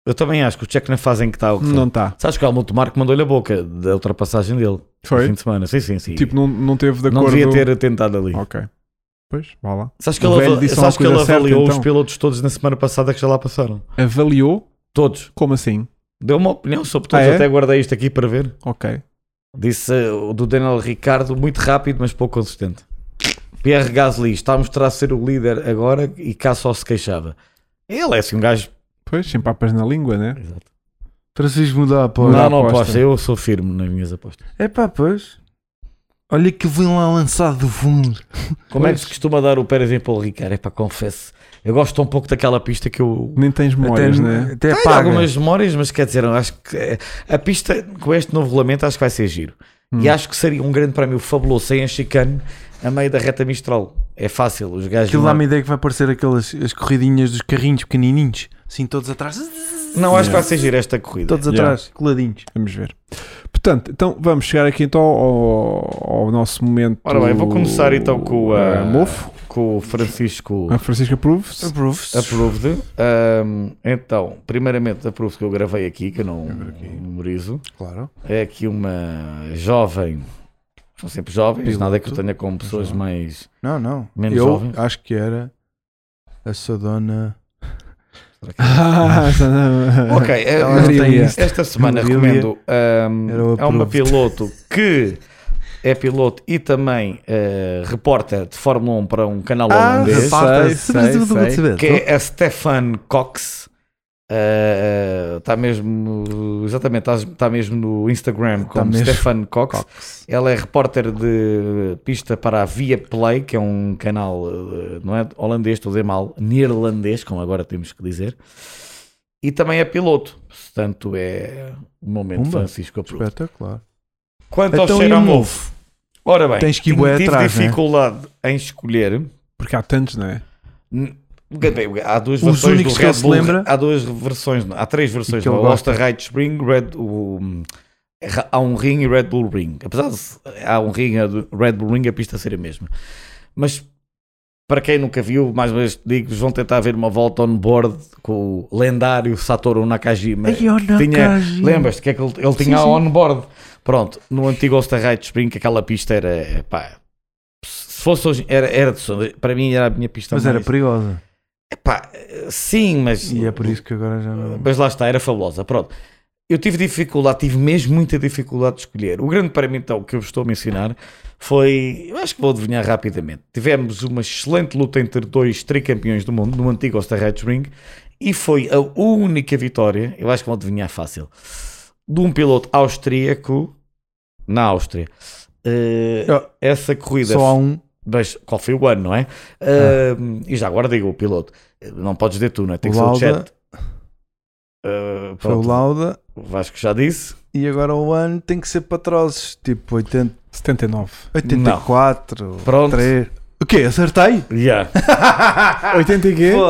Speaker 2: Eu também acho que o Checo, na fase em que está, o que
Speaker 3: não tá. está.
Speaker 2: Sabes que o Helmut Marco mandou-lhe a boca da ultrapassagem dele no fim
Speaker 3: Foi?
Speaker 2: de semana. Sim, sim, sim.
Speaker 3: Tipo, não, não teve de
Speaker 2: não
Speaker 3: acordo.
Speaker 2: devia ter tentado ali.
Speaker 3: Ok. Pois, vá lá.
Speaker 2: Sabes que
Speaker 3: O
Speaker 2: ele,
Speaker 3: velho
Speaker 2: ava-
Speaker 3: disse
Speaker 2: sabes
Speaker 3: uma
Speaker 2: que ele
Speaker 3: coisa certa,
Speaker 2: avaliou
Speaker 3: então.
Speaker 2: os pilotos todos na semana passada que já lá passaram?
Speaker 3: Avaliou,
Speaker 2: Todos.
Speaker 3: como assim?
Speaker 2: Deu uma opinião sobre todos.
Speaker 3: Ah, é?
Speaker 2: Até guardei isto aqui para ver.
Speaker 3: Ok.
Speaker 2: Disse eh, o do Daniel Ricardo muito rápido, mas pouco consistente. Pierre Gasly está a mostrar ser o líder agora e cá só se queixava. Ele é assim um gajo.
Speaker 3: Pois, sem papas na língua, né?
Speaker 1: Francisco mudar a
Speaker 2: Não,
Speaker 1: aposta.
Speaker 2: não,
Speaker 3: aposta.
Speaker 2: aposta. Eu sou firme nas minhas apostas.
Speaker 1: É pá, pois. Olha que vem lá lançado do fundo.
Speaker 2: Como é que
Speaker 3: Pois.
Speaker 2: se costuma dar o Pérez em Paulo Ricardo? É para confesso. Eu gosto um pouco daquela pista que eu.
Speaker 3: Nem tens memórias,
Speaker 1: até
Speaker 3: né?
Speaker 1: até
Speaker 2: Tenho
Speaker 1: É paga.
Speaker 2: algumas memórias, mas quer dizer, eu acho que eh, a pista com este novo regulamento acho que vai ser giro. E acho que seria um grande prémio fabuloso sem a chicane a meio da reta Mistral. É fácil, os gajos.
Speaker 1: Aquilo
Speaker 2: não-
Speaker 1: dá-me ideia que vai parecer aquelas as corridinhas dos carrinhos pequenininhos. Assim, todos atrás.
Speaker 2: Não, acho que vai ser giro esta corrida.
Speaker 1: Todos
Speaker 3: Yeah.
Speaker 1: atrás, coladinhos.
Speaker 3: Vamos ver. Portanto, então vamos chegar aqui então ao, ao nosso momento.
Speaker 2: Ora bem, vou começar então com o,
Speaker 3: eh,
Speaker 2: ah,
Speaker 3: mofo.
Speaker 2: com o Francisco
Speaker 3: A Francisca Proves.
Speaker 1: Approves.
Speaker 2: Approved. Ahm, então, primeiramente, Approved que eu gravei aqui, que eu não memorizo.
Speaker 1: Claro.
Speaker 2: É aqui uma jovem, são sempre jovens,
Speaker 1: Piloto.
Speaker 2: nada é que eu tenha com pessoas mais.
Speaker 1: Não, não.
Speaker 2: Menos
Speaker 1: eu
Speaker 2: jovens.
Speaker 1: acho que era a sua dona.
Speaker 3: Ah,
Speaker 2: Ok, é-
Speaker 1: Ela não tem
Speaker 3: Maria.
Speaker 1: isso.
Speaker 2: esta semana
Speaker 1: Maria
Speaker 2: recomendo. ahm,
Speaker 1: Era o
Speaker 2: é uma
Speaker 1: Approved.
Speaker 2: piloto que é piloto e também eh, repórter de Fórmula 1 para um canal
Speaker 3: Ah,
Speaker 2: holandês,
Speaker 3: rapaz, sei, sei, sei.
Speaker 2: que é a Stefan Cox. Está mesmo, exatamente, está mesmo no Instagram
Speaker 1: Tá
Speaker 2: como
Speaker 1: mesmo.
Speaker 2: Stefan Cox. Ela é repórter de pista para a Via Play, que é um canal, eh, não é holandês, estou a dizer mal, neerlandês, como agora temos que dizer. E também é piloto, portanto é um momento
Speaker 1: Pumba.
Speaker 2: Francisco Abreu.
Speaker 1: Espetacular.
Speaker 2: Quanto ao
Speaker 1: Então, e
Speaker 2: cheiro
Speaker 1: o
Speaker 2: a
Speaker 1: novo?
Speaker 2: mofo? Ora bem,
Speaker 1: Tens que ir
Speaker 2: tive
Speaker 1: bué atrás, né?
Speaker 2: dificuldade em escolher.
Speaker 3: Porque há tantos, não é?
Speaker 2: N- bem, Há duas
Speaker 1: Os
Speaker 2: versões do
Speaker 1: únicos que
Speaker 2: Red
Speaker 1: ele se
Speaker 2: Bull.
Speaker 1: lembra-
Speaker 2: Há duas versões, há três versões.
Speaker 1: que ele
Speaker 2: não é? Lost
Speaker 1: gosta.
Speaker 2: Ride Spring, Red, o, há um ring e Red Bull Ring. Apesar de se- há um ring, a do- Red Bull Ring, a pista ser a mesma. Mas para quem nunca viu, mais uma vez te digo, vão tentar ver uma volta on board com o lendário Satoru Nakajima.
Speaker 1: Ai, oh, não,
Speaker 2: tinha-
Speaker 1: Kaji.
Speaker 2: Lembras-te que, é que ele, ele tinha a on-board? Pronto, no antigo Osterreich Spring, que aquela pista era. Pá, se fosse hoje, era, era de sonda. Para mim era a minha pista
Speaker 1: Mas
Speaker 2: mais.
Speaker 1: era perigosa.
Speaker 2: Pá, sim, mas.
Speaker 1: E é por isso que agora já não.
Speaker 2: Mas lá está, era fabulosa. Pronto. Eu tive dificuldade, tive mesmo muita dificuldade de escolher. O grande para mim, então, que eu vos estou a mencionar foi. eu acho que vou adivinhar rapidamente. Tivemos uma excelente luta entre dois tricampeões do mundo, no antigo Osterreich Spring, e foi a única vitória, eu acho que vão adivinhar fácil, de um piloto austríaco na Áustria. Eh,
Speaker 1: Ah,
Speaker 2: essa corrida
Speaker 1: Só há um.
Speaker 2: mas qual foi o ano, não é? Ah, e já agora digo o piloto. Não podes dizer tu, não é? Tem que ser o
Speaker 1: Lauda.
Speaker 2: chat. Ah,
Speaker 1: Foi o
Speaker 2: pronto,
Speaker 1: Lauda.
Speaker 2: o Vasco já disse.
Speaker 1: E agora o ano tem que ser para trozes. Tipo 80,
Speaker 3: 79.
Speaker 1: 84.
Speaker 2: Pronto.
Speaker 1: 3. O quê? Acertei?
Speaker 2: Yeah.
Speaker 3: 80 e quê?
Speaker 1: Pô,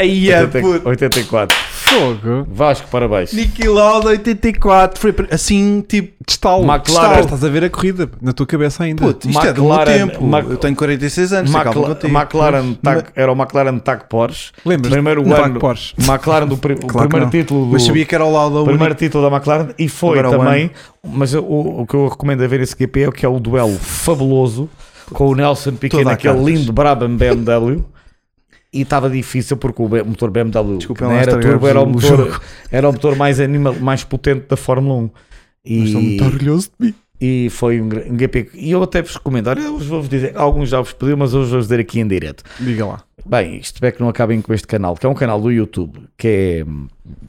Speaker 1: Aí é
Speaker 2: 80
Speaker 1: puto.
Speaker 2: 84.
Speaker 3: Fogo.
Speaker 2: Vasco, parabéns.
Speaker 1: Niki Lauda 84. Foi pri- assim, tipo.
Speaker 3: Destalo.
Speaker 2: McLaren.
Speaker 3: Destalo. Estás a ver a corrida na tua cabeça ainda.
Speaker 1: Puto, isto é do meu
Speaker 2: McLaren-
Speaker 1: tempo.
Speaker 2: Mac-
Speaker 1: Eu tenho 46 anos. se acalma
Speaker 2: Macla-
Speaker 1: contigo.
Speaker 2: McLaren Tag- era o McLaren Tag Porsche.
Speaker 3: Lembras?
Speaker 2: Primeiro
Speaker 3: Um
Speaker 2: ano.
Speaker 3: Tag Porsche.
Speaker 2: McLaren do pri- o
Speaker 1: Claro que
Speaker 2: primeiro
Speaker 1: não.
Speaker 2: título do.
Speaker 1: Mas sabia que era o Lauda
Speaker 2: o
Speaker 1: o
Speaker 2: primeiro
Speaker 1: único.
Speaker 2: título da McLaren e foi
Speaker 1: Agora o
Speaker 2: também, mas o, o que eu recomendo a ver esse GP é o que é o duelo fabuloso com o Nelson Piquet
Speaker 1: Toda a
Speaker 2: naquele
Speaker 1: cartas.
Speaker 2: lindo Brabham BMW e estava difícil porque o B- motor BMW
Speaker 1: Desculpem
Speaker 2: não
Speaker 1: lá
Speaker 2: era
Speaker 1: estragar-vos
Speaker 2: turbo, era o,
Speaker 1: o
Speaker 2: motor, era o motor mais animal, mais potente da Fórmula 1
Speaker 3: Mas
Speaker 1: um
Speaker 3: Estou
Speaker 2: e,
Speaker 3: muito orgulhoso de mim.
Speaker 2: e foi um, gr- um GP que- e eu até vos recomendo, olha, eu vos vou dizer, alguns já vos pediu, mas hoje vou dizer aqui em direto.
Speaker 3: Diga lá.
Speaker 2: Bem, isto é que não acabem com este canal, que é um canal do YouTube, que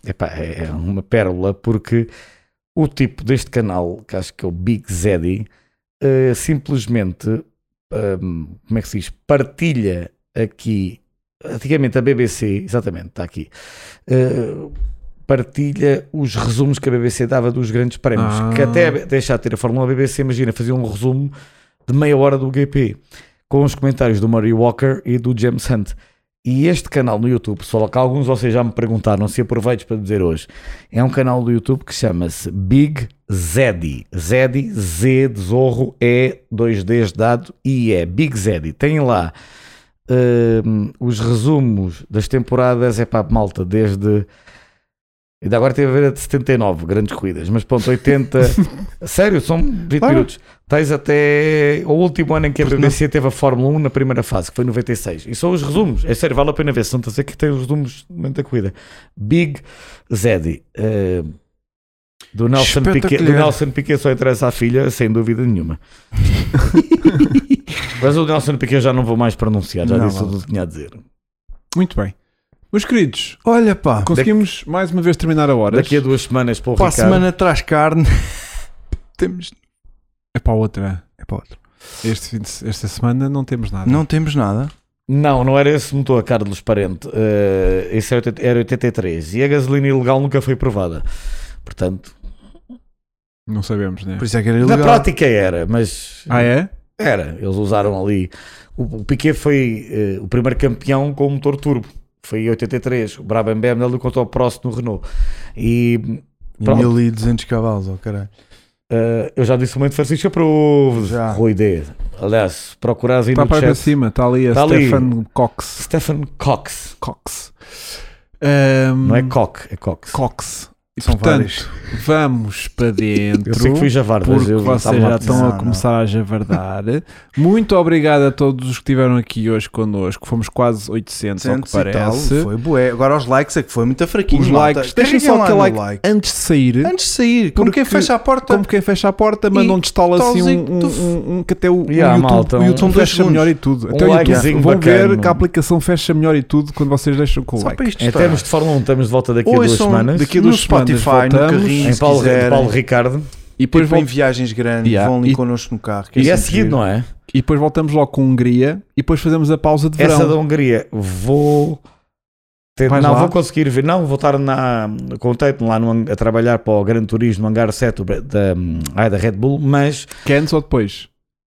Speaker 2: é, epá, é uma pérola, porque o tipo deste canal, que acho que é o Big Zeddy, eh, simplesmente, ehm, como é que se diz, partilha aqui, antigamente a BBC, exatamente, está aqui, eh, partilha os resumos que a BBC dava dos grandes prémios,
Speaker 3: Ah.
Speaker 2: que até deixar de ter a Fórmula 1, a BBC, imagina, fazia um resumo de meia hora do GP, com os comentários do Murray Walker e do James Hunt. E este canal no YouTube, pessoal, que alguns de vocês já me perguntaram, se aproveites para dizer hoje, é um canal do YouTube que chama-se Big Zeddy. Zeddy, Z de Zorro, E, 2Ds de dado, I é Big Zeddy. Tem lá hum, os resumos das temporadas, é para malta, desde... Ainda agora teve a ver a de 79, grandes corridas, mas pronto, 80... Sério, são 20
Speaker 3: Claro.
Speaker 2: minutos. Tens até o último ano em que a BBC teve a Fórmula 1 na primeira fase, que foi 96. E são os resumos. É sério, vale a pena ver. Se não estás a dizer que tem os resumos no momento da corrida. Big Zeddy. eh, do, Nelson Piquet, do
Speaker 1: Espetacular.
Speaker 2: Nelson Piquet só interessa à filha, sem dúvida nenhuma. Mas o Nelson Piquet já não vou mais pronunciar, já
Speaker 1: Não,
Speaker 2: disse
Speaker 1: vale.
Speaker 2: tudo o que tinha a dizer.
Speaker 3: Muito bem. Meus queridos,
Speaker 1: Olha pá.
Speaker 3: conseguimos mais uma vez terminar a horas.
Speaker 2: Daqui a duas semanas para o
Speaker 1: Para a
Speaker 2: Ricardo.
Speaker 1: semana traz carne.
Speaker 3: temos. É para a outra.
Speaker 1: É para outro.
Speaker 3: Este fim de- Esta semana não temos nada.
Speaker 1: Não temos nada.
Speaker 2: Não, não era esse motor, Carlos Parente. Eh, esse era 80 era 83. E a gasolina ilegal nunca foi provada. Portanto,
Speaker 3: Não sabemos, né?
Speaker 1: Por isso é que era
Speaker 2: Na
Speaker 1: ilegal.
Speaker 2: prática era, mas
Speaker 3: Ah, é?
Speaker 2: era. Eles usaram ali. O, o Piquet foi eh, o primeiro campeão com motor turbo. Foi em 83. O Brabham BMW contra o Prost no Renault. E
Speaker 1: E
Speaker 2: Pronto.
Speaker 1: 1200 cavalos, oh caralho.
Speaker 2: eh, eu já disse o momento Francisco Aprovo.
Speaker 1: Já.
Speaker 2: Rui D. Aliás, se procurares aí
Speaker 3: Está
Speaker 2: no
Speaker 3: para aí
Speaker 2: chat.
Speaker 3: para cima. Está ali a
Speaker 2: Está ali.
Speaker 3: Stefan Cox.
Speaker 2: Stephen Cox.
Speaker 3: Cox. Ahm,
Speaker 2: Não é Cox, é Cox.
Speaker 3: Cox.
Speaker 1: E São
Speaker 3: Portanto, vamos para dentro.
Speaker 2: Eu sei que fui javardas,
Speaker 3: porque
Speaker 2: eu
Speaker 3: vocês
Speaker 2: estava
Speaker 3: já
Speaker 2: lá-
Speaker 3: estão
Speaker 1: Não,
Speaker 3: a
Speaker 1: não.
Speaker 3: começar a javardar. Muito obrigado a todos os que estiveram aqui hoje connosco. Fomos quase 800, ao que
Speaker 1: 200 e tal,
Speaker 3: parece.
Speaker 1: Foi bué. Agora os likes é que foi muito fraquinho.
Speaker 3: Os
Speaker 1: malta.
Speaker 3: likes, deixem
Speaker 1: Carreguem
Speaker 3: só
Speaker 1: lá
Speaker 3: aquele
Speaker 1: no
Speaker 3: like, antes de sair.
Speaker 1: Antes de sair, como
Speaker 3: Porque-
Speaker 1: quem fecha a porta.
Speaker 3: Como quem fecha a porta, manda um destalo assim, um,
Speaker 1: tolzinho,
Speaker 3: um,
Speaker 1: tuf.
Speaker 3: um- um que até o,
Speaker 2: Yeah,
Speaker 3: o YouTube,
Speaker 2: malta,
Speaker 3: o YouTube
Speaker 1: um- dois
Speaker 3: fecha
Speaker 1: segundos.
Speaker 3: melhor e tudo.
Speaker 2: Um
Speaker 3: até o YouTube,
Speaker 2: likezinho
Speaker 3: vão ver
Speaker 2: bacana.
Speaker 3: que a aplicação fecha melhor e tudo quando vocês deixam com o
Speaker 1: Só
Speaker 3: like.
Speaker 1: para isto
Speaker 2: Em termos de Fórmula 1, estamos de volta É, daqui a duas
Speaker 1: Ouçam
Speaker 2: semanas.
Speaker 3: daqui a
Speaker 1: no
Speaker 3: duas semanas
Speaker 1: Spotify, no
Speaker 3: voltamos.
Speaker 1: carrinho,
Speaker 2: Em
Speaker 1: se
Speaker 2: Paulo,
Speaker 1: quiserem.
Speaker 2: Paulo Ricardo.
Speaker 3: E depois,
Speaker 1: tipo,
Speaker 3: vol-
Speaker 1: em viagens grandes,
Speaker 3: Yeah.
Speaker 1: vão ali
Speaker 3: E-
Speaker 1: connosco no carro. que
Speaker 2: E é
Speaker 1: sempre
Speaker 2: seguido,
Speaker 1: giro.
Speaker 2: não é?
Speaker 3: e depois voltamos logo com a Hungria e depois fazemos a pausa de verão.
Speaker 2: Essa da Hungria, vou. ter-
Speaker 3: Vais
Speaker 2: não,
Speaker 3: lá?
Speaker 2: vou conseguir vir. Não, vou estar na, com o Tatum lá no, a trabalhar para o Grande Turismo no Hangar 7 do- da, ai, da Red Bull, mas
Speaker 3: Que é antes ou depois?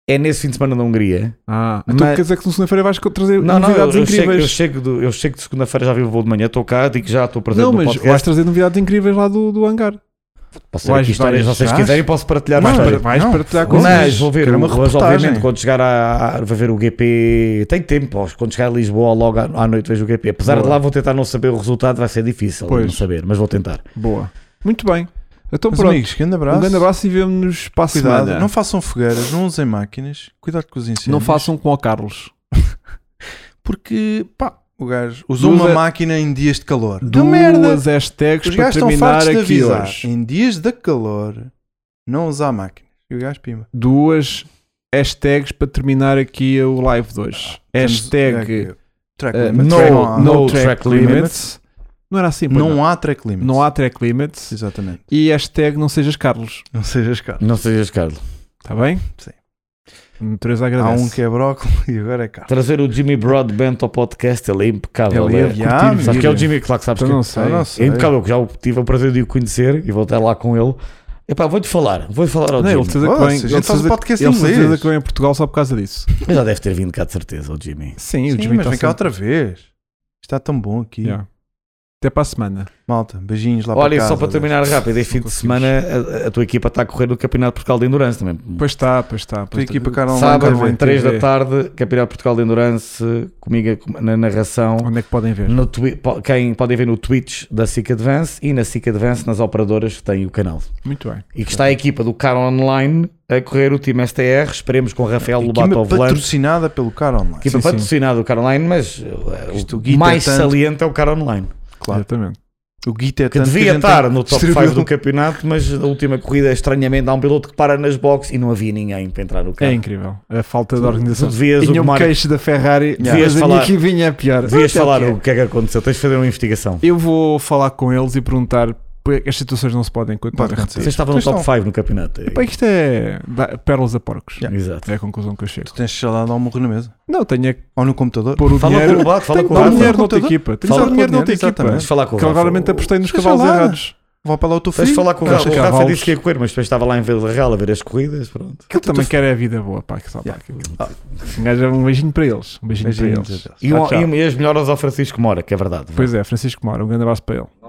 Speaker 2: é nesse fim de semana da Hungria.
Speaker 3: Ah,
Speaker 2: Mas-
Speaker 3: então quer dizer que no segunda-feira vais co- trazer
Speaker 2: Não, não, eu,
Speaker 3: novidades
Speaker 2: eu chego, eu,
Speaker 3: incríveis.
Speaker 2: chego do- eu chego de segunda-feira, já vi o voo de manhã, estou cá, digo já estou presente
Speaker 3: não,
Speaker 2: no
Speaker 3: mas vais
Speaker 2: podcast.
Speaker 3: trazer novidades incríveis lá do, do hangar.
Speaker 2: Posso ter aqui
Speaker 3: vais-
Speaker 2: histórias, se
Speaker 3: vais-
Speaker 2: vocês
Speaker 1: vais-
Speaker 2: quiserem, posso partilhar
Speaker 1: Não,
Speaker 2: mais
Speaker 1: mas-
Speaker 2: histórias.
Speaker 3: Vais
Speaker 1: não,
Speaker 3: partilhar com
Speaker 1: foda-se.
Speaker 2: Mas
Speaker 3: vocês.
Speaker 2: vou ver,
Speaker 1: Quero uma
Speaker 2: o- mas
Speaker 1: reportagem.
Speaker 2: obviamente quando chegar a, a- vou ver o GP, tem tempo, ó, quando chegar a Lisboa logo à, à noite vejo o GP. Apesar de
Speaker 3: Boa.
Speaker 2: lá vou tentar não saber o resultado, vai ser difícil
Speaker 3: Pois.
Speaker 2: não saber, mas vou tentar.
Speaker 3: Boa. Muito bem. Então
Speaker 1: Mas,
Speaker 3: pronto.
Speaker 1: amigos, grande abraço.
Speaker 3: Um grande abraço e vemo-nos para a
Speaker 1: Cuidado,
Speaker 3: semana.
Speaker 1: não façam fogueiras, não usem máquinas, cuidado com os incêndios.
Speaker 3: Não façam com o Carlos.
Speaker 1: Porque, pá, o gajo usou
Speaker 3: Duas-
Speaker 1: uma máquina em dias de calor. Que
Speaker 3: Duas
Speaker 1: merda!
Speaker 3: hashtags
Speaker 1: Os
Speaker 3: para
Speaker 1: gajos estão
Speaker 3: terminar
Speaker 1: fartos de
Speaker 3: aqui
Speaker 1: avisar.
Speaker 3: hoje.
Speaker 1: Em dias de calor, não usar máquinas. E o gajo pima.
Speaker 3: Duas hashtags para terminar aqui o live de
Speaker 1: Ah,
Speaker 3: hoje. Hashtag
Speaker 1: Temos- é Track
Speaker 3: eh,
Speaker 1: limits.
Speaker 3: no,
Speaker 1: não, há,
Speaker 3: no
Speaker 2: no
Speaker 3: track,
Speaker 2: track
Speaker 3: limits.
Speaker 2: limits.
Speaker 3: Não era assim, pois não.
Speaker 1: não há track limits.
Speaker 3: Não há track limits.
Speaker 1: Exatamente.
Speaker 3: E hashtag não sejas Carlos.
Speaker 1: Não sejas caro.
Speaker 2: Não sejas, Carlos.
Speaker 3: Está bem?
Speaker 1: Sim.
Speaker 3: A natureza
Speaker 1: Há
Speaker 3: agradece.
Speaker 1: um que é brócolis e agora é caro.
Speaker 2: Trazer o Jimmy Broadbent ao podcast, ele é impecável.
Speaker 3: Ele ia
Speaker 2: Ele é.
Speaker 1: Yeah,
Speaker 3: curtir,
Speaker 2: Sabes
Speaker 1: amigo.
Speaker 2: que é o Jimmy, claro que sabes
Speaker 3: Então
Speaker 2: que
Speaker 3: não sei.
Speaker 1: Ah, não
Speaker 2: é
Speaker 1: sei.
Speaker 2: impecável, que já o- tive o prazer de o conhecer e vou estar lá com ele. Epá, vou-te falar, vou-te falar ao
Speaker 3: Não, ele
Speaker 2: Jimmy.
Speaker 3: precisa
Speaker 1: Oh,
Speaker 3: que vem,
Speaker 1: se a gente
Speaker 3: ele
Speaker 1: faz o
Speaker 3: precisa-
Speaker 1: podcast em
Speaker 3: ele precisa
Speaker 1: inglês.
Speaker 3: que vem a Portugal só por causa disso.
Speaker 2: Ele já deve ter vindo cá de certeza, o Jimmy. tá
Speaker 3: Sim, o
Speaker 1: Sim,
Speaker 3: Jimmy
Speaker 1: mas
Speaker 3: está
Speaker 1: vem
Speaker 3: sempre-
Speaker 1: cá outra vez. Está tão bom aqui.
Speaker 3: Yeah. Até para a semana.
Speaker 1: Malta, beijinhos lá
Speaker 2: Olha, e
Speaker 1: para casa. né?
Speaker 2: só para terminar rápido, este fim de semana a, a tua equipa está a correr no Campeonato Portugal de Endurance também.
Speaker 3: Pois está, pois está.
Speaker 1: Estou
Speaker 3: Pois tá.
Speaker 1: aqui
Speaker 3: está.
Speaker 1: para cá não
Speaker 2: Sábado,
Speaker 3: Carvalho
Speaker 2: 3
Speaker 3: TV.
Speaker 2: da tarde, Campeonato Portugal de Endurance, comigo na narração.
Speaker 3: Onde é que podem ver?
Speaker 2: No twi- po- quem podem ver no Twitch da SIC Advance e na SIC Advance nas operadoras que têm o canal.
Speaker 3: Muito bem.
Speaker 2: E que está a equipa do Car Online a correr o time STR, esperemos com Rafael Lobato ao
Speaker 1: Equipa
Speaker 2: volante.
Speaker 1: patrocinada pelo Car Online.
Speaker 2: Equipa
Speaker 3: Sim, sim.
Speaker 2: patrocinada do Car Online, mas eh,
Speaker 1: Isto, o
Speaker 2: o
Speaker 1: Guita
Speaker 2: mais
Speaker 1: tanto-
Speaker 2: saliente é o Car Online,
Speaker 1: Claro.
Speaker 3: Exatamente.
Speaker 1: O Guita é
Speaker 2: que
Speaker 1: tanto a
Speaker 2: devia
Speaker 1: gente
Speaker 2: estar no top
Speaker 1: distribuiu-
Speaker 2: 5 do campeonato, mas na última corrida, estranhamente, há um piloto que para nas boxes e não havia ninguém para entrar no
Speaker 3: É
Speaker 2: carro.
Speaker 3: incrível. A falta de
Speaker 2: Tu-
Speaker 3: organização.
Speaker 2: tu devias,
Speaker 3: Tinha
Speaker 2: o
Speaker 3: um
Speaker 2: Mário-
Speaker 3: queixo da Ferrari, mas
Speaker 2: Devias
Speaker 3: a minha
Speaker 2: falar-
Speaker 3: aqui vinha pior.
Speaker 2: Devias
Speaker 3: Até
Speaker 2: falar
Speaker 3: que é.
Speaker 2: o que é que aconteceu, tens de fazer uma investigação.
Speaker 3: Eu vou falar com eles e perguntar porque as situações não se podem continuar
Speaker 1: Pode
Speaker 3: a repetir.
Speaker 2: Vocês estavam no
Speaker 1: Pois
Speaker 2: top
Speaker 1: estão.
Speaker 2: 5 no campeonato.
Speaker 3: Pá, isto é da- pérolas a porcos.
Speaker 2: Exato.
Speaker 3: É a conclusão que eu chego.
Speaker 1: Tu tens salado ao morro na mesa.
Speaker 3: Não, tenho é que
Speaker 1: Ou no computador.
Speaker 3: pôr o
Speaker 2: Fala com o
Speaker 3: dinheiro.
Speaker 2: Lobato, fala
Speaker 3: Tenho que
Speaker 2: com
Speaker 3: pôr
Speaker 2: o
Speaker 3: o
Speaker 1: Lobato.
Speaker 3: dinheiro
Speaker 2: Rafa.
Speaker 3: na outra equipa. Tenho que
Speaker 2: Fala
Speaker 3: pôr o dinheiro na outra
Speaker 1: dinheiro,
Speaker 3: equipa.
Speaker 1: exatamente.
Speaker 2: Tens de falar com o
Speaker 3: Que eu
Speaker 2: Rafa.
Speaker 3: claramente apostei nos
Speaker 1: Deixa
Speaker 3: cavalos
Speaker 1: lá.
Speaker 3: errados.
Speaker 1: Vou para lá o teu
Speaker 2: Tens
Speaker 1: filho.
Speaker 2: de falar com o
Speaker 3: Não,
Speaker 2: Rafa. O Rafa
Speaker 3: cavalos.
Speaker 2: disse que ia correr, mas depois estava lá em Vila Real a ver as corridas. Pronto.
Speaker 3: Que ele também quer é a vida boa, pá. Que só, pá, que-
Speaker 2: Ah.
Speaker 3: Um gajo- Um beijinho para eles. Um beijinho para
Speaker 1: Beijinhos.
Speaker 3: eles.
Speaker 2: E,
Speaker 3: Tchau,
Speaker 2: um-
Speaker 3: tchau.
Speaker 2: e as melhoras ao Francisco Mora, que é verdade.
Speaker 3: Pois é, Francisco Mora, um grande abraço para ele.